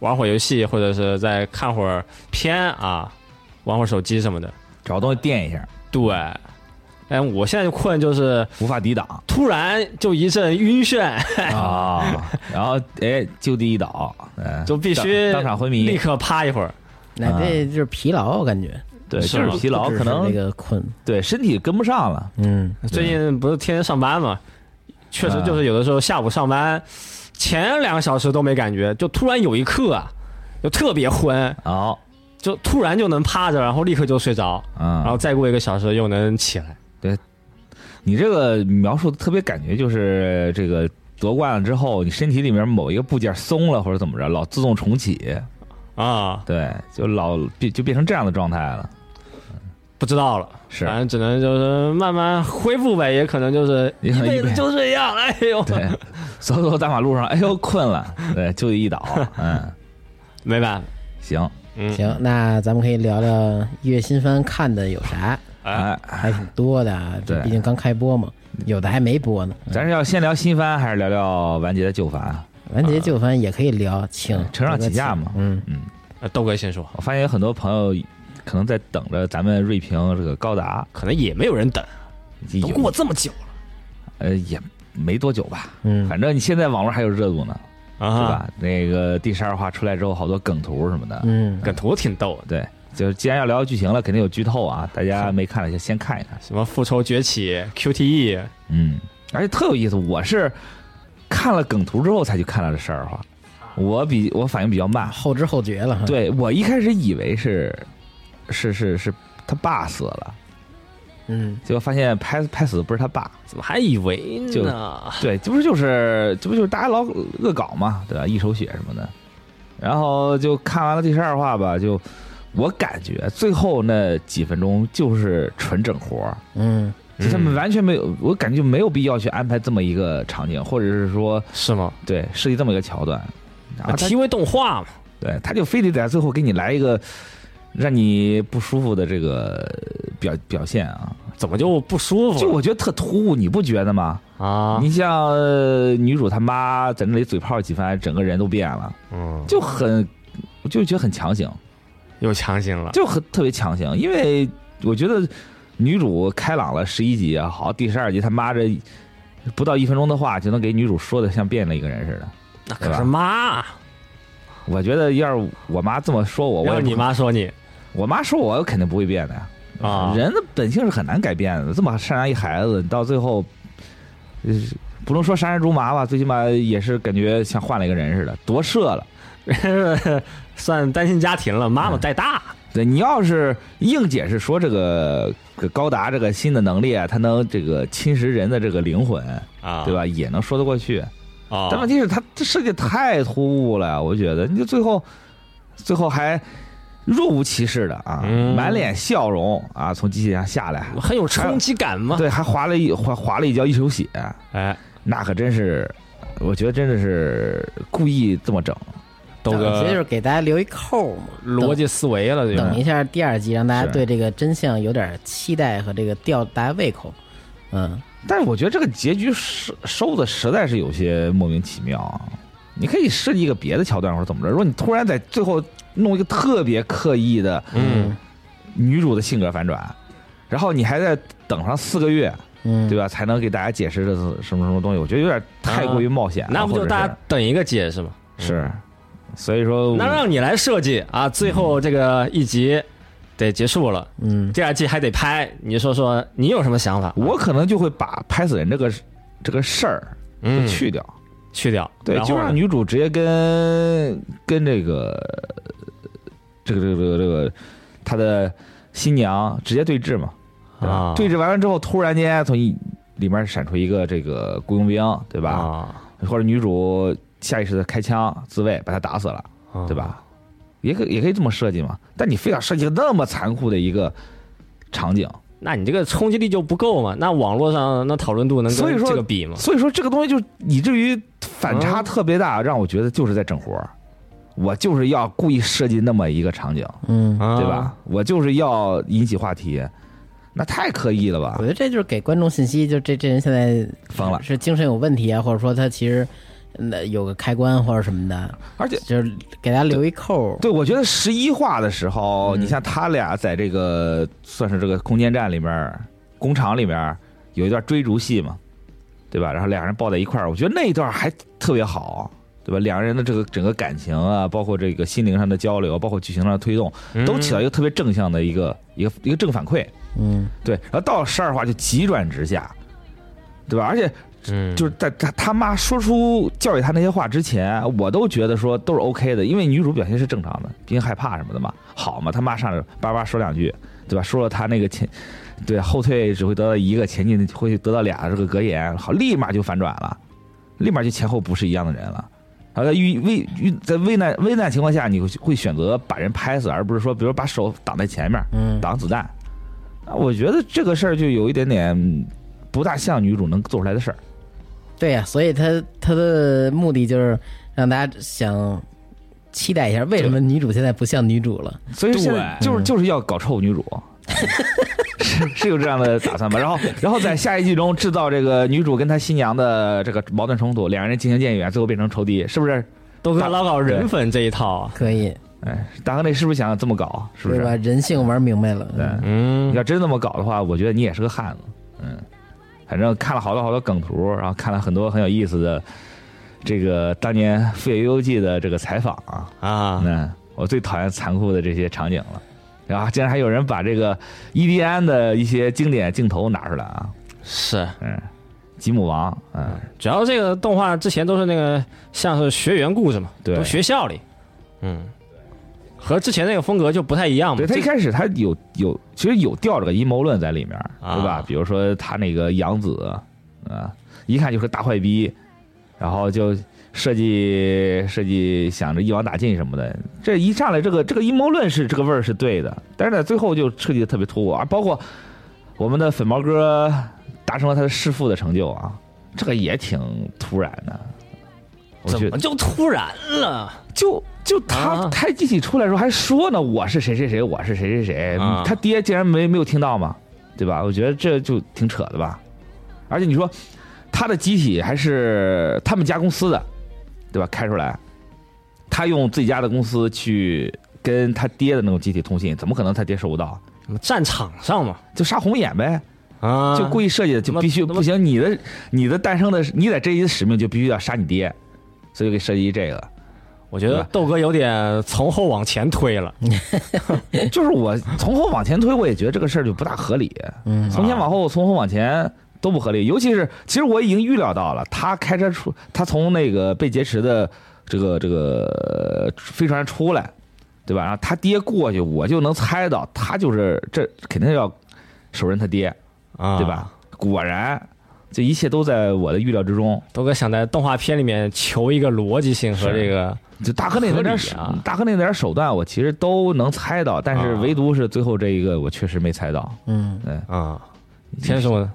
[SPEAKER 6] 玩会儿游戏，或者是再看会儿片啊，玩会儿手机什么的。
[SPEAKER 7] 找个东西垫一下，
[SPEAKER 6] 对，哎，我现在就困，就是
[SPEAKER 7] 无法
[SPEAKER 6] (laughs)
[SPEAKER 7] 抵挡
[SPEAKER 6] 突然就一阵晕眩，
[SPEAKER 7] 啊，然后哎就地一倒，嗯，
[SPEAKER 6] 就必须
[SPEAKER 7] 当当场
[SPEAKER 6] (laughs)
[SPEAKER 7] 昏
[SPEAKER 6] 立
[SPEAKER 7] 迷，
[SPEAKER 6] 刻趴一会儿。
[SPEAKER 5] 那这就是疲劳，我感觉
[SPEAKER 7] 对，
[SPEAKER 6] 是
[SPEAKER 7] 就
[SPEAKER 6] 吗
[SPEAKER 7] 是啊疲劳，
[SPEAKER 5] 不只
[SPEAKER 7] 可
[SPEAKER 5] 是这
[SPEAKER 7] 能
[SPEAKER 5] 个困。
[SPEAKER 7] 对身体跟不上了，
[SPEAKER 5] 嗯
[SPEAKER 6] 最近不是天天上班嘛，确实就是有的时候下午上班前两个小时都没感觉，就突然有一刻啊，就特别昏，
[SPEAKER 7] 哦，
[SPEAKER 6] 就突然就能趴着，然后立刻就睡着，然后
[SPEAKER 7] 嗯，
[SPEAKER 6] 再过一个小时又能起来。
[SPEAKER 7] 你这个描述的特别感觉就是这个夺冠了之后，你身体里面某一个部件松了或者怎么着，老自动重启，
[SPEAKER 6] 啊，
[SPEAKER 7] 对，就老变就变成这样的状态了，
[SPEAKER 6] 不知道了，
[SPEAKER 7] 是
[SPEAKER 6] 反正只能就是慢慢恢复呗，也可能就是
[SPEAKER 7] 也
[SPEAKER 6] 一
[SPEAKER 7] 可能
[SPEAKER 6] 辈
[SPEAKER 7] 一辈
[SPEAKER 6] 子
[SPEAKER 7] 子
[SPEAKER 6] 就这样，哎呦，
[SPEAKER 7] 对，走走大马路上，哎呦困了，对，就地一倒，
[SPEAKER 6] (laughs)
[SPEAKER 7] 嗯，
[SPEAKER 6] 没办法，
[SPEAKER 7] 行，
[SPEAKER 6] 嗯，
[SPEAKER 5] 行，那咱们可以聊聊月新番看的有啥，
[SPEAKER 6] 哎，
[SPEAKER 7] 哎，
[SPEAKER 5] 还挺多的啊。这
[SPEAKER 7] 对嗯
[SPEAKER 5] 毕竟刚开播嘛，有的还没播呢。
[SPEAKER 7] 咱是要先聊新番还是聊聊完结的旧番啊？
[SPEAKER 5] 完结就番也可以聊，请
[SPEAKER 7] 嗯承让请假嘛
[SPEAKER 5] 嗯，
[SPEAKER 6] 呃豆哥先说，
[SPEAKER 7] 我发现有很多朋友可能在等着咱们锐评这个高达，
[SPEAKER 6] 可能也没有人等，
[SPEAKER 7] 有
[SPEAKER 6] 都过这么久
[SPEAKER 7] 呃也没多久吧，
[SPEAKER 5] 嗯
[SPEAKER 7] 反正你现在网络还有热度呢，
[SPEAKER 6] 了
[SPEAKER 7] 对
[SPEAKER 6] 啊，
[SPEAKER 7] 吧？那个第十二话出来之后，好多梗图什么的，
[SPEAKER 5] 嗯，
[SPEAKER 6] 梗图挺逗的，
[SPEAKER 7] 对，就是既然要聊剧情了，肯定有剧透啊，大家没看的就先看一看，
[SPEAKER 6] 什么复仇崛起、QTE，E，
[SPEAKER 7] 嗯，而且特有意思，我是看了梗图之后才去看了这事儿哈。我比我反应比较慢，
[SPEAKER 5] 后知后觉了哈。，
[SPEAKER 7] 对我一开始以为是是是是他爸死了，
[SPEAKER 5] 嗯
[SPEAKER 7] 结果发现拍拍死的不是他爸，
[SPEAKER 6] 怎么还以为呢？
[SPEAKER 7] 对，这不是就是这不就是大家老恶搞嘛，对吧？一手血什么的，然后就看完了第十二话吧，就我感觉最后那几分钟就是纯整活儿，
[SPEAKER 5] 嗯，
[SPEAKER 7] 就他们完全没有，我感觉就没有必要去安排这么一个场景，或者是说
[SPEAKER 6] 是吗？
[SPEAKER 7] 对设计这么一个桥段。然后他
[SPEAKER 6] 题为动画嘛，
[SPEAKER 7] 对他就非得在最后给你来一个让你不舒服的这个表表现啊，
[SPEAKER 6] 怎么就不舒
[SPEAKER 7] 就
[SPEAKER 6] 服
[SPEAKER 7] 我觉得特突兀，你不觉得吗？
[SPEAKER 6] 了哦啊？
[SPEAKER 7] 你像呃女主她妈在那里嘴炮几番，整个人都变了，
[SPEAKER 6] 嗯，
[SPEAKER 7] 就很，我就觉得很强行，
[SPEAKER 6] 又强行了，
[SPEAKER 7] 就很特别强行，因为我觉得女主开朗了十一集也好，第十二集他妈这不到一分钟的话就能给女主说的像变了一个人似的。
[SPEAKER 6] 那
[SPEAKER 7] 对
[SPEAKER 6] 可
[SPEAKER 7] 吧
[SPEAKER 6] 是妈，
[SPEAKER 7] 我觉得要是我妈这么说我，我
[SPEAKER 6] 要
[SPEAKER 7] 也
[SPEAKER 6] 是
[SPEAKER 7] 不
[SPEAKER 6] 你，妈说你
[SPEAKER 7] 我妈说我，我肯定不会变的呀。
[SPEAKER 6] 啊，
[SPEAKER 7] 人的本性是很难改变的，这么善良一孩子，到最后，呃，不能说杀人如麻吧，最起码也是感觉像换了一个人似的，夺舍了。
[SPEAKER 6] (laughs) 算单亲家庭了，妈妈带大，
[SPEAKER 7] 对你要是硬解释说这个这高达这个新的能力啊，它能这个侵蚀人的这个灵魂，
[SPEAKER 6] 啊，
[SPEAKER 7] 对？吧？也能说得过去。
[SPEAKER 6] 啊，
[SPEAKER 7] 但问题是，它这设计太突兀了，我觉得，你就最后，最后还若无其事的啊，
[SPEAKER 6] 嗯
[SPEAKER 7] 满脸笑容啊，从机器上下来，
[SPEAKER 6] 很有冲击感嘛。
[SPEAKER 7] 对，还滑了一滑滑了一跤一手血，
[SPEAKER 6] 哎，
[SPEAKER 7] 那可真是，我觉得真的是故意这么整。
[SPEAKER 6] 豆
[SPEAKER 5] 其实就
[SPEAKER 6] 哥
[SPEAKER 5] 是给大家留一扣嘛，
[SPEAKER 6] 逻辑思维了，对吧
[SPEAKER 5] 等一下第二集，让大家
[SPEAKER 7] 是
[SPEAKER 5] 对这个真相有点期待和这个吊大家胃口。嗯，
[SPEAKER 7] 但是我觉得这个结局收收的实在是有些莫名其妙啊！你可以设计一个别的桥段或者怎么着，如果你突然在最后弄一个特别刻意的
[SPEAKER 6] 嗯，
[SPEAKER 7] 女主的性格反转，然后你还在等上四个月，
[SPEAKER 5] 嗯，
[SPEAKER 7] 对吧，才能给大家解释这是什么什么东西，我觉得有点太过于冒险了、
[SPEAKER 6] 啊那不
[SPEAKER 7] 或
[SPEAKER 6] 就
[SPEAKER 7] 者
[SPEAKER 6] 大家等一个解释吗？
[SPEAKER 7] 是是？所以说我，
[SPEAKER 6] 嗯那让你来设计啊，最后这个一集得结束了，
[SPEAKER 5] 嗯，
[SPEAKER 6] 第二季还得拍，你说说你有什么想法？
[SPEAKER 7] 我可能就会把拍死人这个这个事儿
[SPEAKER 6] 嗯
[SPEAKER 7] 去掉。
[SPEAKER 6] 去掉，
[SPEAKER 7] 对，
[SPEAKER 6] 然后
[SPEAKER 7] 就
[SPEAKER 6] 呢
[SPEAKER 7] 让女主直接跟跟这个这个这个这个这个她的新娘直接对峙嘛，对吧
[SPEAKER 6] 啊
[SPEAKER 7] 对峙完了之后，突然间从一里面闪出一个这个雇佣兵，对吧？
[SPEAKER 6] 啊，
[SPEAKER 7] 或者女主下意识的开枪自卫，把他打死了，
[SPEAKER 6] 啊
[SPEAKER 7] 对吧？也可也可以这么设计嘛，但你非要设计那么残酷的一个场景，
[SPEAKER 6] 那你这个冲击力就不够嘛？那网络上那讨论度能
[SPEAKER 7] 所以
[SPEAKER 6] 跟
[SPEAKER 7] 说
[SPEAKER 6] 这个比吗？
[SPEAKER 7] 所以说这个东西就以至于反
[SPEAKER 5] 嗯
[SPEAKER 7] 差特别大，让我觉得就是在整活儿。我就是要故意设计那么一个场景，
[SPEAKER 5] 嗯，
[SPEAKER 6] 啊
[SPEAKER 7] 对？吧？我就是要引起话题，那太刻意了吧
[SPEAKER 5] 我觉？得这就是给观众信息，就这这人现在
[SPEAKER 7] 啊疯了！
[SPEAKER 5] 是精神有问题啊，或者说他其实那有个开关或者什么的，
[SPEAKER 7] 而且，
[SPEAKER 5] 就是给大家留一扣。
[SPEAKER 7] 对我觉得十一话的时候，
[SPEAKER 5] 嗯
[SPEAKER 7] 你像他俩在这个算是这个空间站里面儿、工厂里面儿有一段追逐戏嘛，对吧？然后两人抱在一块儿，我觉得那一段还特别好，对吧？两个人的这个整个感情啊，包括这个心灵上的交流，包括剧情上的推动，
[SPEAKER 6] 嗯
[SPEAKER 7] 都起到一个特别正向的一个一个一个正反馈。
[SPEAKER 5] 嗯，
[SPEAKER 7] 对，然后到了十二话就急转直下，对吧？而且
[SPEAKER 6] 嗯，
[SPEAKER 7] 就是在他他妈说出教育他那些话之前，我都觉得说都是 OK 的，因为女主表现是正常的，毕竟害怕什么的嘛。好嘛，他妈上来叭叭说两句，对吧？说了他那个前对后退只会得到一个，前进会得到俩这个格言，好，立马就反转了，立马就前后不是一样的人了。然后在遇危遇在危难危难情况下，你会会选择把人拍死，而不是说比如把手挡在前面，
[SPEAKER 5] 嗯
[SPEAKER 7] 挡子弹。啊，我觉得这个事儿就有一点点不大像女主能做出来的事儿。
[SPEAKER 5] 对呀、所以他他的目的就是让大家想期待一下，为什么女主现在不像女主了？
[SPEAKER 7] 所以现在
[SPEAKER 6] 对
[SPEAKER 7] 就是
[SPEAKER 5] 嗯
[SPEAKER 7] 就是要搞臭女主，是是有这样的打算吧？然后然后在下一季中制造这个女主跟她新娘的这个矛盾冲突，两个人进行渐远，最后变成仇敌，是不是？
[SPEAKER 6] 都哥
[SPEAKER 7] 大
[SPEAKER 6] 老搞人粉这一套啊，
[SPEAKER 5] 可以，
[SPEAKER 7] 哎，大河内是不是想这么搞？是不
[SPEAKER 5] 对吧？
[SPEAKER 7] 是？
[SPEAKER 5] 人性玩明白了。
[SPEAKER 7] 对，
[SPEAKER 6] 嗯
[SPEAKER 7] 你要真这么搞的话，我觉得你也是个汉子。嗯，反正看了好多好多梗图，然后看了很多很有意思的这个当年《富野悠悠记》的这个采访啊，
[SPEAKER 6] 啊，
[SPEAKER 7] 嗯，我最讨厌残酷的这些场景了。然后竟然还有人把这个伊迪安的一些经典镜头拿出来啊，
[SPEAKER 6] 是，
[SPEAKER 7] 嗯，吉姆王，嗯，
[SPEAKER 6] 主要这个动画之前都是那个像是学员故事嘛，
[SPEAKER 7] 对
[SPEAKER 6] 都学校里，嗯，和之前那个风格就不太一样嘛。
[SPEAKER 7] 对他
[SPEAKER 6] 这
[SPEAKER 7] 一开始他有有其实有吊着个阴谋论在里面，对吧
[SPEAKER 6] 啊？
[SPEAKER 7] 比如说他那个养子啊，一看就是大坏逼，然后就设计设计想着一网打尽什么的，这一上来这个这个阴谋论是这个味儿是对的，但是在最后就设计的特别突兀啊，包括我们的粉毛哥达成了他的弑父的成就啊，这个也挺突然的。我
[SPEAKER 6] 怎
[SPEAKER 7] 觉
[SPEAKER 6] 么
[SPEAKER 7] 得
[SPEAKER 6] 就突然了？
[SPEAKER 7] 就就他
[SPEAKER 6] 啊
[SPEAKER 7] 开机器出来的时候还说呢，我是谁谁谁，我是谁谁谁
[SPEAKER 6] 啊，
[SPEAKER 7] 他爹竟然没没有听到吗？对吧？我觉得这就挺扯的吧。而且你说他的机体还是他们家公司的，对吧？开出来，他用自己家的公司去跟他爹的那种机体通信，怎么可能他爹收不到？
[SPEAKER 6] 战场上嘛，
[SPEAKER 7] 就杀红眼呗，
[SPEAKER 6] 啊
[SPEAKER 7] 就故意设计的，就必须
[SPEAKER 6] 那么
[SPEAKER 7] 不行。你的你的诞生的，你在这一使命就必须要杀你爹，所以就给设计这个。
[SPEAKER 6] 我觉得豆哥有点从后往前推了， (laughs)
[SPEAKER 7] 就是我从后往前推，我也觉得这个事儿就不大合理。
[SPEAKER 5] 嗯
[SPEAKER 7] 从前往后，从后往前都不合理。尤其是，其实我已经预料到了，他开车出，他从那个被劫持的这个这个呃飞船上出来，对吧？然后他爹过去，我就能猜到他就是这肯定要手刃他爹，
[SPEAKER 6] 啊
[SPEAKER 7] 对吧？？果然，这一切都在我的预料之中。
[SPEAKER 6] 豆哥想在动画片里面求一个逻辑性和
[SPEAKER 7] 是
[SPEAKER 6] 这个
[SPEAKER 7] 就大哥那点
[SPEAKER 6] 合
[SPEAKER 7] 儿
[SPEAKER 6] 理
[SPEAKER 7] 手
[SPEAKER 6] 啊
[SPEAKER 7] 大哥那点儿手段，我其实都能猜到，但是
[SPEAKER 6] 啊
[SPEAKER 7] 唯独是最后这一个，我确实没猜到。
[SPEAKER 5] 嗯，
[SPEAKER 6] 啊，先说呢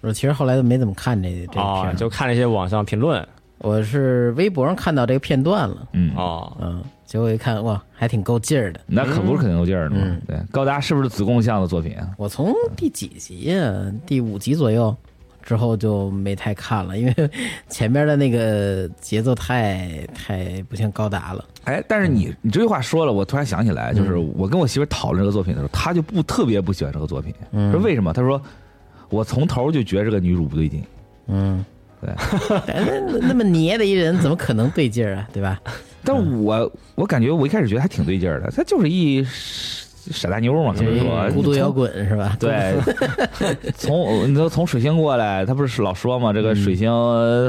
[SPEAKER 5] 我其实后来都没怎么看这这个
[SPEAKER 7] 哦
[SPEAKER 5] 片
[SPEAKER 6] 啊，
[SPEAKER 5] 儿，
[SPEAKER 6] 就看了一些网上评论
[SPEAKER 5] 我是微博上看到这个片段了，
[SPEAKER 7] 嗯，
[SPEAKER 6] 啊，
[SPEAKER 5] 嗯，结果一看哇，还挺够劲儿的。
[SPEAKER 7] 那可不是肯定有劲儿的嘛
[SPEAKER 5] 嗯。
[SPEAKER 7] 对，高达是不是子贡像的作品啊？
[SPEAKER 5] 我从第几集呀、第五集左右之后就没太看了，因为前面的那个节奏太太不像高达
[SPEAKER 7] (laughs)
[SPEAKER 5] 了。
[SPEAKER 7] 哎，但是你你这句话说了，我突然想起来，就是我跟我媳妇讨论这个作品的时候，她就不特别不喜欢这个作品，说为什么？她说我从头就觉得这个女主不对劲。
[SPEAKER 5] 嗯，
[SPEAKER 7] 对，
[SPEAKER 5] 但是哎那那么黏的一人怎么可能对劲儿
[SPEAKER 7] (laughs)
[SPEAKER 5] 啊？对吧？
[SPEAKER 7] 但我我感觉我一开始觉得还挺对劲儿的，她就是一傻大妞嘛，可能说啊
[SPEAKER 5] 孤独
[SPEAKER 7] 从
[SPEAKER 5] 摇滚是吧？
[SPEAKER 7] (laughs)
[SPEAKER 6] (laughs)
[SPEAKER 7] 对，从你说从水星过来，他不是老说嘛，这
[SPEAKER 6] 嗯
[SPEAKER 7] 个水星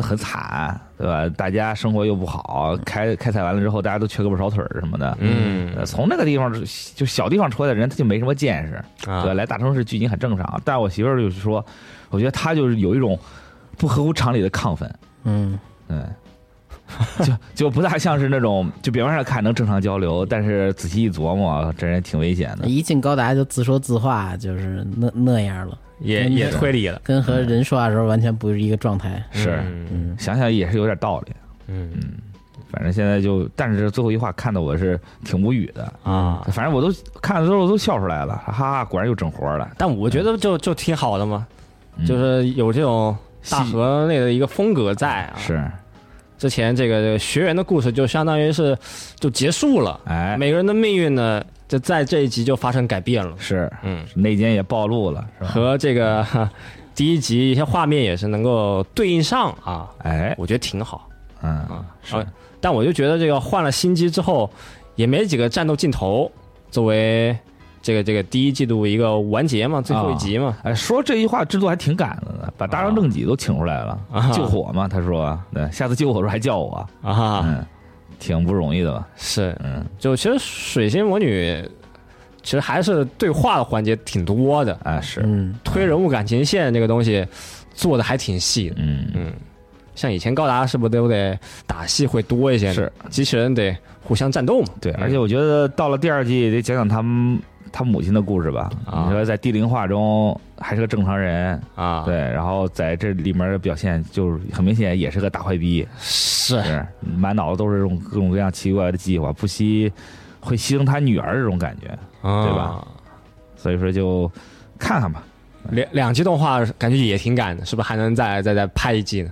[SPEAKER 7] 很惨，对吧？大家生活又不好，开开采完了之后，大家都缺胳膊少腿儿什么的。
[SPEAKER 6] 嗯
[SPEAKER 7] 呃，从那个地方就小地方出来的人，他就没什么见识，对吧？
[SPEAKER 6] 啊，
[SPEAKER 7] 来大城市聚集很正常。但我媳妇儿就是说，我觉得她就是有一种不合乎常理的亢奋，
[SPEAKER 5] 嗯，
[SPEAKER 7] 嗯，就就不大像是那种就表面上看能正常交流，但是仔细一琢磨，这人挺危险
[SPEAKER 6] 嗯
[SPEAKER 7] 的。
[SPEAKER 5] 一进高达就自说自话，就是那那样了，
[SPEAKER 6] 也
[SPEAKER 5] 嗯
[SPEAKER 6] 也推理了，
[SPEAKER 5] 跟和人说话的时候完全不是一个状态。
[SPEAKER 7] 是，
[SPEAKER 6] 嗯
[SPEAKER 7] 想想也是有点道理。
[SPEAKER 6] 嗯
[SPEAKER 7] 反正现在就，但是这最后一话看的我是挺无语的，
[SPEAKER 6] 啊，
[SPEAKER 7] 反正我都看的时候都笑出来了，哈哈，果然又整活了。
[SPEAKER 6] 但我觉得就就挺好的嘛，
[SPEAKER 7] 嗯
[SPEAKER 6] 就是有这种大
[SPEAKER 7] 戏
[SPEAKER 6] 河内的一个风格在啊。
[SPEAKER 7] 是，
[SPEAKER 6] 之前这个学员的故事就相当于是就结束了，
[SPEAKER 7] 哎，
[SPEAKER 6] 每个人的命运呢就在这一集就发生改变了，
[SPEAKER 7] 是
[SPEAKER 6] 嗯，
[SPEAKER 7] 内奸也暴露了，是吧？
[SPEAKER 6] 和这个 (laughs) 哈第一集一些画面也是能够对应上啊，
[SPEAKER 7] 哎，
[SPEAKER 6] 我觉得挺好
[SPEAKER 7] 嗯，
[SPEAKER 6] 啊。
[SPEAKER 7] 是
[SPEAKER 6] 啊但我就觉得这个换了新机之后，也没几个战斗镜头作为这个这个第一季度一个完结嘛，最后一集嘛，
[SPEAKER 7] 哎，说这句话制度还挺赶的呢，把大张正己都请出来了，
[SPEAKER 6] 啊
[SPEAKER 7] 救火嘛，他说，对，下次救火的时候还叫我，
[SPEAKER 6] 啊，
[SPEAKER 7] 嗯，挺不容易的吧？
[SPEAKER 6] 是，
[SPEAKER 7] 嗯，
[SPEAKER 6] 就其实水星魔女其实还是对话的环节挺多的，
[SPEAKER 7] 哎，是，
[SPEAKER 5] 嗯，
[SPEAKER 6] 推人物感情线这个东西做的还挺细的。
[SPEAKER 7] 嗯，
[SPEAKER 6] 嗯，像以前高达是不是都得打戏会多一些呢？
[SPEAKER 7] 是
[SPEAKER 6] 机器人得互相战斗嘛。
[SPEAKER 7] 对，
[SPEAKER 6] 嗯
[SPEAKER 7] 而且我觉得到了第二季得讲讲他们他母亲的故事吧。
[SPEAKER 6] 啊
[SPEAKER 7] 你说在低龄化中还是个正常人，
[SPEAKER 6] 啊，
[SPEAKER 7] 对，然后在这里面的表现就是很明显也是个大
[SPEAKER 5] (laughs)
[SPEAKER 7] 坏逼，
[SPEAKER 6] 是
[SPEAKER 7] 是满脑子都是这种各种各样奇怪的计划，不惜会牺牲他女儿这种感觉，
[SPEAKER 6] 对
[SPEAKER 7] 吧？所以说就看看吧，
[SPEAKER 6] 两两集动画感觉也挺赶的，是不是还能再再再拍一季呢？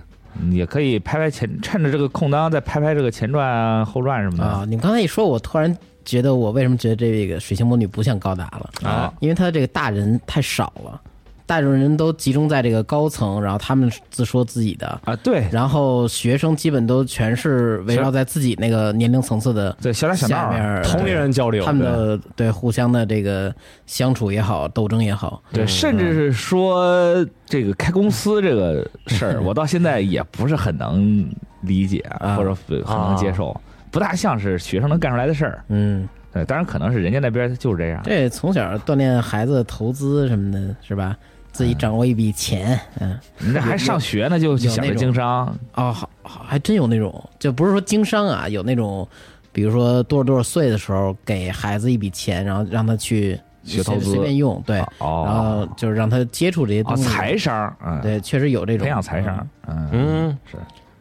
[SPEAKER 7] 也可以拍拍前，趁着这个空档再拍拍这个前传啊、后传什么的
[SPEAKER 5] 啊，你们刚才一说，我突然觉得我为什么觉得这个水星魔女不像高达了？
[SPEAKER 7] 啊，
[SPEAKER 5] 因为他这个大人太少了，大众人都集中在这个高层，然后他们自说自己的，
[SPEAKER 7] 啊，对
[SPEAKER 5] 然后学生基本都全是围绕在自己那个年龄层次的
[SPEAKER 7] 对，小打小闹
[SPEAKER 5] 下面
[SPEAKER 7] 啊，
[SPEAKER 5] 儿，
[SPEAKER 6] 同龄人交流，
[SPEAKER 5] 他们的呃对互相的这个相处也好，斗争也好，
[SPEAKER 7] 对，甚至是说这个开公司这个事儿，我到现在也不是很能理解，
[SPEAKER 5] (laughs) 啊
[SPEAKER 7] 或者很能接受，不大像是学生能干出来的事儿。
[SPEAKER 5] 嗯，
[SPEAKER 7] 对，当然可能是人家那边就是这样。
[SPEAKER 5] 这从小锻炼孩子投资什么的，是吧？自己掌握一笔钱，嗯，
[SPEAKER 7] 你这还上学呢，就
[SPEAKER 5] 有
[SPEAKER 7] 想着经商，
[SPEAKER 5] 哦，好，还真有那种，就不是说经商啊，有那种，比如说多少多少岁的时候给孩子一笔钱，然后让他去
[SPEAKER 7] 学投资
[SPEAKER 5] 随随便用，对，然
[SPEAKER 7] 哦，
[SPEAKER 5] 后就是让他接触这些
[SPEAKER 7] 啊，
[SPEAKER 5] 啊东西，
[SPEAKER 7] 财商啊，嗯，
[SPEAKER 5] 对，确实有这种
[SPEAKER 7] 培养财商。，嗯
[SPEAKER 6] 嗯，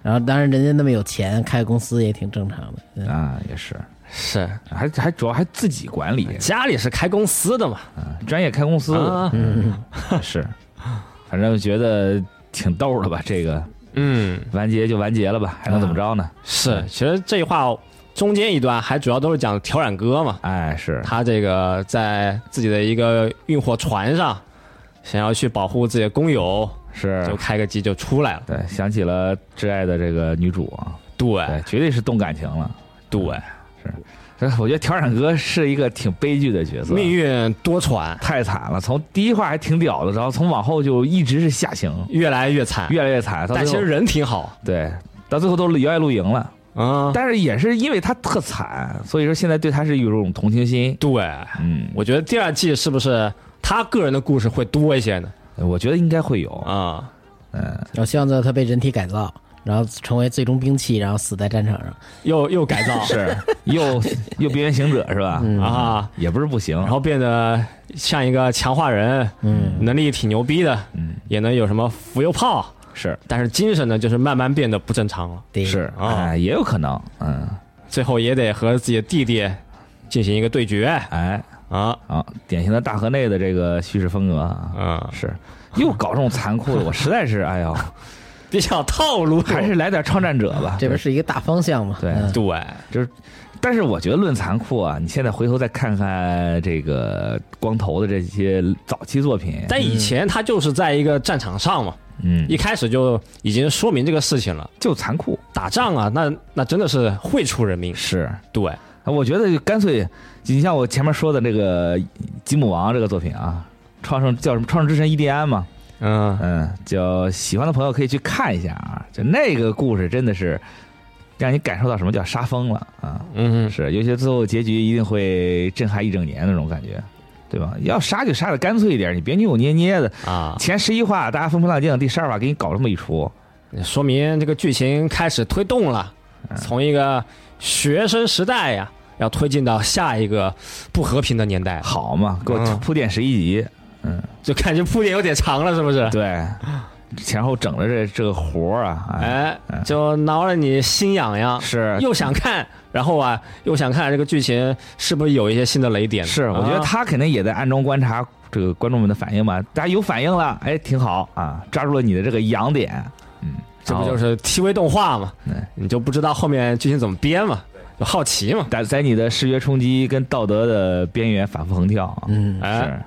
[SPEAKER 5] 然后当然人家那么有钱，开公司也挺正常的。嗯
[SPEAKER 7] 啊，也是，
[SPEAKER 6] 是
[SPEAKER 7] 还还主要还自己管理，
[SPEAKER 6] 家里是开公司的嘛，
[SPEAKER 7] 专业开公司的
[SPEAKER 6] 啊，
[SPEAKER 7] 是，反正觉得挺逗的吧？这个
[SPEAKER 6] 嗯，
[SPEAKER 7] 完结就完结了吧，还能怎么着呢？
[SPEAKER 6] 是，其实这话中间一段还主要都是讲挑染哥嘛，
[SPEAKER 7] 哎，是，
[SPEAKER 6] 他这个在自己的一个运货船上，想要去保护自己的工友，
[SPEAKER 7] 是，
[SPEAKER 6] 就开个机就出来了。
[SPEAKER 7] 对，想起了挚爱的这个女主啊，
[SPEAKER 6] 对
[SPEAKER 7] 对，绝对是动感情了。
[SPEAKER 6] 对，
[SPEAKER 7] 这我觉得调染哥是一个挺悲剧的角色，
[SPEAKER 6] 命运多舛，
[SPEAKER 7] 太惨了。从第一话还挺屌的，然后从往后就一直是下行，
[SPEAKER 6] 越来越惨。
[SPEAKER 7] 越来越惨。到
[SPEAKER 6] 但其
[SPEAKER 7] 最
[SPEAKER 6] 实
[SPEAKER 7] 后，
[SPEAKER 6] 人挺好，
[SPEAKER 7] 对，到最后都摇摆露营了。
[SPEAKER 6] 嗯，
[SPEAKER 7] 但是也是因为他特惨，所以说现在对他是有一种同情心。
[SPEAKER 6] 对，
[SPEAKER 7] 嗯，
[SPEAKER 6] 我觉得第二季是不是他个人的故事会多一些呢？
[SPEAKER 7] 我觉得应该会有。
[SPEAKER 6] 啊、
[SPEAKER 5] 我希望最后他被人体改造，然后成为最终兵器，然后死在战场上。
[SPEAKER 6] 又又改造
[SPEAKER 7] (laughs) 是，
[SPEAKER 6] (laughs)
[SPEAKER 7] 又又边缘行者是吧？
[SPEAKER 6] 啊，
[SPEAKER 7] 也不是不行。
[SPEAKER 6] 然后变得像一个强化人，嗯，能力挺牛逼的，
[SPEAKER 7] 嗯，
[SPEAKER 6] 也能有什么浮游炮，
[SPEAKER 7] 是
[SPEAKER 6] 但是精神呢，就是慢慢变得不正常了，
[SPEAKER 5] 对，
[SPEAKER 7] 是，
[SPEAKER 6] 啊
[SPEAKER 7] 哎，也有可能。嗯，
[SPEAKER 6] 最后也得和自己的弟弟进行一个对决
[SPEAKER 7] 哎，
[SPEAKER 6] 啊，
[SPEAKER 7] 啊，典型的大河内的这个叙事风格啊。
[SPEAKER 6] 嗯，
[SPEAKER 7] 是，又搞这种残酷的，我实在是，哎
[SPEAKER 6] (laughs)
[SPEAKER 7] 呦，
[SPEAKER 6] 比较套路，
[SPEAKER 7] 还是来点创战者吧。
[SPEAKER 5] 这边是一个大方向嘛。
[SPEAKER 7] 对
[SPEAKER 5] 嗯
[SPEAKER 6] (laughs) 对，
[SPEAKER 7] 但是我觉得论残酷啊，你现在回头再看看这个光头的这些早期作品，
[SPEAKER 6] 但以前他就是在一个战场上嘛，
[SPEAKER 7] 嗯，
[SPEAKER 6] 一开始就已经说明这个事情了。
[SPEAKER 7] 就残酷
[SPEAKER 6] 打仗啊，那那真的是会出人命。
[SPEAKER 7] 是。啊
[SPEAKER 6] 对，
[SPEAKER 7] 我觉得干脆，你像我前面说的这个《吉姆王》这个作品啊，创圣叫什么？创圣之神伊迪安嘛，
[SPEAKER 6] 嗯，
[SPEAKER 7] 嗯，叫喜欢的朋友可以去看一下啊，就那个故事真的是让你感受到什么叫杀疯了啊！
[SPEAKER 6] 嗯，
[SPEAKER 7] 是，尤其最后结局一定会震撼一整年那种感觉，对吧？要杀就杀的干脆一点，你别扭扭捏捏的。
[SPEAKER 6] 啊，
[SPEAKER 7] 前十一话大家风平浪静，第十二话给你搞这么一出，
[SPEAKER 6] 说明这个剧情开始推动了，
[SPEAKER 7] 嗯
[SPEAKER 6] 从一个学生时代呀、要推进到下一个不和平的年代，
[SPEAKER 7] 好嘛，给我
[SPEAKER 6] 嗯
[SPEAKER 7] 铺垫十一
[SPEAKER 6] (laughs)
[SPEAKER 7] 集，
[SPEAKER 6] 就感觉铺垫有点长了，是不是？
[SPEAKER 7] 对，前后整了这这个活儿啊，哎，
[SPEAKER 6] 哎，就挠了你心痒痒，
[SPEAKER 7] 是
[SPEAKER 6] (laughs) 又想看，然后啊，又想看这个剧情是不是有一些新的雷点？
[SPEAKER 7] 是，我觉得
[SPEAKER 6] 啊
[SPEAKER 7] 他肯定也在暗中观察这个观众们的反应吧，大家有反应了，哎，挺好啊，抓住了你的这个痒点，嗯，
[SPEAKER 6] 这不
[SPEAKER 7] 然
[SPEAKER 6] 就
[SPEAKER 7] 后
[SPEAKER 6] 是 TV 动画嘛
[SPEAKER 7] 对？
[SPEAKER 6] 你就不知道后面剧情怎么编嘛，就好奇嘛。
[SPEAKER 7] 在在你的视觉冲击跟道德的边缘反复横跳啊， (laughs)
[SPEAKER 5] 嗯，
[SPEAKER 6] 哎，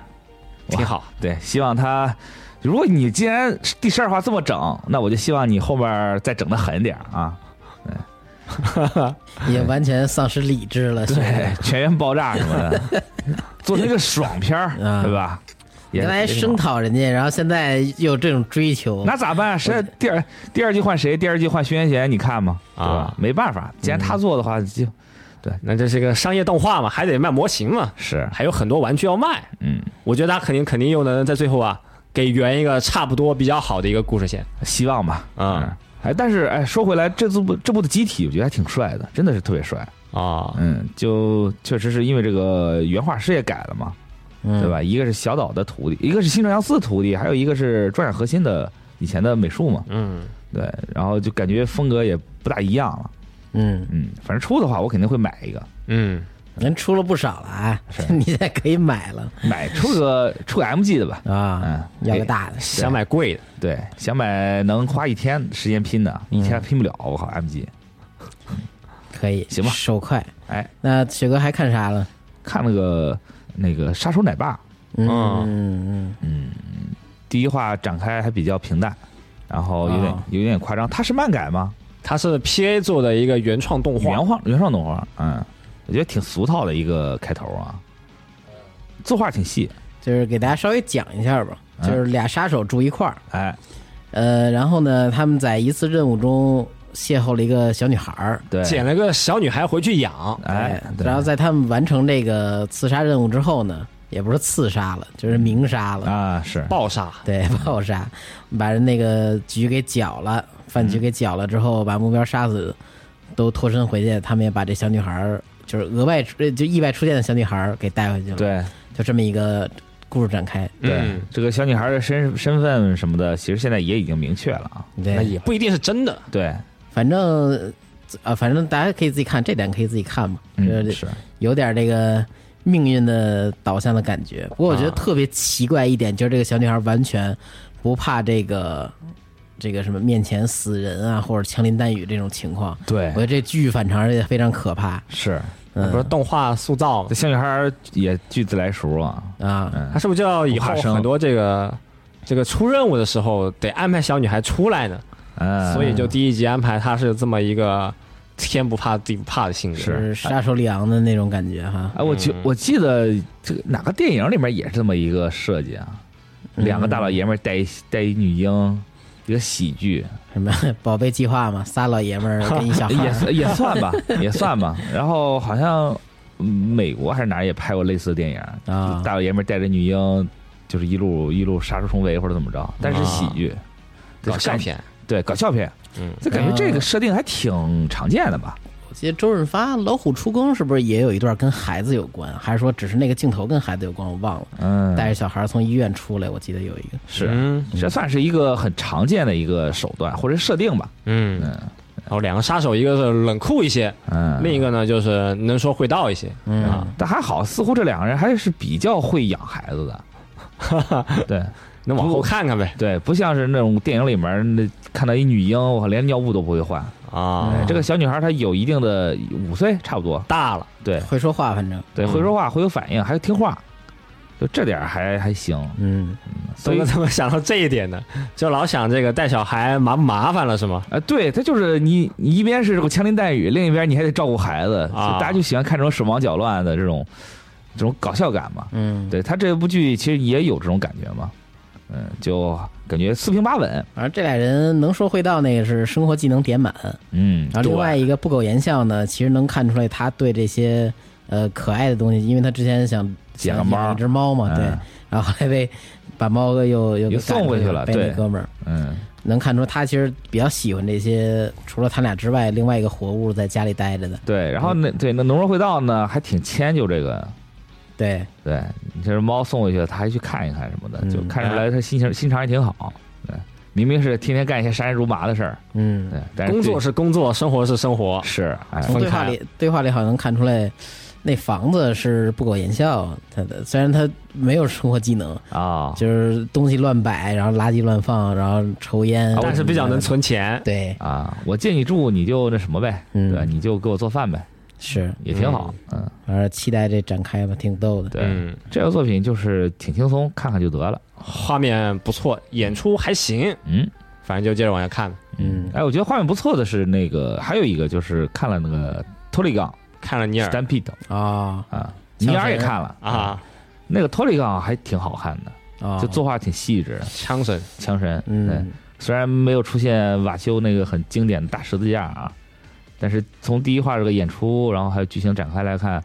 [SPEAKER 7] 是，
[SPEAKER 6] 挺好。
[SPEAKER 7] 对，希望他。如果你既然第十二话这么整，那我就希望你后面再整的狠点儿啊！
[SPEAKER 5] 也完全丧失理智了。现在
[SPEAKER 7] 对， (laughs) 全员爆炸什么 (laughs) 的，做成一个爽片儿，
[SPEAKER 5] 啊
[SPEAKER 7] 对吧？也
[SPEAKER 5] 原来
[SPEAKER 7] 也挺
[SPEAKER 5] 声
[SPEAKER 7] 好
[SPEAKER 5] 讨人家，然后现在又有这种追求，
[SPEAKER 7] 那咋办？谁第二第二季换谁？第二季换徐元贤，你看嘛，对吧
[SPEAKER 6] 啊？
[SPEAKER 7] 没办法，既然他做的话，就
[SPEAKER 6] 那这是个商业动画嘛，还得卖模型嘛，
[SPEAKER 7] 是
[SPEAKER 6] 还有很多玩具要卖。
[SPEAKER 7] 嗯，
[SPEAKER 6] 我觉得他肯定肯定又能在最后啊，给圆一个差不多比较好的一个故事线。
[SPEAKER 7] 希望吧。
[SPEAKER 6] 嗯
[SPEAKER 7] 嗯，哎，但是哎，说回来，这部这部的机体，我觉得还挺帅的，真的是特别帅。
[SPEAKER 6] 啊，
[SPEAKER 7] 嗯，就确实是因为这个原画师也改了嘛，
[SPEAKER 5] 嗯
[SPEAKER 7] 对？吧？一个是小岛的徒弟，一个是新正阳司的徒弟，还有一个是转染核心的以前的美术嘛。
[SPEAKER 6] 嗯，
[SPEAKER 7] 对，然后就感觉风格也不大一样了。
[SPEAKER 5] 嗯，
[SPEAKER 7] 嗯，反正出的话，我肯定会买一个。
[SPEAKER 6] 嗯，
[SPEAKER 5] 人出了不少了啊， (laughs) 你现在可以买了
[SPEAKER 7] 买出个出个 MG 的吧。
[SPEAKER 5] 啊，
[SPEAKER 7] 嗯
[SPEAKER 5] 要个大的，
[SPEAKER 6] 想买贵的，
[SPEAKER 7] 对，想买能花一天时间拼的，
[SPEAKER 5] 嗯
[SPEAKER 7] 一天拼不了，我靠，MG。
[SPEAKER 5] 可以，
[SPEAKER 7] 行吧
[SPEAKER 5] 手快。
[SPEAKER 7] 哎，
[SPEAKER 5] 那雪哥还看啥了？
[SPEAKER 7] 看那个那个杀手奶爸
[SPEAKER 5] 嗯嗯
[SPEAKER 6] 嗯
[SPEAKER 7] 第一话展开还比较平淡，然后有点、
[SPEAKER 5] 啊
[SPEAKER 7] 有点夸张，它是漫改吗？
[SPEAKER 6] 它是 PA 做的一个原创动画
[SPEAKER 7] 原，画原创动画，嗯，我觉得挺俗套的一个开头啊，
[SPEAKER 6] 嗯
[SPEAKER 7] 作画挺细，
[SPEAKER 5] 就是给大家稍微讲一下吧，
[SPEAKER 7] 嗯
[SPEAKER 5] 就是俩杀手住一块儿，
[SPEAKER 7] 哎，
[SPEAKER 5] 呃，然后呢，他们在一次任务中邂逅了一个小女孩儿，
[SPEAKER 7] 对，
[SPEAKER 6] 捡了个小女孩回去养。
[SPEAKER 7] 哎，对
[SPEAKER 5] 然后在他们完成这个刺杀任务之后呢，也不是刺杀了，就是明杀了，
[SPEAKER 7] 啊是
[SPEAKER 5] (laughs)
[SPEAKER 6] 爆杀，
[SPEAKER 5] 对，爆杀，把人那个局给绞了，饭
[SPEAKER 6] 嗯
[SPEAKER 5] 局给搅了之后，把目标杀死，都脱身回去，他们也把这小女孩儿，就是额外出呃就意外出现的小女孩儿给带回去了。，
[SPEAKER 7] 对
[SPEAKER 5] 就这么一个故事展开。
[SPEAKER 7] 对
[SPEAKER 6] 嗯，
[SPEAKER 7] 这个小女孩的身身份什么的，其实现在也已经明确了啊。
[SPEAKER 5] 对，
[SPEAKER 6] 那也不一定是真的。
[SPEAKER 7] 对，
[SPEAKER 5] 反正啊，反正大家可以自己看，这点可以自己看嘛，
[SPEAKER 7] 嗯，
[SPEAKER 5] 这
[SPEAKER 7] 是，
[SPEAKER 5] 有点这个命运的导向的感觉。不过我觉得
[SPEAKER 6] 啊
[SPEAKER 5] 特别奇怪一点，就是这个小女孩完全不怕这个这个什么面前死人啊，或者枪林弹雨这种情况。
[SPEAKER 7] 对
[SPEAKER 5] 我觉得这巨反常，而且非常可怕。
[SPEAKER 7] 是。
[SPEAKER 5] 嗯
[SPEAKER 6] 啊呃不是动画塑造吗
[SPEAKER 7] 这？小女孩也巨自来熟啊，
[SPEAKER 5] 啊，
[SPEAKER 7] 嗯
[SPEAKER 6] 他，是不是就要以后
[SPEAKER 7] 不怕生
[SPEAKER 6] 很多这个这个出任务的时候得安排小女孩出来呢？
[SPEAKER 7] 嗯
[SPEAKER 6] 所以就第一集安排她是这么一个天不怕地不怕的性格。
[SPEAKER 7] 是
[SPEAKER 5] 就是杀手里昂的那种感觉哈。
[SPEAKER 7] 哎，我记
[SPEAKER 6] 嗯
[SPEAKER 7] 我记得这个哪个电影里面也是这么一个设计啊，
[SPEAKER 6] 嗯
[SPEAKER 7] 两个大老爷们儿带一带一女婴，一个喜剧，
[SPEAKER 5] 什么宝贝计划嘛，仨老爷们儿跟一小孩
[SPEAKER 7] (laughs) 也
[SPEAKER 5] 儿。
[SPEAKER 7] 算也算吧，也算吧。然后好像嗯美国还是哪儿也拍过类似的电影
[SPEAKER 5] 啊
[SPEAKER 7] 大老爷们儿带着女婴，就是一路一路杀出重围或者怎么着，但是喜剧，
[SPEAKER 6] 搞笑，片，
[SPEAKER 7] 对，搞笑片。
[SPEAKER 6] 嗯，
[SPEAKER 7] 这感觉
[SPEAKER 5] 啊
[SPEAKER 7] 这个设定还挺常见的吧？
[SPEAKER 5] 我记得周润发《老虎出宫》是不是也有一段跟孩子有关，还是说只是那个镜头跟孩子有关？我忘了。
[SPEAKER 7] 嗯，
[SPEAKER 5] 带着小孩儿从医院出来，我记得有一个。
[SPEAKER 7] 是
[SPEAKER 6] 嗯
[SPEAKER 7] 这算是一个很常见的一个手段或者设定吧？
[SPEAKER 6] 嗯，
[SPEAKER 7] 嗯
[SPEAKER 6] 然后两个杀手，一个是冷酷一些，
[SPEAKER 7] 嗯，
[SPEAKER 6] 另一个呢就是能说会道一些。
[SPEAKER 5] 嗯
[SPEAKER 7] 啊，但还好，似乎这两个人还是比较会养孩子的。对
[SPEAKER 6] 能往后看看呗
[SPEAKER 7] 对，不像是那种电影里面那看到一女婴，我靠，连尿布都不会换。
[SPEAKER 6] 啊，
[SPEAKER 7] 哎这个小女孩她有一定的五岁差不多，
[SPEAKER 6] 大了，
[SPEAKER 7] 对
[SPEAKER 5] 会说话，反正
[SPEAKER 7] 对，
[SPEAKER 6] 嗯
[SPEAKER 7] 会说话，会有反应，还听话，就这点儿还还行。
[SPEAKER 5] 嗯，
[SPEAKER 6] 所
[SPEAKER 7] 所以
[SPEAKER 6] 以怎么想到这一点呢？就老想这个带小孩麻不麻烦了是吗？
[SPEAKER 7] 啊，对，她就是你，你一边是这个枪林弹雨，另一边你还得照顾孩子，所以
[SPEAKER 6] 啊
[SPEAKER 7] 大家就喜欢看这种手忙脚乱的这种这种搞笑感嘛。
[SPEAKER 5] 嗯，
[SPEAKER 7] 对她这部剧其实也有这种感觉嘛，嗯，就感觉四平八稳，
[SPEAKER 5] 反正这俩人能说会道，那个是生活技能点满。
[SPEAKER 7] 嗯，
[SPEAKER 5] 然后啊另外一个不苟言笑呢，其实能看出来他对这些呃可爱的东西，因为他之前想
[SPEAKER 7] 捡个
[SPEAKER 5] 想
[SPEAKER 7] 猫
[SPEAKER 5] 养一只猫嘛，
[SPEAKER 7] 嗯
[SPEAKER 5] 对，然后后来被把猫给又又给
[SPEAKER 7] 又送
[SPEAKER 5] 赶
[SPEAKER 7] 回去
[SPEAKER 5] 出
[SPEAKER 7] 了
[SPEAKER 5] 被
[SPEAKER 7] 对
[SPEAKER 5] 那哥们儿
[SPEAKER 7] 嗯，
[SPEAKER 5] 能看出他其实比较喜欢这些，除了他俩之外，另外一个活物在家里待着的，
[SPEAKER 7] 对，然后那对那农人会道呢，还挺迁就这个，
[SPEAKER 5] 对，
[SPEAKER 7] 对你这猫送回去了，他还去看一看什么的，
[SPEAKER 5] 嗯
[SPEAKER 7] 就看出来他心情心肠也挺好。对，明明是天天干一些杀人如麻的事儿，
[SPEAKER 5] 嗯，
[SPEAKER 7] 对，但是
[SPEAKER 6] 工
[SPEAKER 7] 哎对
[SPEAKER 6] 作是工作，生活是生活。
[SPEAKER 7] 是哎
[SPEAKER 5] 从
[SPEAKER 6] 分
[SPEAKER 5] 对话
[SPEAKER 6] 开
[SPEAKER 5] 里对话里好像能看出来，那房子是不苟言笑，他的虽然他没有生活技能，
[SPEAKER 7] 啊，
[SPEAKER 5] 就是东西乱摆，然后垃圾乱放，然后抽烟，
[SPEAKER 6] 啊但是比
[SPEAKER 7] 嗯
[SPEAKER 6] 较能
[SPEAKER 5] 嗯
[SPEAKER 6] 存钱，
[SPEAKER 5] 对，
[SPEAKER 7] 啊，我借你住你就那什么呗，
[SPEAKER 5] 嗯
[SPEAKER 7] 对吧，你就给我做饭呗，
[SPEAKER 5] 是，
[SPEAKER 7] 也挺好。嗯，
[SPEAKER 5] 反正期待这展开吧，挺逗的。
[SPEAKER 7] 对，
[SPEAKER 6] 嗯，
[SPEAKER 7] 这个作品就是挺轻松，看看就得了。
[SPEAKER 6] 画面不错，演出还行，
[SPEAKER 7] 嗯
[SPEAKER 6] 反正就接着往下看。
[SPEAKER 5] 嗯
[SPEAKER 7] 哎，我觉得画面不错的是那个，还有一个就是看了那个《托利冈
[SPEAKER 6] 看了尼尔
[SPEAKER 7] Stampede》
[SPEAKER 5] 啊
[SPEAKER 7] 啊，尼尔也看了，
[SPEAKER 6] 啊，
[SPEAKER 7] 那个《托利冈》还挺好看的。
[SPEAKER 5] 啊，
[SPEAKER 7] 就作画挺细致，
[SPEAKER 6] 枪神
[SPEAKER 7] 枪神。对，
[SPEAKER 5] 嗯
[SPEAKER 7] 虽然没有出现瓦修那个很经典的大十字架啊，但是从第一话这个演出，然后还有剧情展开来看，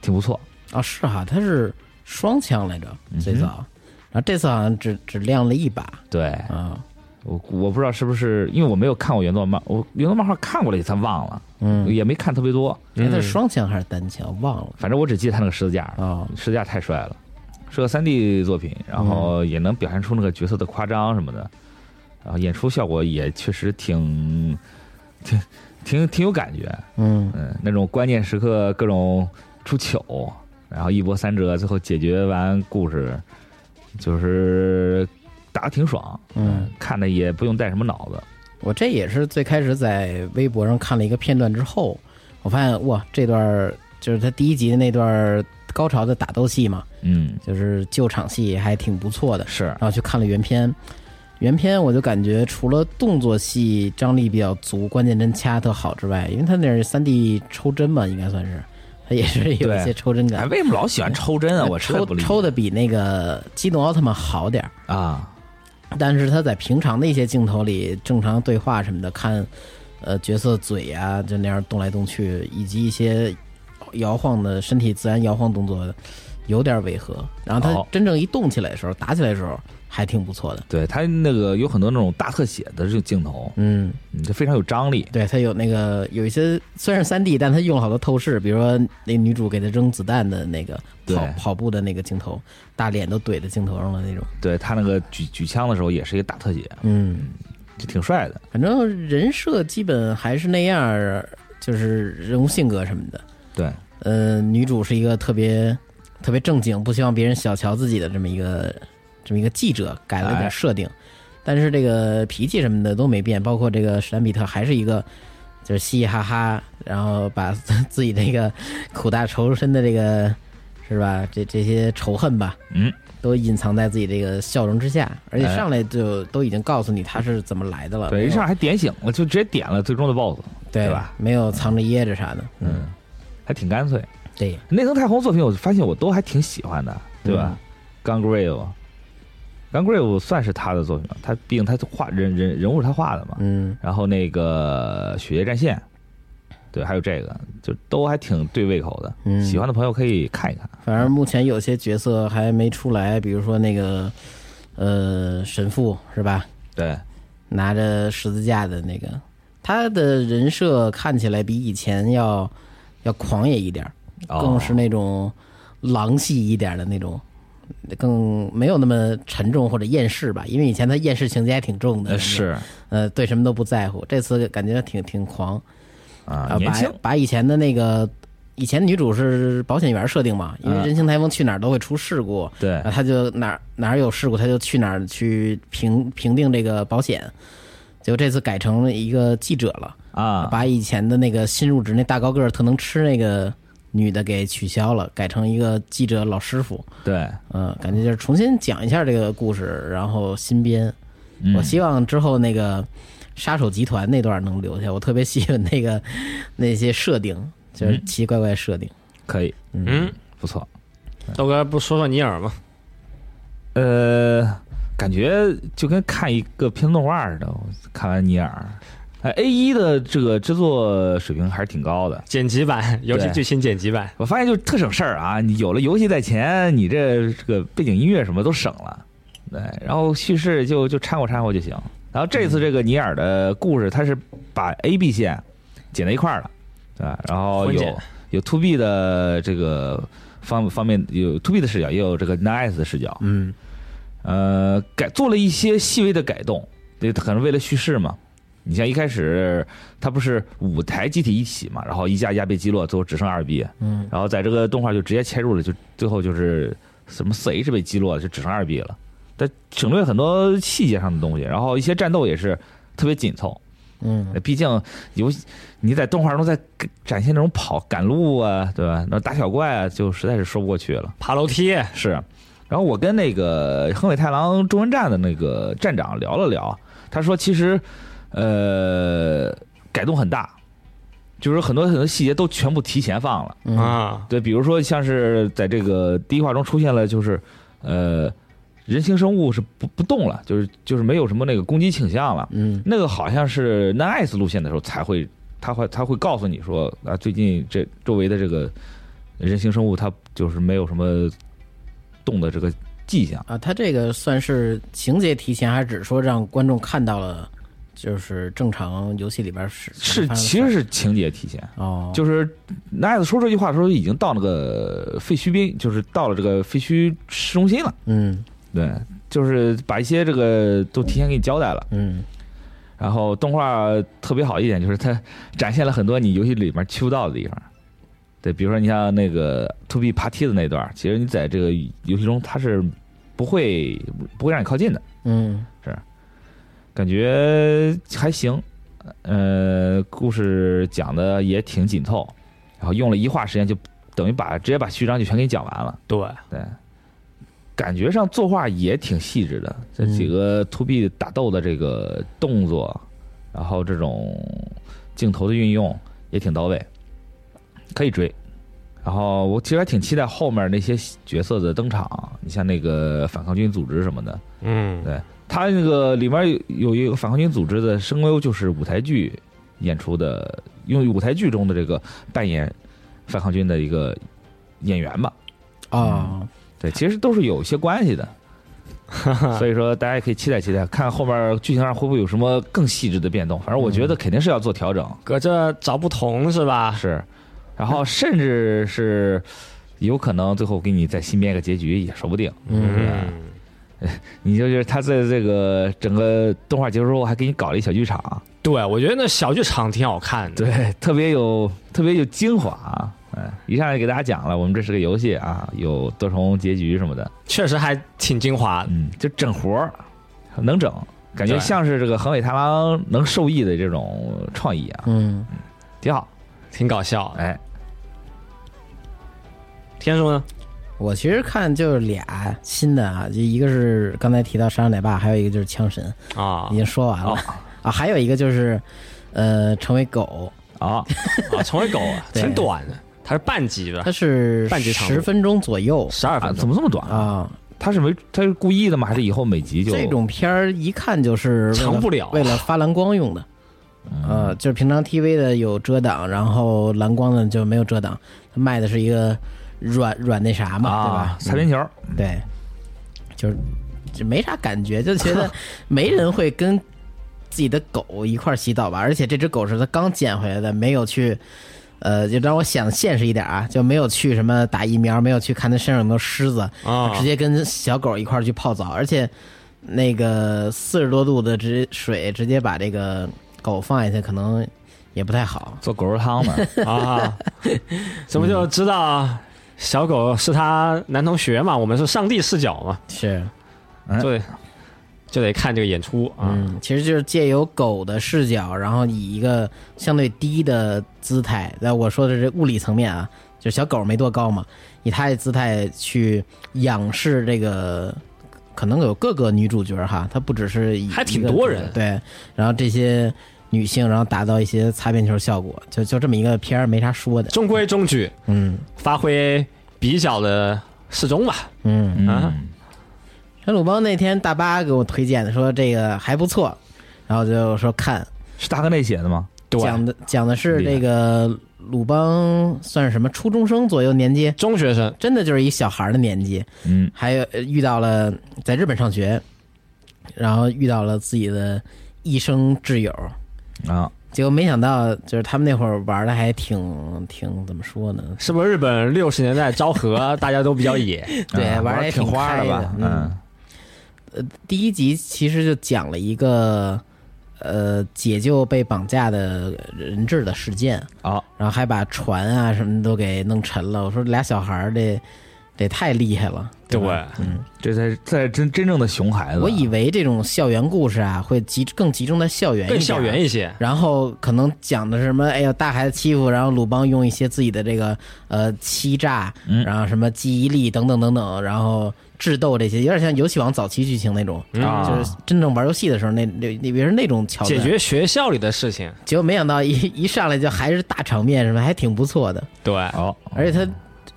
[SPEAKER 7] 挺不错。
[SPEAKER 5] 啊是哈，他是双枪来着
[SPEAKER 7] 嗯哼
[SPEAKER 5] 最早，然后这次好像只只亮了一把
[SPEAKER 7] 对
[SPEAKER 5] 啊，
[SPEAKER 7] 我，我不知道是不是因为我没有看过原作漫，我原作漫画看过了一次，忘了，
[SPEAKER 5] 嗯，
[SPEAKER 7] 也没看特别多。
[SPEAKER 5] 哎，他是双枪还是单枪？我忘了
[SPEAKER 7] 反正我只记得他那个十字架了，
[SPEAKER 5] 啊，
[SPEAKER 7] 十字架太帅了，是个三 D 作品，然后也能表现出那个角色的夸张什么的，然后演出效果也确实挺挺挺挺有感觉。
[SPEAKER 5] 嗯
[SPEAKER 7] 嗯，那种关键时刻各种出糗，然后一波三折，最后解决完故事，就是打的挺爽，
[SPEAKER 5] 嗯。
[SPEAKER 7] 看的也不用带什么脑子。
[SPEAKER 5] 我这也是最开始在微博上看了一个片段之后，我发现哇，这段儿就是他第一集的那段儿高潮的打斗戏嘛，
[SPEAKER 7] 嗯，
[SPEAKER 5] 就是救场戏还挺不错的。
[SPEAKER 7] 是
[SPEAKER 5] 然，后去看了原片，原片我就感觉除了动作戏张力比较足，关键帧掐得特好之外，因为他那是三 D 抽帧嘛，应该算是，他也是有一些
[SPEAKER 7] 对
[SPEAKER 5] 抽帧
[SPEAKER 7] 哎，
[SPEAKER 5] 感。
[SPEAKER 7] 为什么老喜欢抽针啊？我真
[SPEAKER 5] 抽
[SPEAKER 7] 不理解
[SPEAKER 5] 抽的比那个机动奥特曼好点儿。
[SPEAKER 7] 啊，
[SPEAKER 5] 但是他在平常的一些镜头里，正常对话什么的，看，呃，角色嘴啊呀、就那样动来动去，以及一些摇晃的身体自然摇晃动作，有点违和。然后它
[SPEAKER 7] 好
[SPEAKER 5] 真正一动起来的时候，打起来的时候还挺不错的。
[SPEAKER 7] 对他那个有很多那种大特写的这种镜头，
[SPEAKER 5] 嗯，
[SPEAKER 7] 嗯，就非常有张力。
[SPEAKER 5] 对，它有那个有一些虽然三 D，但它用了好多透视，比如说那女主给他扔子弹的那个
[SPEAKER 7] 对
[SPEAKER 5] 跑跑步的那个镜头，大脸都怼在镜头上了那种。
[SPEAKER 7] 对他那个举举枪的时候也是一个大特写，
[SPEAKER 5] 嗯，
[SPEAKER 7] 就挺帅的。
[SPEAKER 5] 反正人设基本还是那样儿，就是人物性格什么的。
[SPEAKER 7] 对，
[SPEAKER 5] 呃，女主是一个特别特别正经，不希望别人小瞧自己的这么一个这么一个记者，改了点
[SPEAKER 7] 哎
[SPEAKER 5] 设定，但是这个脾气什么的都没变，包括这个史丹比特还是一个就是嘻嘻哈哈，然后把自 (laughs) 己这个苦大仇深的这个是吧，这这些仇恨吧，
[SPEAKER 7] 嗯，
[SPEAKER 5] 都隐藏在自己这个笑容之下，而且
[SPEAKER 7] 哎
[SPEAKER 5] 上来就都已经告诉你他是怎么来的了，没
[SPEAKER 7] 对，一
[SPEAKER 5] 有
[SPEAKER 7] 上来还点醒了，就直接点了最终的 BOSS，
[SPEAKER 5] 对
[SPEAKER 7] 对吧？
[SPEAKER 5] 没有藏着掖着啥的，
[SPEAKER 7] 嗯，还挺干脆。
[SPEAKER 5] 对，
[SPEAKER 7] 内藤太宏作品，我发现我都还挺喜欢的，对
[SPEAKER 5] 嗯
[SPEAKER 7] 吧？Gun Grave，Gun Grave 算是他的作品吧，他毕竟他画人人人物是他画的嘛。
[SPEAKER 5] 嗯
[SPEAKER 7] 然后那个血液战线，对，还有这个，就都还挺对胃口的。
[SPEAKER 5] 嗯，
[SPEAKER 7] 喜欢的朋友可以看一看。
[SPEAKER 5] 反正目前有些角色还没出来，比如说那个呃神父是吧？
[SPEAKER 7] 对，
[SPEAKER 5] 拿着十字架的那个，他的人设看起来比以前要要狂野一点儿，
[SPEAKER 7] 哦
[SPEAKER 5] 更是那种狼系一点儿的那种。更没有那么沉重或者厌世吧，因为以前他厌世情节还挺重的，
[SPEAKER 7] 呃是
[SPEAKER 5] 呃，对什么都不在乎。这次感觉挺挺狂，
[SPEAKER 7] 啊，
[SPEAKER 5] 啊，
[SPEAKER 7] 年
[SPEAKER 5] 把
[SPEAKER 7] 轻，
[SPEAKER 5] 把以前的那个，以前女主是保险员设定嘛，因为
[SPEAKER 7] 嗯
[SPEAKER 5] 人形台风去哪儿都会出事故，
[SPEAKER 7] 对
[SPEAKER 5] 啊，她就哪儿哪儿有事故，她就去哪儿去评评定这个保险。结果这次改成了一个记者了，
[SPEAKER 7] 啊，
[SPEAKER 5] 把以前的那个新入职那大高个儿特能吃那个女的给取消了，改成一个记者老师傅。
[SPEAKER 7] 对，
[SPEAKER 5] 嗯，感觉就是重新讲一下这个故事，然后新编。
[SPEAKER 7] 嗯
[SPEAKER 5] 我希望之后那个杀手集团那段能留下，我特别喜欢那个那些设定，就是奇奇怪怪的设定。
[SPEAKER 7] 可以，
[SPEAKER 6] 嗯，
[SPEAKER 7] 不错。
[SPEAKER 6] 豆哥不说说尼尔吗？
[SPEAKER 7] 呃，感觉就跟看一个片动画似的。我看完尼尔，哎，A 一的这个制作水平还是挺高的。
[SPEAKER 6] 剪辑 (laughs) 版，尤其
[SPEAKER 7] 对
[SPEAKER 6] 最新剪辑版，
[SPEAKER 7] 我发现就是特省事儿啊，你有了游戏在前，你这这个背景音乐什么都省了，对，然后叙事就就掺和掺和就行。然后这次这个尼尔的故事，它是把 A、B 线剪在一块儿了，对吧？然后
[SPEAKER 6] 混
[SPEAKER 7] 有
[SPEAKER 6] 剪
[SPEAKER 7] 有 To B 的这个方方面，有 To B 的视角，也有这个 Nice 的视角，
[SPEAKER 5] 嗯
[SPEAKER 7] 呃，改做了一些细微的改动，对，可能为了叙事嘛。你像一开始他不是五台集体一起嘛，然后一架压被击落，最后只剩二 B，
[SPEAKER 5] 嗯
[SPEAKER 7] 然后在这个动画就直接切入了，就最后就是什么四 H 被击落了，就只剩二 B 了。但省略很多细节上的东西，然后一些战斗也是特别紧凑。
[SPEAKER 5] 嗯
[SPEAKER 7] 毕竟游戏你在动画中在展现那种跑赶路啊，对吧？那打小怪啊，就实在是说不过去了。
[SPEAKER 6] 爬楼梯，
[SPEAKER 7] 是，然后我跟那个横尾太郎中文站的那个站长聊了聊，他说其实，呃，改动很大，就是很多很多细节都全部提前放了。
[SPEAKER 5] 嗯
[SPEAKER 6] 啊，
[SPEAKER 7] 对，比如说像是在这个第一话中出现了，就是呃，人形生物是不不动了，就是就是没有什么那个攻击倾向了。
[SPEAKER 5] 嗯
[SPEAKER 7] 那个好像是 Nice 路线的时候才会，他会他会告诉你说啊，最近这周围的这个人形生物它就是没有什么动的这个迹象。
[SPEAKER 5] 啊，他这个算是情节提前，还是只是说让观众看到了，就是正常游戏里边是发
[SPEAKER 7] 是，
[SPEAKER 5] 生的
[SPEAKER 7] 其实
[SPEAKER 5] 事
[SPEAKER 7] 是情节提前，
[SPEAKER 5] 儿哦，
[SPEAKER 7] 就是 Nice 说这句话的时候已经到那个废墟边，就是到了这个废墟市中心了。
[SPEAKER 5] 嗯
[SPEAKER 7] 对，就是把一些这个都提前给你交代了。
[SPEAKER 5] 嗯
[SPEAKER 7] 然后动画特别好一点就是它展现了很多你游戏里面去不到的地方，对，比如说你像那个 To B 爬梯子那段，其实你在这个游戏中它是不会不会让你靠近的，
[SPEAKER 5] 嗯
[SPEAKER 7] 感觉还行。呃，故事讲的也挺紧凑，然后用了一话时间就等于把直接把序章就全给你讲完了。
[SPEAKER 6] 对，
[SPEAKER 7] 对，感觉上作画也挺细致的，这几个 to B 打斗的这个动作，然后这种镜头的运用也挺到位，可以追。然后我其实还挺期待后面那些角色的登场，你像那个反抗军组织什么的，
[SPEAKER 6] 嗯，
[SPEAKER 7] 它那个里面有有一个反抗军组织的声优，就是舞台剧演出的，用舞台剧中的这个扮演反抗军的一个演员吧，
[SPEAKER 5] 哦，
[SPEAKER 7] 对，其实都是有一些关系的。所以说，大家也可以期待期待，看后面剧情上会不会有什么更细致的变动。反正我觉得肯定是要做调整，
[SPEAKER 6] 搁这找不同是吧？
[SPEAKER 7] 是，然后甚至是有可能最后给你再新编一个结局也说不定。
[SPEAKER 6] 嗯，
[SPEAKER 7] 你就是他在这个整个动画结束后还给你搞了一小剧场，
[SPEAKER 6] 对，我觉得那小剧场挺好看的。
[SPEAKER 7] 对，特别有特别有精华啊。哎，一上来给大家讲了，我们这是个游戏啊，有多重结局什么的，
[SPEAKER 6] 确实还挺精华的。
[SPEAKER 7] 嗯，就整活儿，能整，感觉
[SPEAKER 6] 对
[SPEAKER 7] 像是这个横尾太郎能受益的这种创意啊，
[SPEAKER 5] 嗯，
[SPEAKER 7] 挺好。
[SPEAKER 6] 挺搞笑。
[SPEAKER 7] 哎，
[SPEAKER 6] 天叔呢？
[SPEAKER 5] 我其实看就是俩新的啊，就一个是刚才提到《杀人奶爸》，还有一个就是《枪神》，
[SPEAKER 6] 啊
[SPEAKER 5] 已经说完了、
[SPEAKER 6] 哦
[SPEAKER 5] 啊，还有一个就是，呃，成为狗，
[SPEAKER 7] 啊，
[SPEAKER 6] 啊，成为狗 (laughs) 啊
[SPEAKER 5] 对
[SPEAKER 6] 挺短的，它是半集吧
[SPEAKER 5] 它？是
[SPEAKER 6] 啊半截长度
[SPEAKER 5] 十分钟左右
[SPEAKER 6] 十二
[SPEAKER 7] 啊
[SPEAKER 6] 分
[SPEAKER 7] 怎
[SPEAKER 6] 钟。
[SPEAKER 7] 么这么短？
[SPEAKER 5] 啊。
[SPEAKER 7] 他是没他是故意的吗？还是以后每集就
[SPEAKER 5] 这种片儿一看就是为
[SPEAKER 6] 长不了啊嗯
[SPEAKER 5] 为了发蓝光用的。呃，就是平常 TV 的有遮挡，然后蓝光的就没有遮挡，它卖的是一个软软那啥嘛，
[SPEAKER 7] 啊
[SPEAKER 5] 对吧？嗯
[SPEAKER 7] 擦边球？
[SPEAKER 5] 对，就是就没啥感觉，就觉得没人会跟自己的狗一块儿洗澡吧。而且这只狗是他刚捡回来的，没有去，呃，就让我想现实一点啊，就没有去什么打疫苗，没有去看它身上有没有虱子，
[SPEAKER 6] 啊
[SPEAKER 5] 直接跟小狗一块儿去泡澡，而且那个四十多度的直水直接把这个狗放下去，可能也不太好。
[SPEAKER 7] 做狗肉汤
[SPEAKER 5] (laughs)
[SPEAKER 7] 嘛？
[SPEAKER 6] (laughs) 啊，这不就知道小狗是他男同学嘛？我们是上帝视角嘛，
[SPEAKER 5] 是，
[SPEAKER 7] 嗯
[SPEAKER 6] 就得就得看这个演出啊。
[SPEAKER 5] 嗯，其实就是借由狗的视角，然后以一个相对低的姿态，那我说的是物理层面啊，就是小狗没多高嘛，以它的姿态去仰视这个，可能有各个女主角哈，它不只是以
[SPEAKER 6] 还挺
[SPEAKER 5] 一个
[SPEAKER 6] 多人
[SPEAKER 5] 对，然后这些女性，然后达到一些擦边球效果，就就这么一个片儿，没啥说的，
[SPEAKER 6] 中规中矩，
[SPEAKER 5] 嗯
[SPEAKER 6] 发挥比较的适中吧。
[SPEAKER 5] 嗯。
[SPEAKER 6] 啊
[SPEAKER 7] 嗯
[SPEAKER 5] 陈鲁邦那天大巴给我推荐的，说这个还不错，然后就说看，
[SPEAKER 7] 是大河内写的吗？
[SPEAKER 6] 对，
[SPEAKER 5] 讲的讲的是
[SPEAKER 7] 厉害
[SPEAKER 5] 这个鲁邦算是什么初中生左右年纪，
[SPEAKER 6] 中学生
[SPEAKER 5] 真的就是一小孩儿的年纪，
[SPEAKER 7] 嗯，
[SPEAKER 5] 还有呃遇到了在日本上学，然后遇到了自己的一生挚友，
[SPEAKER 7] 啊，
[SPEAKER 5] 结果没想到就是他们那会儿玩的还挺挺怎么说呢？
[SPEAKER 6] 是不是日本六十年代昭和大家都比较野？
[SPEAKER 5] 对，
[SPEAKER 7] 啊
[SPEAKER 5] 玩
[SPEAKER 7] 玩
[SPEAKER 5] 的
[SPEAKER 7] 儿
[SPEAKER 5] 也
[SPEAKER 7] 挺花
[SPEAKER 5] 开
[SPEAKER 7] 的
[SPEAKER 5] 的
[SPEAKER 7] 吧？嗯，
[SPEAKER 5] 呃第一集其实就讲了一个呃解救被绑架的人质的事件，
[SPEAKER 6] 哦
[SPEAKER 7] 啊，
[SPEAKER 5] 然后还把船啊什么都给弄沉了。我说俩小孩儿得得太厉害了，
[SPEAKER 6] 对
[SPEAKER 5] 吧？
[SPEAKER 7] 这才才是真真正的熊孩子。
[SPEAKER 5] 我以为这种校园故事啊，会集更集中在校园，
[SPEAKER 6] 更校园一。些。
[SPEAKER 5] 然后可能讲的是什么？哎呀，大孩子欺负，然后鲁邦用一些自己的这个呃欺诈，
[SPEAKER 6] 嗯
[SPEAKER 5] 然后什么记忆力等等等等，然后智斗这些，有点像游戏王早期剧情那种，
[SPEAKER 7] 啊
[SPEAKER 5] 就是真正玩游戏的时候那那那别是那种桥段。
[SPEAKER 6] 解决学校里的事情，
[SPEAKER 5] 结果没想到一一上来就还是大场面什么，还挺不错的。
[SPEAKER 6] 对，
[SPEAKER 7] 哦，
[SPEAKER 5] 而且它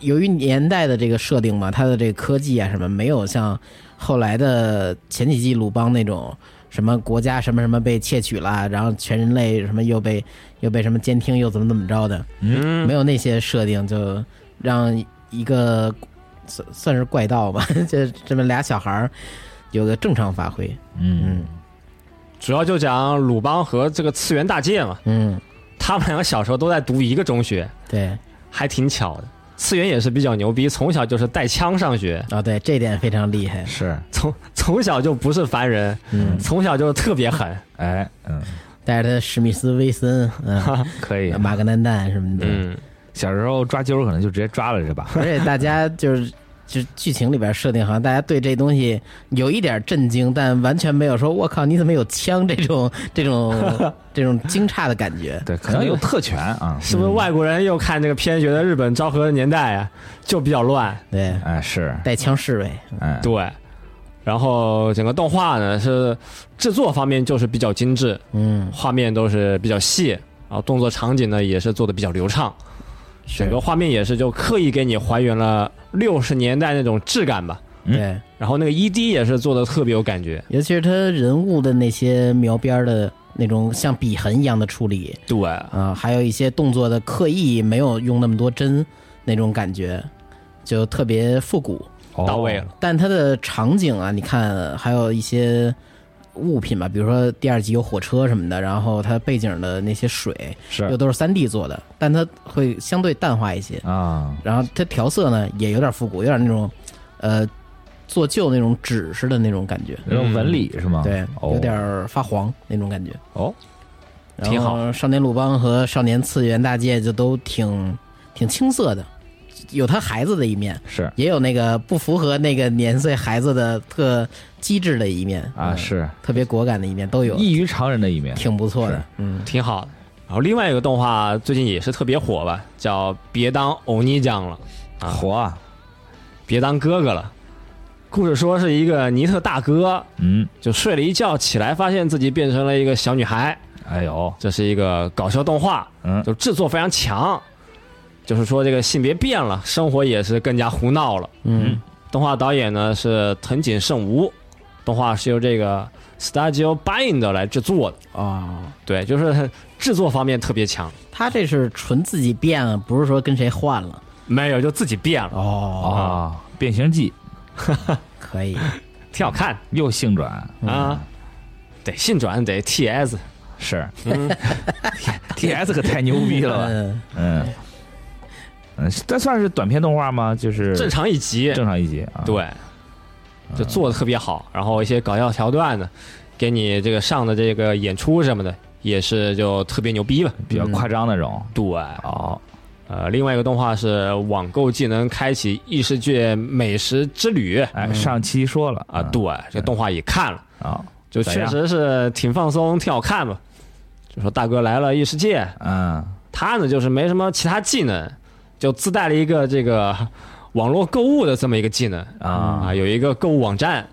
[SPEAKER 5] 由于年代的这个设定嘛，它的这个科技啊什么，没有像后来的前几季鲁邦那种什么国家什么什么被窃取了，然后全人类什么又被又被什么监听又怎么怎么着的，
[SPEAKER 6] 嗯
[SPEAKER 5] 没，有那些设定，就让一个算算是怪盗吧， (laughs) 就这么俩小孩儿有个正常发挥，
[SPEAKER 7] 嗯，
[SPEAKER 5] 嗯
[SPEAKER 6] 主要就讲鲁邦和这个次元大介嘛，
[SPEAKER 5] 嗯，
[SPEAKER 6] 他们两个小时候都在读一个中学，
[SPEAKER 5] 对
[SPEAKER 6] 还挺巧的。次元也是比较牛逼，从小就是带枪上学， (laughs)
[SPEAKER 5] 啊、对，这点非常厉
[SPEAKER 7] (laughs)
[SPEAKER 5] 害，
[SPEAKER 7] 是，
[SPEAKER 6] 从从小就不是凡人，
[SPEAKER 5] 嗯，
[SPEAKER 6] 从小就特别狠。
[SPEAKER 7] 哎，嗯，
[SPEAKER 5] 带着他史密斯威森，嗯，
[SPEAKER 7] 可以。
[SPEAKER 5] 马格南蛋什么的，
[SPEAKER 6] 嗯，
[SPEAKER 7] 小时候抓阄可能就直接抓了这把。
[SPEAKER 5] 而且大家就是。就是剧情里边设定，好像大家对这东西有一点震惊，但完全没有说“我靠，你怎么有枪”这种这种这种惊诧的感觉。
[SPEAKER 7] 对，可能有特权
[SPEAKER 5] (laughs)
[SPEAKER 7] 啊。
[SPEAKER 6] 是不是外国人又看这个片，觉得日本昭和的年代啊就比较乱？
[SPEAKER 5] 对，
[SPEAKER 7] 哎，是，
[SPEAKER 5] 带枪侍卫，
[SPEAKER 7] 哎，
[SPEAKER 6] 对，然后整个动画呢是制作方面就是比较精致，
[SPEAKER 5] 嗯，
[SPEAKER 6] 画面都是比较细，然后动作场景呢也是做的比较流畅，整个画面也是就刻意给你还原了六十年代那种质感吧。
[SPEAKER 5] 对，
[SPEAKER 6] 然后那个 ED 也是做的特别有感觉，
[SPEAKER 5] 尤其是他人物的那些描边的那种像笔痕一样的处理
[SPEAKER 6] 对，
[SPEAKER 5] 啊、还有一些动作的刻意没有用那么多帧那种感觉，就特别复古，
[SPEAKER 6] 到位了。
[SPEAKER 5] 但它的场景啊，你看还有一些物品吧，比如说第二集有火车什么的，然后它背景的那些水又
[SPEAKER 7] 是
[SPEAKER 5] 都是三 D 做的，但它会相对淡化一些。
[SPEAKER 7] 啊，
[SPEAKER 5] 然后它调色呢也有点复古，有点那种呃做旧那种纸似的那种感觉，
[SPEAKER 7] 那种纹理是吗？
[SPEAKER 5] 对，
[SPEAKER 7] 哦
[SPEAKER 5] 有点发黄那种感觉。
[SPEAKER 7] 哦，
[SPEAKER 5] 然后
[SPEAKER 6] 挺好
[SPEAKER 5] 少年鲁邦和少年次元大介就都挺挺青涩的，有他孩子的一面，
[SPEAKER 7] 是
[SPEAKER 5] 也有那个不符合那个年岁孩子的特机智的一面
[SPEAKER 7] 啊，
[SPEAKER 5] 嗯
[SPEAKER 7] 是
[SPEAKER 5] 特别果敢的一面都有，
[SPEAKER 7] 异于常人的一面。
[SPEAKER 5] 挺不错
[SPEAKER 7] 是
[SPEAKER 5] 的。嗯，
[SPEAKER 6] 挺好的。然后另外一个动画最近也是特别火吧，叫《别当欧尼酱了》啊，
[SPEAKER 7] 火啊，
[SPEAKER 6] 别当哥哥了。故事说是一个尼特大哥，
[SPEAKER 7] 嗯，
[SPEAKER 6] 就睡了一觉起来，发现自己变成了一个小女孩。
[SPEAKER 7] 哎呦，
[SPEAKER 6] 这是一个搞笑动画，
[SPEAKER 7] 嗯
[SPEAKER 6] 就制作非常强，就是说这个性别变了，生活也是更加胡闹了。
[SPEAKER 5] 嗯，
[SPEAKER 6] 动画导演呢是藤井圣吾，动画是由这个 Studio Bind 来制作的，
[SPEAKER 5] 哦，
[SPEAKER 6] 对，就是制作方面特别强，
[SPEAKER 5] 他这是纯自己变了，不是说跟谁换了。
[SPEAKER 6] 没有就自己变了，
[SPEAKER 5] 哦，
[SPEAKER 7] 啊，变形记
[SPEAKER 5] 可以，
[SPEAKER 6] 挺好看
[SPEAKER 7] 又性转
[SPEAKER 6] 啊。得性转，得 TS，
[SPEAKER 7] 是 (laughs) ，T S 可太牛逼了吧，
[SPEAKER 5] 嗯，
[SPEAKER 7] 嗯嗯，这算是短片动画吗？就是
[SPEAKER 6] 正常一集，
[SPEAKER 7] 正常一嗯集啊，，
[SPEAKER 6] 对，就做的特别好，然后一些搞笑桥段呢，给你这个上的这个演出什么的，也是就特别牛逼吧。
[SPEAKER 7] 比较夸张那种。
[SPEAKER 6] 对，
[SPEAKER 7] 哦，
[SPEAKER 6] 呃，另外一个动画是网购技能开启异世界美食之旅
[SPEAKER 7] 哎，上期说了嗯
[SPEAKER 6] 啊，对，这动画也看了，
[SPEAKER 7] 啊，
[SPEAKER 6] 就
[SPEAKER 7] 咋
[SPEAKER 6] 确
[SPEAKER 7] 样
[SPEAKER 6] 实是挺放松，挺好看吧。就说大哥来了异世界，
[SPEAKER 7] 嗯，
[SPEAKER 6] 他呢就是没什么其他技能，就自带了一个这个网络购物的这么一个技能
[SPEAKER 7] 啊
[SPEAKER 6] 有一个购物网站，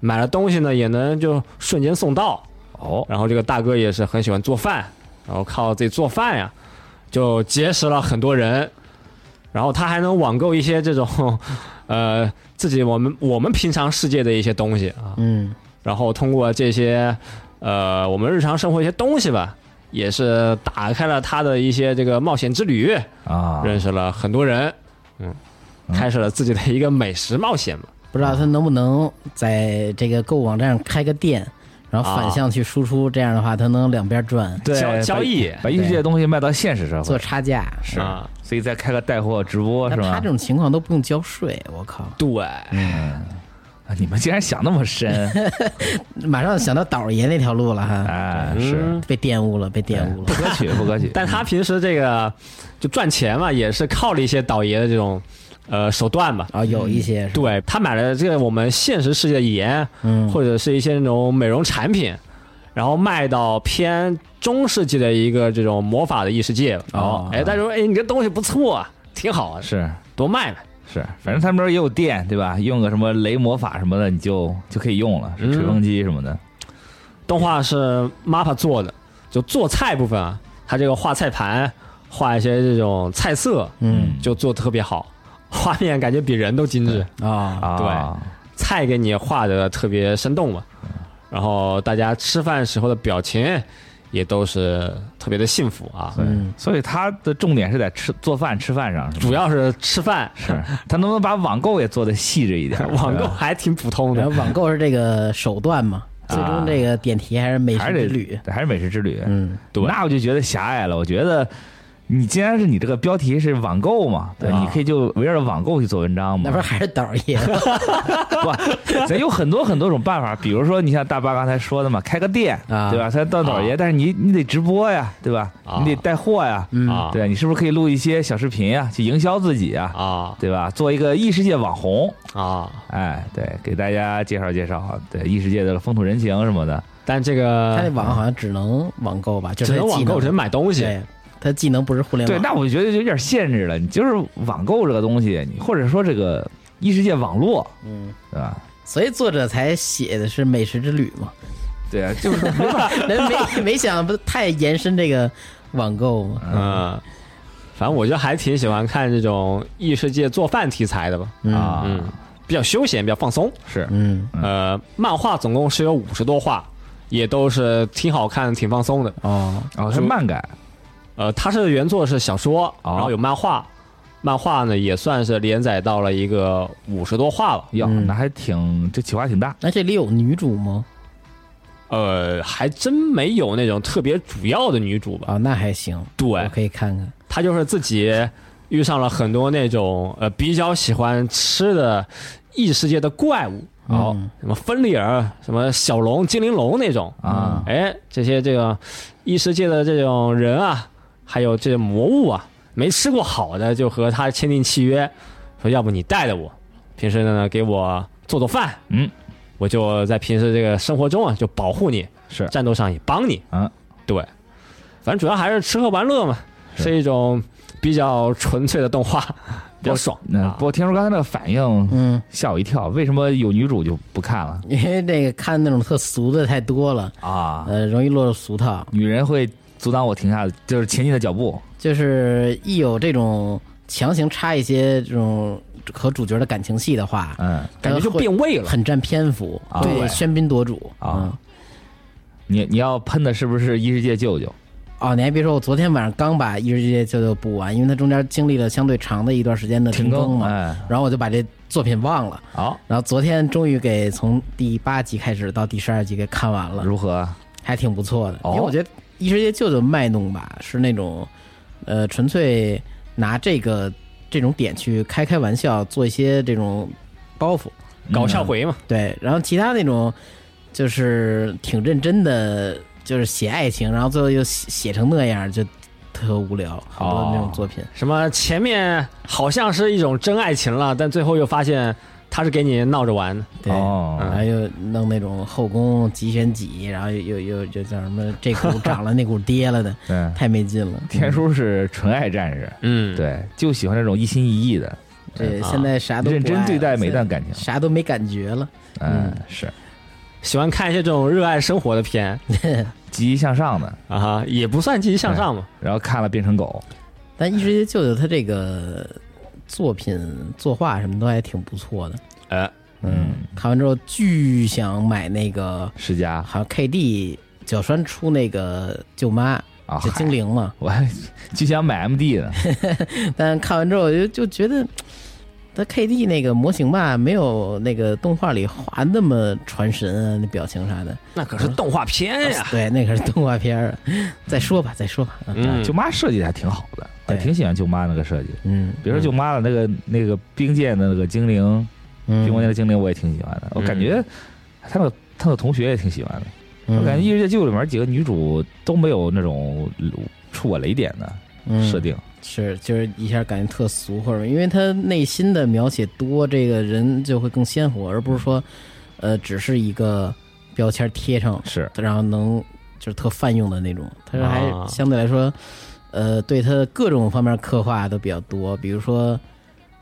[SPEAKER 6] 买了东西呢也能就瞬间送到。
[SPEAKER 7] 哦，
[SPEAKER 6] 然后这个大哥也是很喜欢做饭，然后靠自己做饭呀，就结识了很多人。然后他还能网购一些这种， (laughs) 呃，自己我们我们平常世界的一些东西啊，
[SPEAKER 5] 嗯，
[SPEAKER 6] 然后通过这些，呃，我们日常生活一些东西吧，也是打开了他的一些这个冒险之旅，
[SPEAKER 7] 啊，
[SPEAKER 6] 认识了很多人，嗯，开始了自己的一个美食冒险嘛。
[SPEAKER 5] 不知道他能不能在这个购物网站上开个店，然后反向去输出，这样的话他能两边赚，
[SPEAKER 7] 对
[SPEAKER 6] 交交易
[SPEAKER 7] 把把异世界的东西卖到现实社
[SPEAKER 5] 做
[SPEAKER 7] 会，
[SPEAKER 5] 差价。
[SPEAKER 7] 是
[SPEAKER 6] 啊，
[SPEAKER 7] 所以再开个带货直播
[SPEAKER 5] 那
[SPEAKER 7] 是
[SPEAKER 5] 他
[SPEAKER 7] 吧
[SPEAKER 5] 这？种情况都不用交税，我靠！
[SPEAKER 6] 对，
[SPEAKER 7] 嗯啊你们竟然想那么深，
[SPEAKER 5] (laughs) 马上想到倒爷那条路了哈，
[SPEAKER 7] 哎，是
[SPEAKER 5] 被玷污了，被玷污
[SPEAKER 7] 不
[SPEAKER 5] 了。
[SPEAKER 7] 可
[SPEAKER 5] (laughs)
[SPEAKER 7] 取，不可取。
[SPEAKER 6] 但他平时这个就赚钱嘛，也是靠了一些倒爷的这种呃手段吧。
[SPEAKER 7] 哎
[SPEAKER 5] 啊，有一些是吧
[SPEAKER 6] 对他买了这个我们现实世界的盐，
[SPEAKER 5] 嗯
[SPEAKER 6] 或者是一些那种美容产品，然后卖到偏中世纪的一个这种魔法的异世界。
[SPEAKER 7] 哦
[SPEAKER 6] 哎，大家说，哎，你这东西不错，啊，挺好啊，
[SPEAKER 7] 嗯是
[SPEAKER 6] 多卖卖。
[SPEAKER 7] 是，反正他们那儿也有电，对吧？用个什么雷魔法什么的，你就就可以用了，是
[SPEAKER 6] 嗯
[SPEAKER 7] 吹风机什么的。
[SPEAKER 6] 动画是 MAPPA 做的，就做菜部分啊，它这个画菜盘，画一些这种菜色，
[SPEAKER 5] 嗯
[SPEAKER 6] 就做得特别好，画面感觉比人都精致。
[SPEAKER 5] 啊，
[SPEAKER 7] 啊，
[SPEAKER 6] 菜给你画的特别生动嘛，然后大家吃饭时候的表情也都是特别的幸福啊，
[SPEAKER 5] 嗯
[SPEAKER 7] 所以他的重点是在吃做饭吃饭上，是吧
[SPEAKER 6] 主要是吃饭，
[SPEAKER 7] 是他能不能把网购也做的细致一
[SPEAKER 5] (laughs)
[SPEAKER 7] 点？
[SPEAKER 6] 网
[SPEAKER 7] 是
[SPEAKER 6] 购
[SPEAKER 7] 吧
[SPEAKER 6] 还挺普通
[SPEAKER 5] 然
[SPEAKER 6] 的
[SPEAKER 5] 后，网购是这个手段嘛，
[SPEAKER 6] (laughs)
[SPEAKER 5] 最
[SPEAKER 6] 啊
[SPEAKER 5] 终这个点题还是美
[SPEAKER 7] 还
[SPEAKER 5] 食之
[SPEAKER 7] 是
[SPEAKER 5] 旅。
[SPEAKER 7] 得还是美食之旅。
[SPEAKER 5] 嗯，
[SPEAKER 6] 对
[SPEAKER 7] 那我就觉得狭隘了。我觉得你既然是你这个标题是网购嘛，对，
[SPEAKER 6] 啊
[SPEAKER 7] 你可以就围绕着网购去做文章嘛
[SPEAKER 5] 那不。是还是倒
[SPEAKER 6] (laughs)
[SPEAKER 5] 爷吗？
[SPEAKER 7] (laughs) 不，咱有很多很多种办法，比如说你像大巴刚才说的嘛，开个店，
[SPEAKER 5] 啊
[SPEAKER 7] 对吧？他到老爷，但是你你得直播呀，对吧？
[SPEAKER 6] 啊
[SPEAKER 7] 你得带货呀，
[SPEAKER 6] 啊
[SPEAKER 7] 嗯对，你是不是可以录一些小视频呀，去营销自己呀？
[SPEAKER 6] 啊
[SPEAKER 7] 对吧？做一个异世界网红，
[SPEAKER 6] 啊，
[SPEAKER 7] 哎，对，给大家介绍介绍，对异世界的风土人情什么的，
[SPEAKER 6] 但这
[SPEAKER 5] 他那
[SPEAKER 6] 个
[SPEAKER 5] 网好像只能网购吧，就是
[SPEAKER 6] 只
[SPEAKER 5] 他
[SPEAKER 6] 能
[SPEAKER 5] 技
[SPEAKER 6] 网
[SPEAKER 5] 能
[SPEAKER 6] 购，只能买东西，
[SPEAKER 5] 对，他技能不是互联
[SPEAKER 7] 对，
[SPEAKER 5] 网。
[SPEAKER 7] 那我觉得就有点限制了。你就是网购这个东西，你或者说这个异世界网络，
[SPEAKER 5] 嗯，
[SPEAKER 7] 对吧？
[SPEAKER 5] 所以作者才写的是美食之旅
[SPEAKER 6] (laughs)
[SPEAKER 5] 嘛，
[SPEAKER 7] 对啊，就是
[SPEAKER 5] 人没没想不太延伸这个网购嘛。
[SPEAKER 6] 嗯，反正我就还挺喜欢看这种异世界做饭题材的吧，
[SPEAKER 7] 啊，
[SPEAKER 6] 嗯，比较休闲，比较放松。
[SPEAKER 7] 是
[SPEAKER 5] 嗯，
[SPEAKER 6] 呃，漫画总共是有五十多话，也都是挺好看、挺放松的。
[SPEAKER 5] 哦，
[SPEAKER 7] 哦，是漫改
[SPEAKER 6] 呃，它是原作是小说，
[SPEAKER 7] 哦
[SPEAKER 6] 然后有漫画，漫画呢也算是连载到了一个五十多话了，
[SPEAKER 7] 哟，
[SPEAKER 5] 嗯
[SPEAKER 7] 那还挺这企划挺大，
[SPEAKER 5] 那这里有女主吗？
[SPEAKER 6] 呃，还真没有那种特别主要的女主吧？
[SPEAKER 5] 哦，那还行，我
[SPEAKER 6] 对，
[SPEAKER 5] 可以看看。
[SPEAKER 6] 她就是自己遇上了很多那种呃比较喜欢吃的异世界的怪物，哦，什么芬里尔、什么小龙、精灵龙那种
[SPEAKER 5] 嗯
[SPEAKER 7] 啊
[SPEAKER 6] 哎，这些这个异世界的这种人啊，还有这些魔物啊，没吃过好的就和他签订契约，说要不你带着我，平时呢给我做做饭，
[SPEAKER 7] 嗯，
[SPEAKER 6] 我就在平时这个生活中啊就保护你，
[SPEAKER 7] 是
[SPEAKER 6] 战斗上也帮你，
[SPEAKER 7] 嗯，
[SPEAKER 6] 对，反正主要还是吃喝玩乐嘛，是一种比较纯粹的动画，比较爽
[SPEAKER 7] 那
[SPEAKER 6] 啊
[SPEAKER 7] 不。过听说刚才那个反应
[SPEAKER 5] 嗯，
[SPEAKER 7] 吓我一跳，为什么有女主就不看了
[SPEAKER 5] 因为那个看那种特俗的太多了，
[SPEAKER 7] 啊？
[SPEAKER 5] 呃，容易落入俗套。
[SPEAKER 7] 女人会阻挡我停下，就是前进的脚步。
[SPEAKER 5] 就是一有这种强行插一些这种和主角的感情戏的话，
[SPEAKER 7] 嗯
[SPEAKER 6] 感觉就变味了，
[SPEAKER 5] 很占篇幅，
[SPEAKER 7] 啊
[SPEAKER 5] 对，
[SPEAKER 7] 对
[SPEAKER 5] 喧宾夺主嗯
[SPEAKER 7] 啊，你你要喷的是不是异世界舅舅？
[SPEAKER 5] 哦，你还别说，我昨天晚上刚把《异世界舅舅》补完，因为它中间经历了相对长的一段时间的
[SPEAKER 7] 停
[SPEAKER 5] 呃停
[SPEAKER 7] 更
[SPEAKER 5] 嘛，
[SPEAKER 7] 哎
[SPEAKER 5] 然后我就把这作品忘了。
[SPEAKER 7] 好、
[SPEAKER 5] 然后昨天终于给从第八集开始到第十二集给看完了，
[SPEAKER 7] 如何？啊
[SPEAKER 5] 还挺不错的。
[SPEAKER 7] 哦
[SPEAKER 5] 因为我觉得《异世界舅舅》卖弄吧是那种，呃，纯粹拿这个这种点去开开玩笑，做一些这种包袱。
[SPEAKER 7] 嗯
[SPEAKER 6] 搞笑回嘛，
[SPEAKER 5] 对，然后其他那种就是挺认真的，就是写爱情，然后最后又写写成那样，就特无聊，好多
[SPEAKER 7] 哦
[SPEAKER 5] 那种作品。
[SPEAKER 6] 什么前面好像是一种真爱情了，但最后又发现他是给你闹着玩的。
[SPEAKER 5] 对，哎
[SPEAKER 7] 哦
[SPEAKER 5] 然后又弄那种后宫几选几，然后又又又就叫什么这股涨了那股 (laughs) 跌了的，
[SPEAKER 7] 嗯， (laughs)
[SPEAKER 5] 太没劲了。
[SPEAKER 7] 天叔是纯爱战士，
[SPEAKER 6] 嗯，，
[SPEAKER 7] 对，就喜欢这种一心一意的，
[SPEAKER 5] 这
[SPEAKER 6] 啊
[SPEAKER 5] 现在啥都不
[SPEAKER 7] 认真
[SPEAKER 5] 爱
[SPEAKER 7] 对
[SPEAKER 5] 了
[SPEAKER 7] 待
[SPEAKER 5] 现
[SPEAKER 7] 每
[SPEAKER 5] 在
[SPEAKER 7] 段感情。
[SPEAKER 5] 啥都没感觉了。
[SPEAKER 7] 嗯，是
[SPEAKER 6] 喜欢看一些这种热爱生活的片
[SPEAKER 7] 积极向上的，
[SPEAKER 6] 啊哈，也不算积极向上嘛。
[SPEAKER 7] 然后看了变成狗。
[SPEAKER 5] 但《异世界舅舅》他这个作品作画什么都还挺不错的，
[SPEAKER 6] 哎，
[SPEAKER 7] 嗯，
[SPEAKER 5] 看完之后巨想买那个
[SPEAKER 7] 世家
[SPEAKER 5] 好像 KD 角栓出那个舅妈
[SPEAKER 7] 啊，
[SPEAKER 5] 就
[SPEAKER 7] 嗨
[SPEAKER 5] 精灵
[SPEAKER 7] (laughs)
[SPEAKER 5] 嘛，
[SPEAKER 7] 我还就想买 MD 呢。
[SPEAKER 5] 但看完之后就就觉得，他 KD 那个模型吧，没有那个动画里画那么传神啊，那表情啥的。
[SPEAKER 6] 那可是动画
[SPEAKER 7] 哎
[SPEAKER 6] 片呀。
[SPEAKER 5] 对，那可是动画片儿啊。再说吧，再说吧。啊
[SPEAKER 6] 嗯，
[SPEAKER 7] 舅妈设计的还挺好的，我
[SPEAKER 5] 对
[SPEAKER 7] 挺喜欢舅妈那个设计。
[SPEAKER 5] 嗯
[SPEAKER 7] 比如说舅妈的那个那个冰剑的那个精灵，冰魔
[SPEAKER 5] 嗯
[SPEAKER 7] 剑的精灵我也挺喜欢的。我感觉他那个他的同学也挺喜欢的。
[SPEAKER 5] 嗯，
[SPEAKER 7] 我感觉《异世界舅》里面几个女主都没有那种触我雷点的
[SPEAKER 5] 嗯
[SPEAKER 7] 设定，
[SPEAKER 5] 是就是一下感觉特俗，或者因为他内心的描写多，这个人就会更鲜活，而不是说，呃，只是一个标签贴上，
[SPEAKER 7] 是
[SPEAKER 5] 然后能就是特泛用的那种。他说还
[SPEAKER 6] 啊
[SPEAKER 5] 相对来说，呃，对他各种方面刻画都比较多，比如说，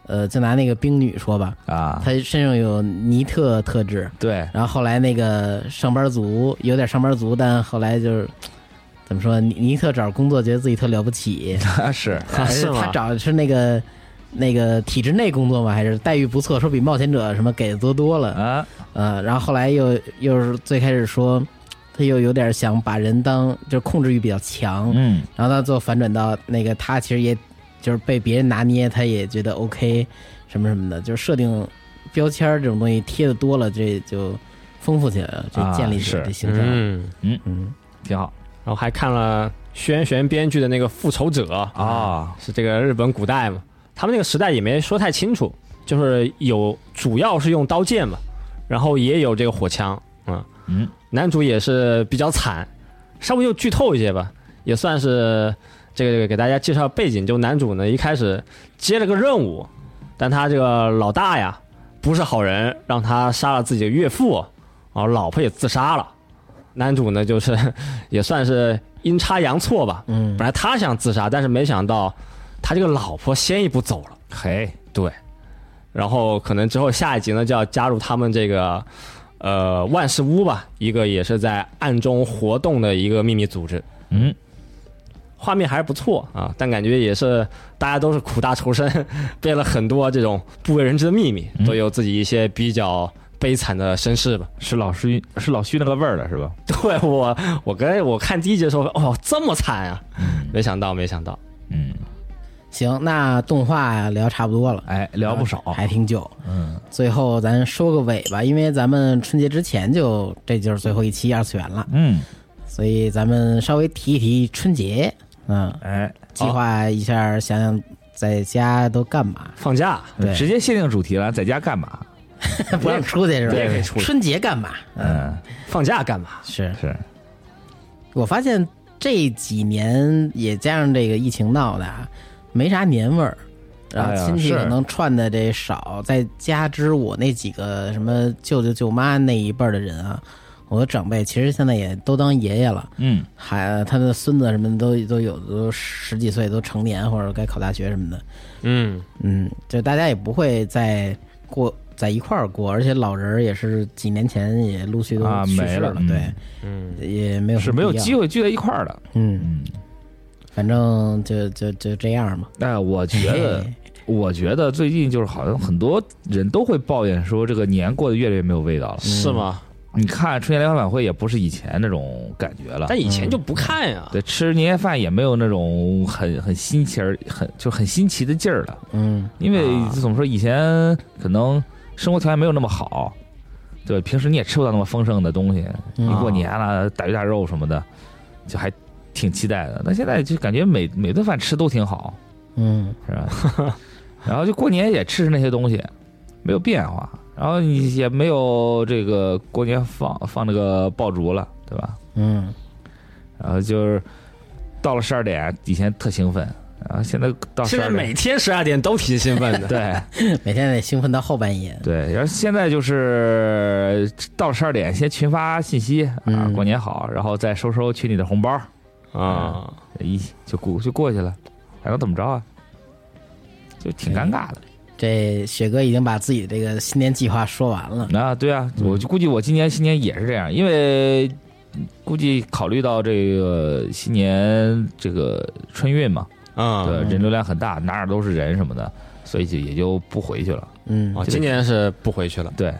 [SPEAKER 5] 呃，就拿那个冰女说吧，
[SPEAKER 7] 啊，
[SPEAKER 5] 她身上有尼特特质，
[SPEAKER 7] 对，
[SPEAKER 5] 然后后来那个上班族有点上班族，但后来就是。怎么说？尼尼特找工作觉得自己特了不起，
[SPEAKER 7] 他 (laughs) 是
[SPEAKER 6] 啊是
[SPEAKER 5] 他
[SPEAKER 6] 吗？
[SPEAKER 5] 找的是那个那个体制内工作吗？还是待遇不错，说比冒险者什么给的多多了？
[SPEAKER 7] 啊，
[SPEAKER 5] 呃，然后后来又又是最开始说，他又有点想把人当，就是控制欲比较强，
[SPEAKER 7] 嗯，
[SPEAKER 5] 然后到最后反转到那个他其实也就是被别人拿捏，他也觉得 OK 什么什么的，就是设定标签儿这种东西贴的多了，这就丰富起来了，
[SPEAKER 7] 啊
[SPEAKER 5] 就建立起来
[SPEAKER 7] 是
[SPEAKER 5] 这形象。
[SPEAKER 6] 嗯，
[SPEAKER 5] 嗯
[SPEAKER 7] 挺好
[SPEAKER 6] 然后还看了轩玄编剧的那个《复仇者》
[SPEAKER 7] 啊，
[SPEAKER 6] 是这个日本古代嘛，他们那个时代也没说太清楚，就是有主要是用刀剑嘛，然后也有这个火枪，嗯
[SPEAKER 7] 嗯，
[SPEAKER 6] 男主也是比较惨，稍微就剧透一些吧，也算是这个这个给大家介绍背景，就男主呢一开始接了个任务，但他这个老大呀不是好人，让他杀了自己的岳父，啊老婆也自杀了，男主呢就是 (laughs) 也算是阴差阳错吧，
[SPEAKER 5] 嗯
[SPEAKER 6] 本来他想自杀，但是没想到他这个老婆先一步走了。
[SPEAKER 7] 嘿，
[SPEAKER 6] 对，然后可能之后下一集呢就要加入他们这个呃万事屋吧，一个也是在暗中活动的一个秘密组织。
[SPEAKER 7] 嗯，
[SPEAKER 6] 画面还是不错啊，但感觉也是大家都是苦大仇深， (laughs) 背了很多这种不为人知的秘密，都有自己一些比较悲惨的身世吧。 (laughs)
[SPEAKER 7] 是老虚是老虚那个味儿了是吧？
[SPEAKER 6] 对我，我跟我看第一集的时候，哦，这么惨啊！没想到，没想到，
[SPEAKER 7] 嗯，
[SPEAKER 5] 行，那动画聊差不多了，
[SPEAKER 7] 哎，聊不少，
[SPEAKER 6] 哦
[SPEAKER 5] 还挺久。
[SPEAKER 7] 嗯，
[SPEAKER 5] 最后咱收个尾吧，因为咱们春节之前就这就是最后一期二次元了，
[SPEAKER 7] 嗯，
[SPEAKER 5] 所以咱们稍微提一提春节，
[SPEAKER 6] 哦
[SPEAKER 5] 嗯，
[SPEAKER 7] 哎，
[SPEAKER 5] 计划一下，想想在家都干嘛，
[SPEAKER 6] 放假，
[SPEAKER 5] 对
[SPEAKER 7] 嗯直接限定主题了，在家干嘛？
[SPEAKER 5] (laughs) 不让出去是吧？
[SPEAKER 6] 呃对可以出去
[SPEAKER 5] 春节干嘛？
[SPEAKER 7] 嗯，
[SPEAKER 6] 放假干嘛？
[SPEAKER 5] 是
[SPEAKER 7] 是，
[SPEAKER 5] 我发现这几年也加上这个疫情闹的，啊，没啥年味儿。啊然
[SPEAKER 7] 哎呀
[SPEAKER 5] 后亲戚
[SPEAKER 7] 是
[SPEAKER 5] 可能串的这少，再加之我那几个什么舅舅舅妈那一辈儿的人啊，我的长辈其实现在也都当爷爷了，
[SPEAKER 7] 嗯，
[SPEAKER 5] 孩他的孙子什么的都都有的都十几岁都成年或者该考大学什么的，
[SPEAKER 6] 嗯，
[SPEAKER 5] 嗯，就大家也不会再过在一块儿过，而且老人儿也是几年前也陆续都
[SPEAKER 7] 啊
[SPEAKER 5] 去
[SPEAKER 7] 没
[SPEAKER 5] 世
[SPEAKER 7] 了嗯
[SPEAKER 5] 对，也没有什
[SPEAKER 7] 是
[SPEAKER 5] 么
[SPEAKER 7] 没有
[SPEAKER 5] 必要
[SPEAKER 7] 机会聚在一块儿的。
[SPEAKER 5] 嗯，
[SPEAKER 7] 嗯，
[SPEAKER 5] 反正就就就这样嘛。
[SPEAKER 7] 那我觉得，我觉得最近就是好像很多人都会抱怨说，这个年过得越来越没有味道了。
[SPEAKER 6] 是吗？
[SPEAKER 7] 你看春节联欢晚会也不是以前那种感觉了，
[SPEAKER 6] 但以前就不看呀。
[SPEAKER 7] 对，吃年夜饭也没有那种很很新奇而很就很新奇的劲儿了。
[SPEAKER 5] 嗯，
[SPEAKER 7] 因为
[SPEAKER 6] 啊
[SPEAKER 7] 怎么说，以前可能生活条件没有那么好，对，平时你也吃不到那么丰盛的东西。
[SPEAKER 5] 嗯
[SPEAKER 7] 一过年了，大鱼大肉什么的，就还挺期待的。但现在就感觉每每顿饭吃都挺好，
[SPEAKER 5] 嗯，
[SPEAKER 7] 是吧？ (laughs) 然后就过年也吃那些东西，没有变化。然后你也没有这个过年放放这个爆竹了，对吧？
[SPEAKER 5] 嗯，
[SPEAKER 7] 然后就是到了十二点，以前特兴奋，然后现在到
[SPEAKER 6] 现
[SPEAKER 7] 十
[SPEAKER 6] 在
[SPEAKER 7] 二
[SPEAKER 6] 每
[SPEAKER 7] 点，
[SPEAKER 6] 天十二点都挺兴 (laughs) 奋的。
[SPEAKER 7] 对。
[SPEAKER 5] 每天得兴奋到后半夜。
[SPEAKER 7] 对，然后现在就是到十二点，先群发信息啊
[SPEAKER 5] 嗯，
[SPEAKER 7] 过年好，然后再收收群里的红包，
[SPEAKER 6] 啊，
[SPEAKER 7] 一就过就过去了，还能怎么着啊？就挺尴尬的。
[SPEAKER 5] 这雪哥已经把自己这个新年计划说完了。
[SPEAKER 7] 那、对啊，
[SPEAKER 6] 嗯
[SPEAKER 7] 我就估计我今年新年也是这样，因为估计考虑到这个新年这个春运嘛，对，
[SPEAKER 6] 嗯，
[SPEAKER 7] 人流量很大，哪哪都是人什么的，所以就也就不回去了。
[SPEAKER 5] 嗯
[SPEAKER 6] 哦，今年是不回去了，
[SPEAKER 7] 对，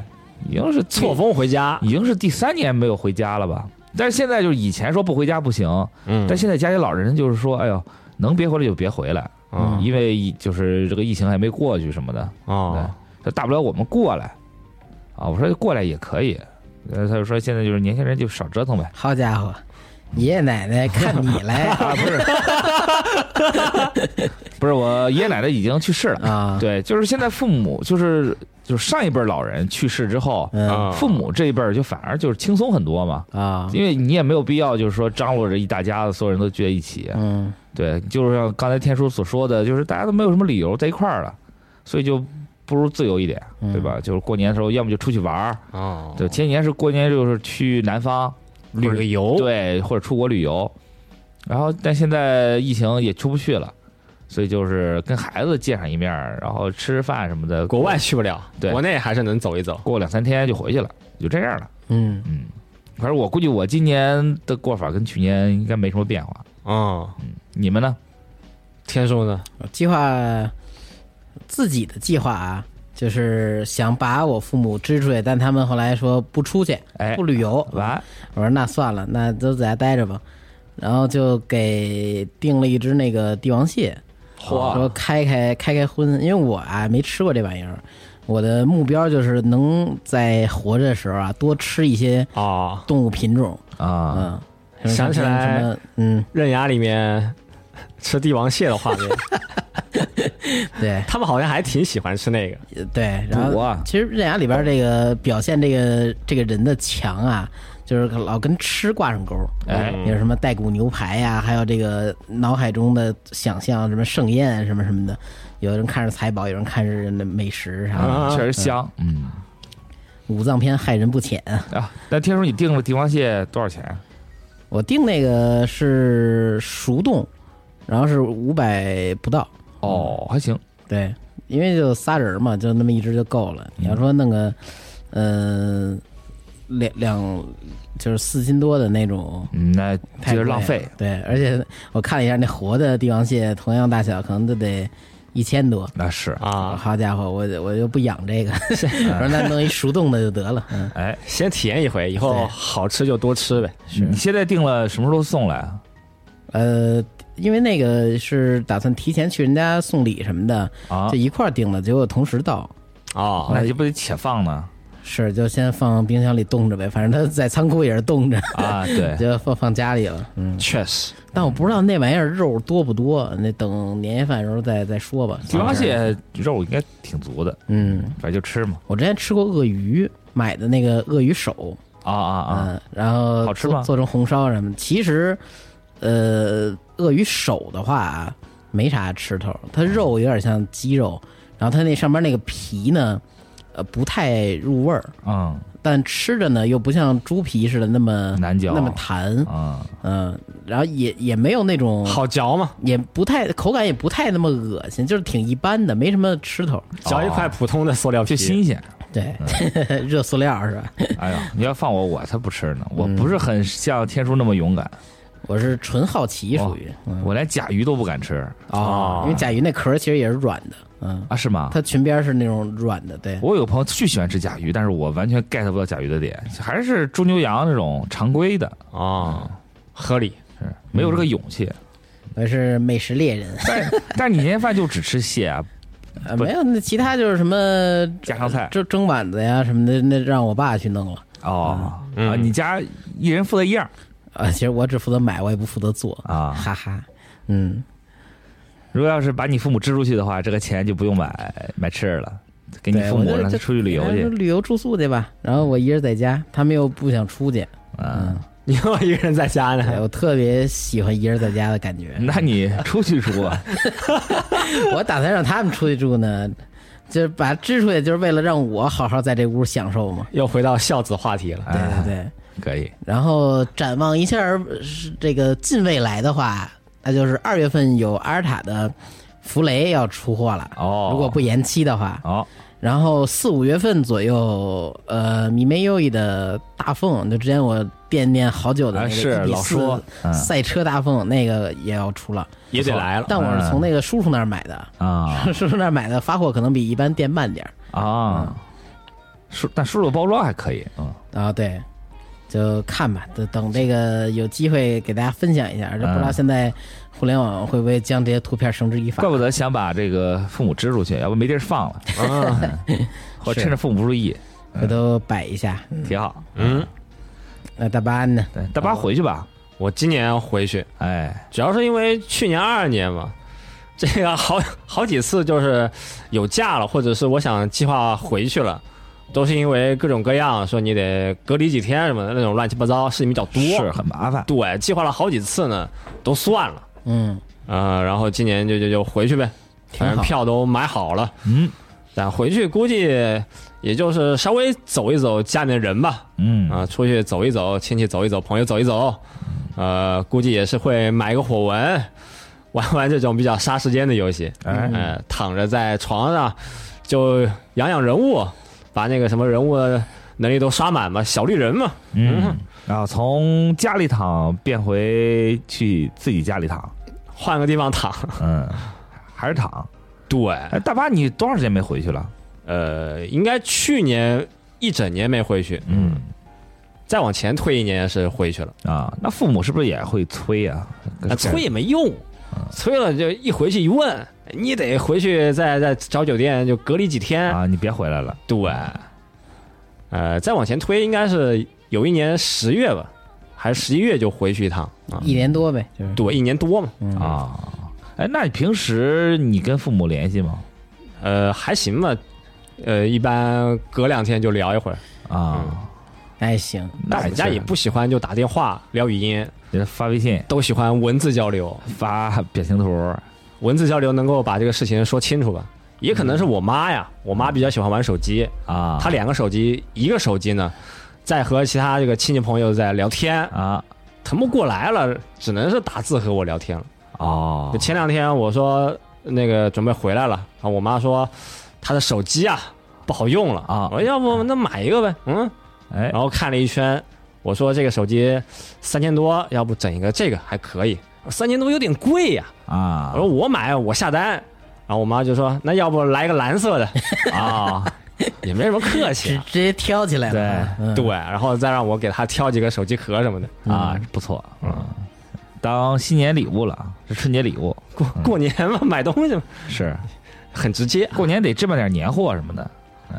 [SPEAKER 7] 已经是
[SPEAKER 6] 错峰回家。
[SPEAKER 7] 已经是第三年没有回家了吧？但是现在就是以前说不回家不行，
[SPEAKER 6] 嗯
[SPEAKER 7] 但现在家里老人就是说，哎呦，能别回来就别回来，
[SPEAKER 6] 啊
[SPEAKER 7] 因为就是这个疫情还没过去什么的，
[SPEAKER 5] 哦
[SPEAKER 6] 啊，
[SPEAKER 7] 就大不了我们过来啊。我说过来也可以，呃，他就说现在就是年轻人就少折腾呗。
[SPEAKER 5] 好家伙，爷爷奶奶看你来
[SPEAKER 7] (laughs)
[SPEAKER 5] 啊！不是
[SPEAKER 7] 不是我爷爷奶奶已经去世了，
[SPEAKER 5] 啊，
[SPEAKER 7] 对，就是现在父母就是就是上一辈老人去世之后，
[SPEAKER 5] 嗯
[SPEAKER 6] 啊
[SPEAKER 7] 父母这一辈儿就反而就是轻松很多嘛，
[SPEAKER 5] 啊，
[SPEAKER 7] 因为你也没有必要就是说张罗着一大家子所有人都聚在一起，
[SPEAKER 5] 嗯
[SPEAKER 7] 对，就是像刚才天叔所说的，就是大家都没有什么理由在一块儿了，所以就不如自由一点，
[SPEAKER 5] 嗯
[SPEAKER 7] 对吧？就是过年的时候，要么就出去玩儿，
[SPEAKER 6] 哦，
[SPEAKER 7] 对，前几年是过年就是去南方，
[SPEAKER 6] 旅个游，
[SPEAKER 7] 对，或者出国旅游，然后但现在疫情也出不去了，所以就是跟孩子见上一面儿，然后吃吃饭什么的，
[SPEAKER 6] 国外去不了，
[SPEAKER 7] 对
[SPEAKER 6] 国内还是能走一走。
[SPEAKER 7] 过两三天就回去了，就这样了。
[SPEAKER 5] 嗯，
[SPEAKER 7] 嗯，反正我估计我今年的过法跟去年应该没什么变化，
[SPEAKER 6] 嗯，
[SPEAKER 7] 你们呢？
[SPEAKER 6] 天数 (laughs) 呢？
[SPEAKER 5] 计划自己的计划啊，就是想把我父母支出去，但他们后来说不出去，
[SPEAKER 7] 哎
[SPEAKER 5] 不旅游，
[SPEAKER 7] 完，
[SPEAKER 5] 我说那算了，那都在家待着吧。然后就给订了一只那个帝王蟹，
[SPEAKER 6] 哦
[SPEAKER 5] 说开开开开荤，因为我啊没吃过这玩意儿，我的目标就是能在活着的时候啊多吃一些
[SPEAKER 6] 哦，
[SPEAKER 5] 动物品种，
[SPEAKER 7] 啊，
[SPEAKER 5] 嗯，
[SPEAKER 6] 想起来
[SPEAKER 5] 什么，嗯，
[SPEAKER 6] 刃牙里面 (laughs) 吃帝王蟹的画 (laughs) 面，
[SPEAKER 5] 对
[SPEAKER 6] 他们好像还挺喜欢吃那个。
[SPEAKER 5] 对，然后
[SPEAKER 7] 补啊
[SPEAKER 5] 其实刃牙里边这个表现这个这个人的强啊，就是老跟吃挂上钩，
[SPEAKER 7] 哎
[SPEAKER 5] 有什么带骨牛排呀、还有这个脑海中的想象什么盛宴什么什么的，有人看着财宝，有人看着人的美食啥的，
[SPEAKER 6] 啊
[SPEAKER 7] 确实香，嗯。
[SPEAKER 5] 五脏篇害人不浅。
[SPEAKER 7] 啊，那天叔你订了帝王蟹多少钱啊？
[SPEAKER 5] 我订那个是熟冻，然后是五百不到，
[SPEAKER 7] 哦，还行，
[SPEAKER 5] 对，因为就仨人嘛，就那么一只就够了。你要说弄个，呃，两两就是四斤多的那种，
[SPEAKER 7] 嗯那
[SPEAKER 5] 太
[SPEAKER 7] 就是
[SPEAKER 5] 贵
[SPEAKER 7] 浪
[SPEAKER 5] 了
[SPEAKER 7] 费。。
[SPEAKER 5] 对，而且我看了一下，那活的帝王蟹同样大小，可能都得一千多。
[SPEAKER 7] 那是，
[SPEAKER 6] 啊，
[SPEAKER 5] 好家伙，我我就不养
[SPEAKER 7] (laughs)
[SPEAKER 5] 这个，我说那弄一熟冻的就得了。嗯，
[SPEAKER 7] 哎，
[SPEAKER 6] 先体验一回，以后好吃就多吃呗。
[SPEAKER 7] 你现在订了，什么时候送来啊？
[SPEAKER 5] 呃，因为那个是打算提前去人家送礼什么的，
[SPEAKER 7] 啊
[SPEAKER 5] 就一块儿订的，结果同时到，
[SPEAKER 6] 哦，
[SPEAKER 7] 那就不得且放呢
[SPEAKER 5] 是就先放冰箱里冻着呗，反正它在仓库也是冻着，(laughs)
[SPEAKER 7] 啊？对，
[SPEAKER 5] 就放放家里了。嗯，
[SPEAKER 6] 确实，
[SPEAKER 5] 但我不知道那玩意儿肉多不多，那等年夜饭时候再再说吧。
[SPEAKER 7] 菊花蟹肉应该挺足的，
[SPEAKER 5] 嗯，
[SPEAKER 7] 反正就吃嘛。
[SPEAKER 5] 我之前吃过鳄鱼，买的那个鳄鱼手，
[SPEAKER 7] 啊啊啊！
[SPEAKER 5] 嗯，然后
[SPEAKER 7] 好吃
[SPEAKER 5] 做
[SPEAKER 7] 吗
[SPEAKER 5] 做成红烧什么？其实，呃，鳄鱼手的话啊没啥吃头，它肉有点像鸡肉，然后它那上面那个皮呢，呃，不太入味儿，
[SPEAKER 7] 嗯
[SPEAKER 5] 但吃着呢又不像猪皮似的那么
[SPEAKER 7] 难嚼
[SPEAKER 5] 那么弹，
[SPEAKER 7] 啊，
[SPEAKER 5] 嗯、然后也也没有那种，
[SPEAKER 6] 好嚼嘛，
[SPEAKER 5] 也不太口感也不太那么恶心，就是挺一般的，没什么吃头。
[SPEAKER 7] 嗯
[SPEAKER 6] 嚼一块普通的塑料
[SPEAKER 7] 就
[SPEAKER 6] 皮，
[SPEAKER 7] 新鲜。
[SPEAKER 5] 对， (laughs) 热塑料是吧？
[SPEAKER 7] 哎呀，你要放我，我才不吃呢。我不是很像天叔那么勇敢，
[SPEAKER 5] 我是纯好奇，
[SPEAKER 7] 哦
[SPEAKER 5] 属于嗯
[SPEAKER 7] 我连甲鱼都不敢吃
[SPEAKER 6] 哦
[SPEAKER 5] 因为甲鱼那壳其实也是软的，嗯，
[SPEAKER 7] 啊，是吗？
[SPEAKER 5] 它裙边是那种软的，对，
[SPEAKER 7] 我有个朋友巨喜欢吃甲鱼，但是我完全 get 不到甲鱼的点，还是猪牛羊那种常规的，
[SPEAKER 6] 哦，合 (laughs) 理，
[SPEAKER 7] 是没有这个勇气。
[SPEAKER 5] 我是美食猎人，
[SPEAKER 7] 但但是你年夜饭就只吃蟹啊，
[SPEAKER 5] 呃，
[SPEAKER 7] 不
[SPEAKER 5] 没有那其他就是什么
[SPEAKER 7] 家常菜
[SPEAKER 5] 蒸蒸丸子呀什么的，那让我爸去弄了。
[SPEAKER 7] 哦，
[SPEAKER 6] 嗯
[SPEAKER 7] 啊，你家一人负责一样
[SPEAKER 5] 啊，其实我只负责买，我也不负责做，(laughs)
[SPEAKER 7] 嗯啊。
[SPEAKER 5] 哈哈，嗯，
[SPEAKER 7] 如果要是把你父母支出去的话，这个钱就不用买买吃了，给你
[SPEAKER 5] 对
[SPEAKER 7] 父
[SPEAKER 5] 我
[SPEAKER 7] 母
[SPEAKER 5] 就
[SPEAKER 7] 让他
[SPEAKER 5] 就
[SPEAKER 7] 出去旅游
[SPEAKER 5] 哎
[SPEAKER 7] 去
[SPEAKER 5] 旅游住宿去吧。然后我一人在家，他们又不想出去，
[SPEAKER 7] 啊。
[SPEAKER 6] 因为我一个人在家
[SPEAKER 5] 对
[SPEAKER 6] 呢，
[SPEAKER 5] 我特别喜欢一人在家的感觉。
[SPEAKER 7] (laughs)
[SPEAKER 6] 嗯
[SPEAKER 7] 那你出去住啊？
[SPEAKER 5] 我打算让他们出去住呢，就是把支出去，就是为了让我好好在这屋享受嘛。
[SPEAKER 6] 又回到孝子话题了，
[SPEAKER 5] 对对
[SPEAKER 7] 哎
[SPEAKER 5] 对，
[SPEAKER 7] (laughs) 可以
[SPEAKER 5] 然后展望一下儿是这个近未来的话，那就是二月份有阿尔塔的弗雷要出货了
[SPEAKER 7] 哦
[SPEAKER 5] 如果不延期的话，
[SPEAKER 7] 哦，
[SPEAKER 5] 然后四五月份左右，呃，米梅优伊的大凤，就之前我惦念好久的
[SPEAKER 7] 啊
[SPEAKER 5] 那
[SPEAKER 7] 是
[SPEAKER 5] 个 EB
[SPEAKER 7] 老说嗯
[SPEAKER 5] 四赛车大凤，那个也要出了，
[SPEAKER 6] 也得来了，
[SPEAKER 5] 但我是从那个叔叔那儿买的，
[SPEAKER 6] (laughs)
[SPEAKER 7] 啊
[SPEAKER 5] (laughs) 叔叔那儿买的发货可能比一般店慢点儿
[SPEAKER 7] 啊，叔，但叔叔包装还可以，嗯
[SPEAKER 5] 啊，对，就看吧，等等这个有机会给大家分享一下，就不知
[SPEAKER 6] 嗯
[SPEAKER 5] 道现在互联网会不会将这些图片绳之以法
[SPEAKER 7] 怪。不得想把这个父母支出去，要不没地儿放
[SPEAKER 6] (laughs)
[SPEAKER 7] 了。
[SPEAKER 6] 啊
[SPEAKER 7] (laughs) 嗯我趁着父母不注意，
[SPEAKER 5] 回头摆一下。
[SPEAKER 7] 挺好。
[SPEAKER 6] 嗯，
[SPEAKER 5] 那大巴呢？
[SPEAKER 7] 对，大巴回去吧。
[SPEAKER 6] 我今年要回去，
[SPEAKER 7] 哎，
[SPEAKER 6] 主要是因为去年二二年嘛，这个好好几次就是有假了，或者是我想计划回去了，都是因为各种各样说你得隔离几天什么的那种乱七八糟事情比较多，
[SPEAKER 7] 是很麻烦。
[SPEAKER 6] 对，计划了好几次呢，都算了，
[SPEAKER 5] 嗯，
[SPEAKER 6] 呃，然后今年就就就回去呗，
[SPEAKER 5] 好
[SPEAKER 6] 反正票都买好了，
[SPEAKER 7] 嗯
[SPEAKER 6] 但回去估计也就是稍微走一走家里的人吧，
[SPEAKER 7] 嗯
[SPEAKER 6] 啊、出去走一走，亲戚走一走，朋友走一走，呃，估计也是会买一个火纹，玩玩这种比较杀时间的游戏，
[SPEAKER 7] 哎
[SPEAKER 6] 呃，躺着在床上就养养人物，把那个什么人物的能力都刷满嘛，小绿人嘛，
[SPEAKER 7] 嗯。然后从家里躺变回去自己家里躺，
[SPEAKER 6] 换个地方躺。
[SPEAKER 7] 嗯，还是躺。
[SPEAKER 6] 对，
[SPEAKER 7] 哎，大巴，你多长时间没回去了？
[SPEAKER 6] 呃，应该去年一整年没回去，
[SPEAKER 7] 嗯
[SPEAKER 6] 再往前推一年是回去了，
[SPEAKER 7] 啊，那父母是不是也会催啊？
[SPEAKER 6] 那催也没用，催了就一回去一问，你得回去再再找酒店就隔离几天，
[SPEAKER 7] 啊，你别回来了。
[SPEAKER 6] 对，呃，再往前推应该是有一年十月吧，还是十一月就回去一趟啊？
[SPEAKER 5] 一年多呗，就是
[SPEAKER 6] 对，一年多嘛，
[SPEAKER 7] 啊。哎，那你平时你跟父母联系吗？
[SPEAKER 6] 呃，还行吧，呃，一般隔两天就聊一会儿，
[SPEAKER 7] 啊，
[SPEAKER 5] 还哎行。
[SPEAKER 7] 那
[SPEAKER 6] 但嗯人家也不喜欢就打电话聊语音，
[SPEAKER 7] 是发微信、
[SPEAKER 6] 都喜欢文字交流，
[SPEAKER 7] 发 (laughs) 表情图，
[SPEAKER 6] 文字交流能够把这个事情说清楚吧？也可能是我妈呀，我妈比较喜欢玩手机，
[SPEAKER 7] 啊，
[SPEAKER 6] 她两个手机，一个手机呢，在和其他这个亲戚朋友在聊天，
[SPEAKER 7] 啊
[SPEAKER 6] 腾不过来了，只能是打字和我聊天了。
[SPEAKER 7] 哦
[SPEAKER 6] 就前两天我说那个准备回来了，然后我妈说她的手机啊不好用了
[SPEAKER 7] 啊
[SPEAKER 6] 我说要不那买一个呗，嗯，
[SPEAKER 7] 哎
[SPEAKER 6] 然后看了一圈，我说这个手机三千多，要不整一个这个还可以，三千多有点贵呀、
[SPEAKER 7] 啊
[SPEAKER 6] 我说我买我下单，然后我妈就说那要不来个蓝色的，
[SPEAKER 7] (laughs) 啊，
[SPEAKER 6] 也没什么客
[SPEAKER 5] 直
[SPEAKER 6] 气、啊，
[SPEAKER 5] 直接挑起来了啊，嗯
[SPEAKER 6] 对，然后再
[SPEAKER 7] 嗯
[SPEAKER 6] 让我给她挑几个手机壳什么的，
[SPEAKER 7] 啊，不错，嗯，当新年礼物了啊是春节礼物，嗯
[SPEAKER 6] 过过年嘛，买东西嘛，
[SPEAKER 7] 是
[SPEAKER 6] 很直接。
[SPEAKER 7] 过年得置办点年货什么的。嗯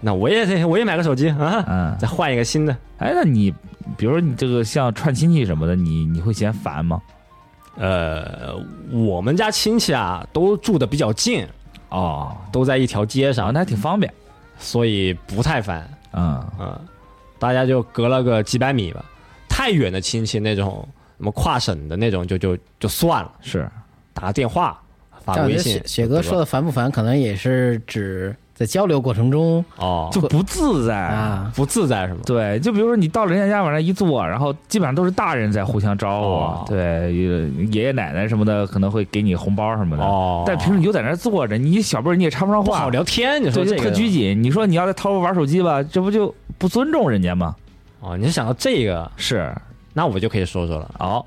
[SPEAKER 6] 那我也得我也买个手机啊，
[SPEAKER 7] 嗯，
[SPEAKER 6] 再换一个新的。
[SPEAKER 7] 哎，那你比如说你这个像串亲戚什么的，你你会嫌烦吗？
[SPEAKER 6] 呃，我们家亲戚啊都住的比较近，
[SPEAKER 7] 哦，
[SPEAKER 6] 都在一条街
[SPEAKER 7] 然后
[SPEAKER 6] 上，
[SPEAKER 7] 那还挺方便。
[SPEAKER 6] 所以不太烦
[SPEAKER 7] 嗯，
[SPEAKER 6] 啊、大家就隔了个几百米吧。太远的亲戚那种，什么跨省的那种就就就算了，
[SPEAKER 7] 是
[SPEAKER 6] 打个电话发
[SPEAKER 5] 但
[SPEAKER 6] 个
[SPEAKER 5] 我觉
[SPEAKER 6] 微
[SPEAKER 5] 得
[SPEAKER 6] 信
[SPEAKER 5] 雪。雪哥说的烦不烦，可能也是指在交流过程中
[SPEAKER 6] 哦，
[SPEAKER 7] 就不自在。
[SPEAKER 5] 啊，
[SPEAKER 6] 不自在是吗？
[SPEAKER 7] 对，就比如说你到人家家往那一坐，然后基本上都是大人在互相招呼，
[SPEAKER 6] 哦
[SPEAKER 7] 对，爷爷奶奶什么的可能会给你红包什么的。
[SPEAKER 6] 哦
[SPEAKER 7] 但平时你就在那儿坐着，你小辈儿你也插不上
[SPEAKER 6] 不
[SPEAKER 7] 话，
[SPEAKER 6] 好聊天，你说
[SPEAKER 7] 对，就
[SPEAKER 6] 这个
[SPEAKER 7] 特拘谨。你说你要在掏屋玩手机吧，这不就不尊重人家吗？
[SPEAKER 6] 哦。你想到这个，
[SPEAKER 7] 是，
[SPEAKER 6] 那我就可以说说了。哦，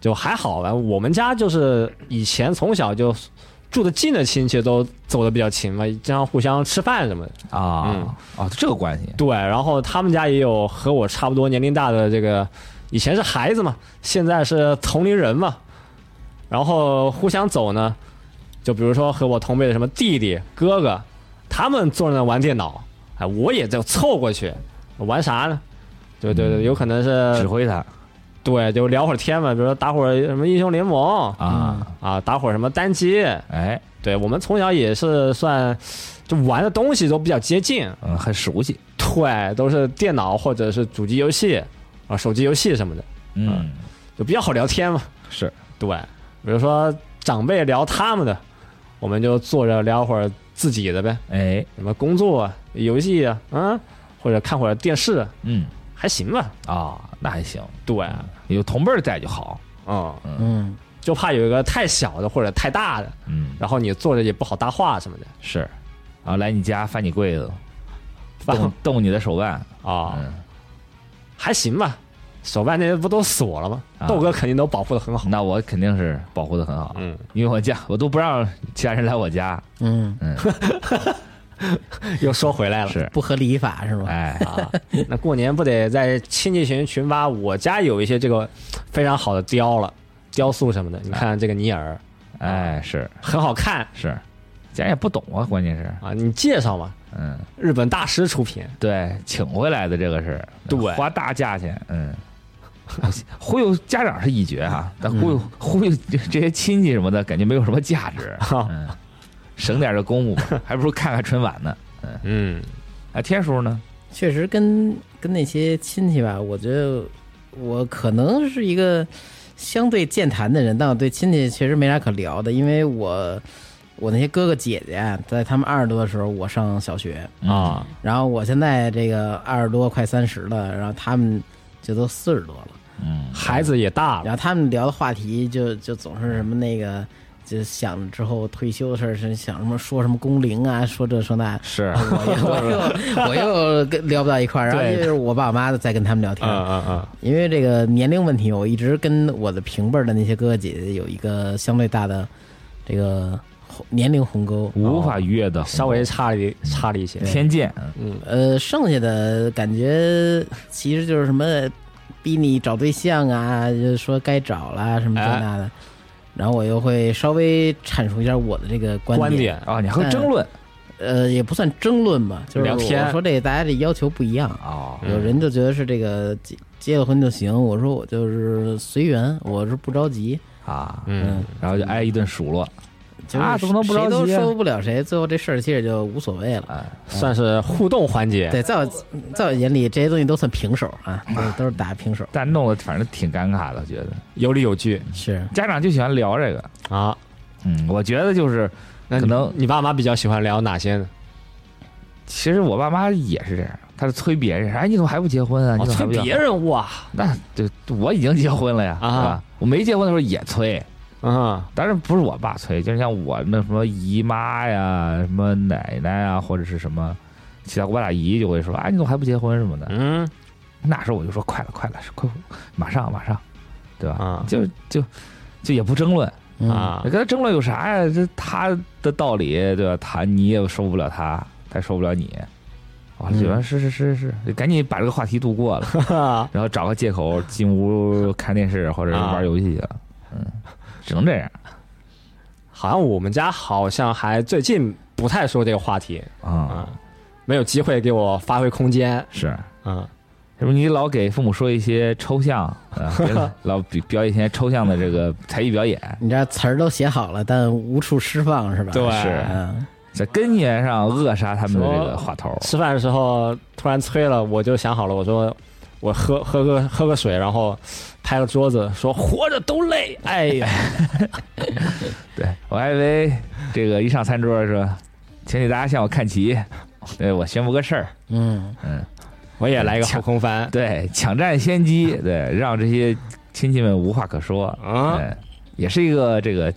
[SPEAKER 6] 就还好吧。我们家就是以前从小就住的近的亲戚都走的比较勤嘛，经常互相吃饭什么的。
[SPEAKER 7] 啊、
[SPEAKER 6] 嗯
[SPEAKER 7] 哦，这个关系
[SPEAKER 6] 对，然后他们家也有和我差不多年龄大的这个，以前是孩子嘛，现在是同龄人嘛，然后互相走呢，就比如说和我同辈的什么弟弟、哥哥，他们坐那玩电脑，哎，我也就凑过去玩啥呢？对对对，有可能
[SPEAKER 7] 指
[SPEAKER 6] 是
[SPEAKER 7] 挥他
[SPEAKER 6] 对，就聊会儿天嘛，比如说打会儿什么英雄联盟
[SPEAKER 7] 啊，
[SPEAKER 6] 啊，打会儿什么单机，
[SPEAKER 7] 哎，
[SPEAKER 6] 对我们从小也是算就玩的东西都比较接近，
[SPEAKER 7] 嗯，很熟悉，
[SPEAKER 6] 对，都是电脑或者是主机游戏啊、手机游戏什么的，
[SPEAKER 7] 嗯，
[SPEAKER 6] 就比较好聊天嘛。
[SPEAKER 7] 是
[SPEAKER 6] 对，比如说长辈聊他们的，我们就坐着聊会儿自己的呗，
[SPEAKER 7] 哎，
[SPEAKER 6] 什么工作啊、游戏啊，嗯，或者看会儿电视，
[SPEAKER 7] 嗯，
[SPEAKER 6] 还行吧。
[SPEAKER 7] 啊、那还行，
[SPEAKER 6] 对，
[SPEAKER 7] 有同辈儿在就好，
[SPEAKER 6] 嗯，
[SPEAKER 5] 嗯，
[SPEAKER 6] 就怕有一个太小的或者太大的，
[SPEAKER 7] 嗯，
[SPEAKER 6] 然后你坐着也不好搭话什么的。
[SPEAKER 7] 是，然后来你家翻你柜子，
[SPEAKER 6] 反
[SPEAKER 7] 动动你的手腕，
[SPEAKER 6] 啊，
[SPEAKER 7] 嗯
[SPEAKER 6] 还行吧，手办那些不都锁了吗？
[SPEAKER 7] 啊
[SPEAKER 6] 豆哥肯定都保护的
[SPEAKER 7] (laughs)
[SPEAKER 6] 很好。
[SPEAKER 7] 那我肯定是保护的很好，
[SPEAKER 6] 嗯，
[SPEAKER 7] 因为我家我都不让其他人来我家，
[SPEAKER 5] 嗯，
[SPEAKER 7] 嗯，
[SPEAKER 6] 又说回来了，
[SPEAKER 7] (laughs) 是，
[SPEAKER 5] 不合礼法是吗？
[SPEAKER 7] 哎，
[SPEAKER 6] 啊，那过年不得在亲戚群群发？我家有一些这个非常好的雕了，雕塑什么的。你看这个尼尔
[SPEAKER 7] 哎，是
[SPEAKER 6] 很好看
[SPEAKER 7] 是，咱也不懂啊，关键是，
[SPEAKER 6] 啊，你介绍嘛？
[SPEAKER 7] 嗯，
[SPEAKER 6] 日本大师出品，
[SPEAKER 7] 对，请回来的这个是，
[SPEAKER 6] 对
[SPEAKER 7] 花大价钱， (laughs) 嗯。忽悠家长是一绝哈、但忽悠忽悠这这些亲戚什么的，感觉没有什么价 (laughs) 值。
[SPEAKER 6] 哈
[SPEAKER 7] 嗯，省点这公务吧，还不如看看春晚呢。
[SPEAKER 6] 嗯，
[SPEAKER 7] 啊，天叔呢？
[SPEAKER 5] 确实跟跟那些亲戚吧，我觉得我可能是一个相对健谈的人，但我对亲戚确实没啥可聊的，因为我我那些哥哥姐姐啊，在他们二十多的时候，我上小学，
[SPEAKER 7] 啊，
[SPEAKER 5] 然后我现在这个二十多快三十了，然后他们就都四十多了。
[SPEAKER 7] 嗯，。
[SPEAKER 6] 孩子也大了
[SPEAKER 5] 然后他们聊的话题就就总是什么那个，就想着之后退休的事儿，是想什么说什么工龄啊，说这说那
[SPEAKER 7] 是
[SPEAKER 5] (laughs) 我又我
[SPEAKER 6] (laughs)
[SPEAKER 5] 又我又跟聊不到一块儿，然后
[SPEAKER 6] 对
[SPEAKER 5] 就是我爸我妈在跟他们聊天，
[SPEAKER 6] 嗯嗯
[SPEAKER 5] 因为这个年龄问题，我一直跟我的平辈儿的那些哥哥姐姐有一个相对大的这个鸿年龄鸿沟。
[SPEAKER 6] 嗯
[SPEAKER 7] 无法逾越的鸿沟，
[SPEAKER 6] 哦稍微嗯差了一差了一些。
[SPEAKER 7] 偏见。
[SPEAKER 5] 呃，剩下的感觉其实就是什么逼你找对象啊，就是说该找啦什么这那
[SPEAKER 6] 哎
[SPEAKER 5] 的，然后我又会稍微阐述一下我的这个观
[SPEAKER 6] 观点
[SPEAKER 7] 啊，你还会争论
[SPEAKER 5] 呃，也不算争论吧，就是
[SPEAKER 6] 聊天
[SPEAKER 5] 我说这个大家这要求不一样，
[SPEAKER 6] 哦
[SPEAKER 7] 啊？
[SPEAKER 6] 嗯
[SPEAKER 5] 有人就觉得是这个结结了婚就行，我说我就是随缘，我是不着急，
[SPEAKER 7] 啊，
[SPEAKER 6] 嗯，
[SPEAKER 7] 然后就挨一顿数落。
[SPEAKER 5] 就是
[SPEAKER 7] 啊怎么能不着急
[SPEAKER 5] 谁
[SPEAKER 7] 啊
[SPEAKER 5] 都说不了谁，最后这事儿其实也就无所
[SPEAKER 6] 哎
[SPEAKER 5] 谓了。
[SPEAKER 6] 嗯算是互动环节。
[SPEAKER 5] 对，在我在我眼里，这些东西都算平手
[SPEAKER 6] (laughs)
[SPEAKER 5] 啊，都都是打平手。
[SPEAKER 7] 但弄得反正挺尴尬的，我觉得
[SPEAKER 6] 有理有据
[SPEAKER 5] 是，
[SPEAKER 7] 家长就喜欢聊这个。
[SPEAKER 6] 啊。
[SPEAKER 7] 嗯，我觉得就是，
[SPEAKER 6] 那
[SPEAKER 7] 可能
[SPEAKER 6] 你爸妈比较喜欢聊哪些呢？
[SPEAKER 7] 其实我爸妈也是这样，他是催别人，哎，你怎么还不结婚啊？你
[SPEAKER 6] 哦
[SPEAKER 7] 怎么还
[SPEAKER 6] 催
[SPEAKER 7] 不结
[SPEAKER 6] 别人哇
[SPEAKER 7] 那对，我已经结婚了呀，
[SPEAKER 6] 啊
[SPEAKER 7] 是吧我没结婚的时候也催，
[SPEAKER 6] 啊
[SPEAKER 7] 当然不是我爸催，就是像我那什么姨妈呀、什么奶奶呀，或者是什么其他我俩姨就会说：“啊，你怎么还不结婚什么的。
[SPEAKER 6] 嗯
[SPEAKER 7] 那时候我就说：“快了，快了，快，马上，马上，对吧？”
[SPEAKER 6] 啊
[SPEAKER 7] 就就就也不争论，
[SPEAKER 5] 嗯
[SPEAKER 6] 啊
[SPEAKER 7] 跟他争论有啥呀？这他的道理，对吧？他你也受不了他，他也受不了你。我就觉
[SPEAKER 6] 嗯
[SPEAKER 7] 得是是是是，就赶紧把这个话题度过
[SPEAKER 6] (laughs) 啊
[SPEAKER 7] 了，然后找个借口进屋看电视或者是玩游戏去了。嗯只能这样
[SPEAKER 6] 好像我们家好像还最近不太说这个话题，
[SPEAKER 7] 啊、
[SPEAKER 6] 啊，没有机会给我发挥空间，
[SPEAKER 7] 是。
[SPEAKER 6] 嗯，
[SPEAKER 7] 是不是你老给父母说一些抽象啊，
[SPEAKER 6] (laughs)
[SPEAKER 7] 别老老比表演一些抽象的这个才艺表演，
[SPEAKER 5] 你这词儿都写好了，但无处释放是吧？
[SPEAKER 6] 对
[SPEAKER 7] 是
[SPEAKER 5] 嗯，
[SPEAKER 7] 在根源上扼杀他们的这个话头。
[SPEAKER 6] 吃饭的时候突然催了，我就想好了，我说我喝喝个喝个水，然后拍个桌子说活着都累，哎呀，
[SPEAKER 7] (laughs) 对我还以为这个一上餐桌说，请你大家向我看齐，对我宣布个事儿，
[SPEAKER 5] 嗯，
[SPEAKER 6] 我也来一个后空翻，
[SPEAKER 7] 对，抢占先机，对，让这些亲戚们无话可说，
[SPEAKER 6] 啊
[SPEAKER 7] 对，也是一个这个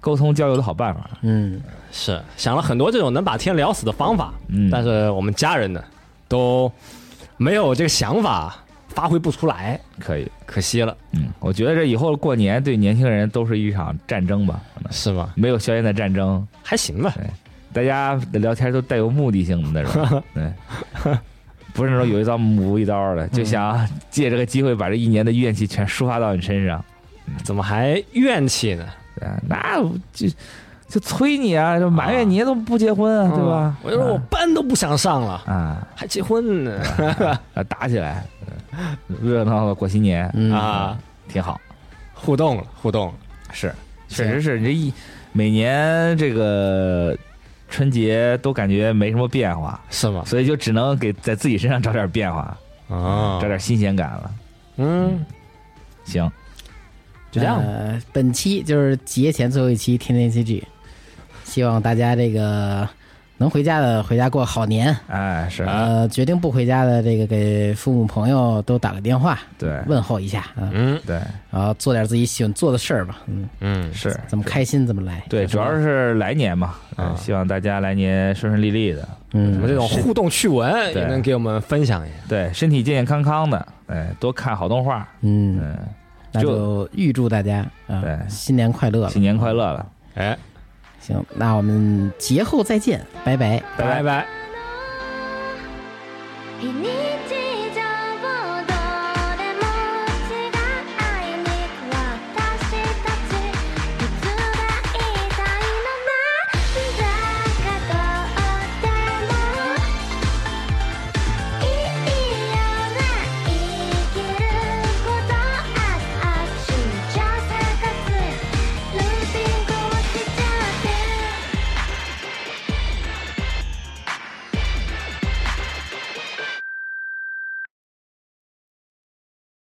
[SPEAKER 7] 沟通交流的好办法。
[SPEAKER 5] 嗯，
[SPEAKER 6] 是想了很多这种能把天聊死的方法，
[SPEAKER 7] 嗯，
[SPEAKER 6] 但是我们家人呢都没有这个想法，发挥不出来，
[SPEAKER 7] 可以，
[SPEAKER 6] 可惜了，
[SPEAKER 7] 嗯，我觉得这以后过年对年轻人都是一场战争吧，可能
[SPEAKER 6] 是吗？
[SPEAKER 7] 没有硝烟的战争，
[SPEAKER 6] 还行吧，
[SPEAKER 7] 大家的聊天都带有目的性的那种，对，不是那种有一刀无一刀的，就想借这个机会把这一年的怨气全抒发到你身上，
[SPEAKER 6] 怎么还怨气呢？
[SPEAKER 7] 对啊，那就就催你啊，就埋怨你都不结婚
[SPEAKER 6] 嗯
[SPEAKER 7] 啊，对吧？
[SPEAKER 6] 我就说我班都不想上了，
[SPEAKER 7] 啊
[SPEAKER 6] 还结婚呢
[SPEAKER 7] 啊，打起来，嗯热闹的过新年，
[SPEAKER 5] 嗯
[SPEAKER 6] (laughs) 啊！
[SPEAKER 7] 挺好，
[SPEAKER 6] 互动了，互动了，
[SPEAKER 7] 是，确实是你这一每年这个春节都感觉没什么变化，
[SPEAKER 6] 是吗？
[SPEAKER 7] 所以就只能给在自己身上找点变化，
[SPEAKER 6] 啊
[SPEAKER 7] 找点新鲜感了。
[SPEAKER 6] 嗯，
[SPEAKER 7] 行，
[SPEAKER 6] 就这样
[SPEAKER 5] 呃，本期就是节前最后一期《天天 CG》，希望大家这个能回家的回家过好年，
[SPEAKER 7] 哎，是
[SPEAKER 5] 呃，决定不回家的这个给父母朋友都打个电话
[SPEAKER 7] 对
[SPEAKER 5] 问候一下啊，
[SPEAKER 6] 嗯
[SPEAKER 7] 对
[SPEAKER 5] 然后做点自己喜欢做的事儿吧，嗯，
[SPEAKER 6] 嗯，
[SPEAKER 7] 是，
[SPEAKER 5] 怎么开心怎么来，
[SPEAKER 7] 对，主要是来年嘛，
[SPEAKER 6] 啊
[SPEAKER 7] 嗯希望大家来年顺顺利利的，
[SPEAKER 6] 我们
[SPEAKER 5] 嗯
[SPEAKER 6] 这种互动趣闻
[SPEAKER 7] 对
[SPEAKER 6] 也能给我们分享一下。
[SPEAKER 7] 对，身体健健康康的，哎，多看好动画，
[SPEAKER 5] 嗯，
[SPEAKER 7] 嗯，
[SPEAKER 5] 那就预祝大家啊
[SPEAKER 7] 对
[SPEAKER 5] 新年快乐了，
[SPEAKER 7] 新年快乐了，
[SPEAKER 6] 哎，
[SPEAKER 5] 行，那我们节后再见，拜拜。
[SPEAKER 7] 拜
[SPEAKER 6] 拜拜。
[SPEAKER 4] 「ひね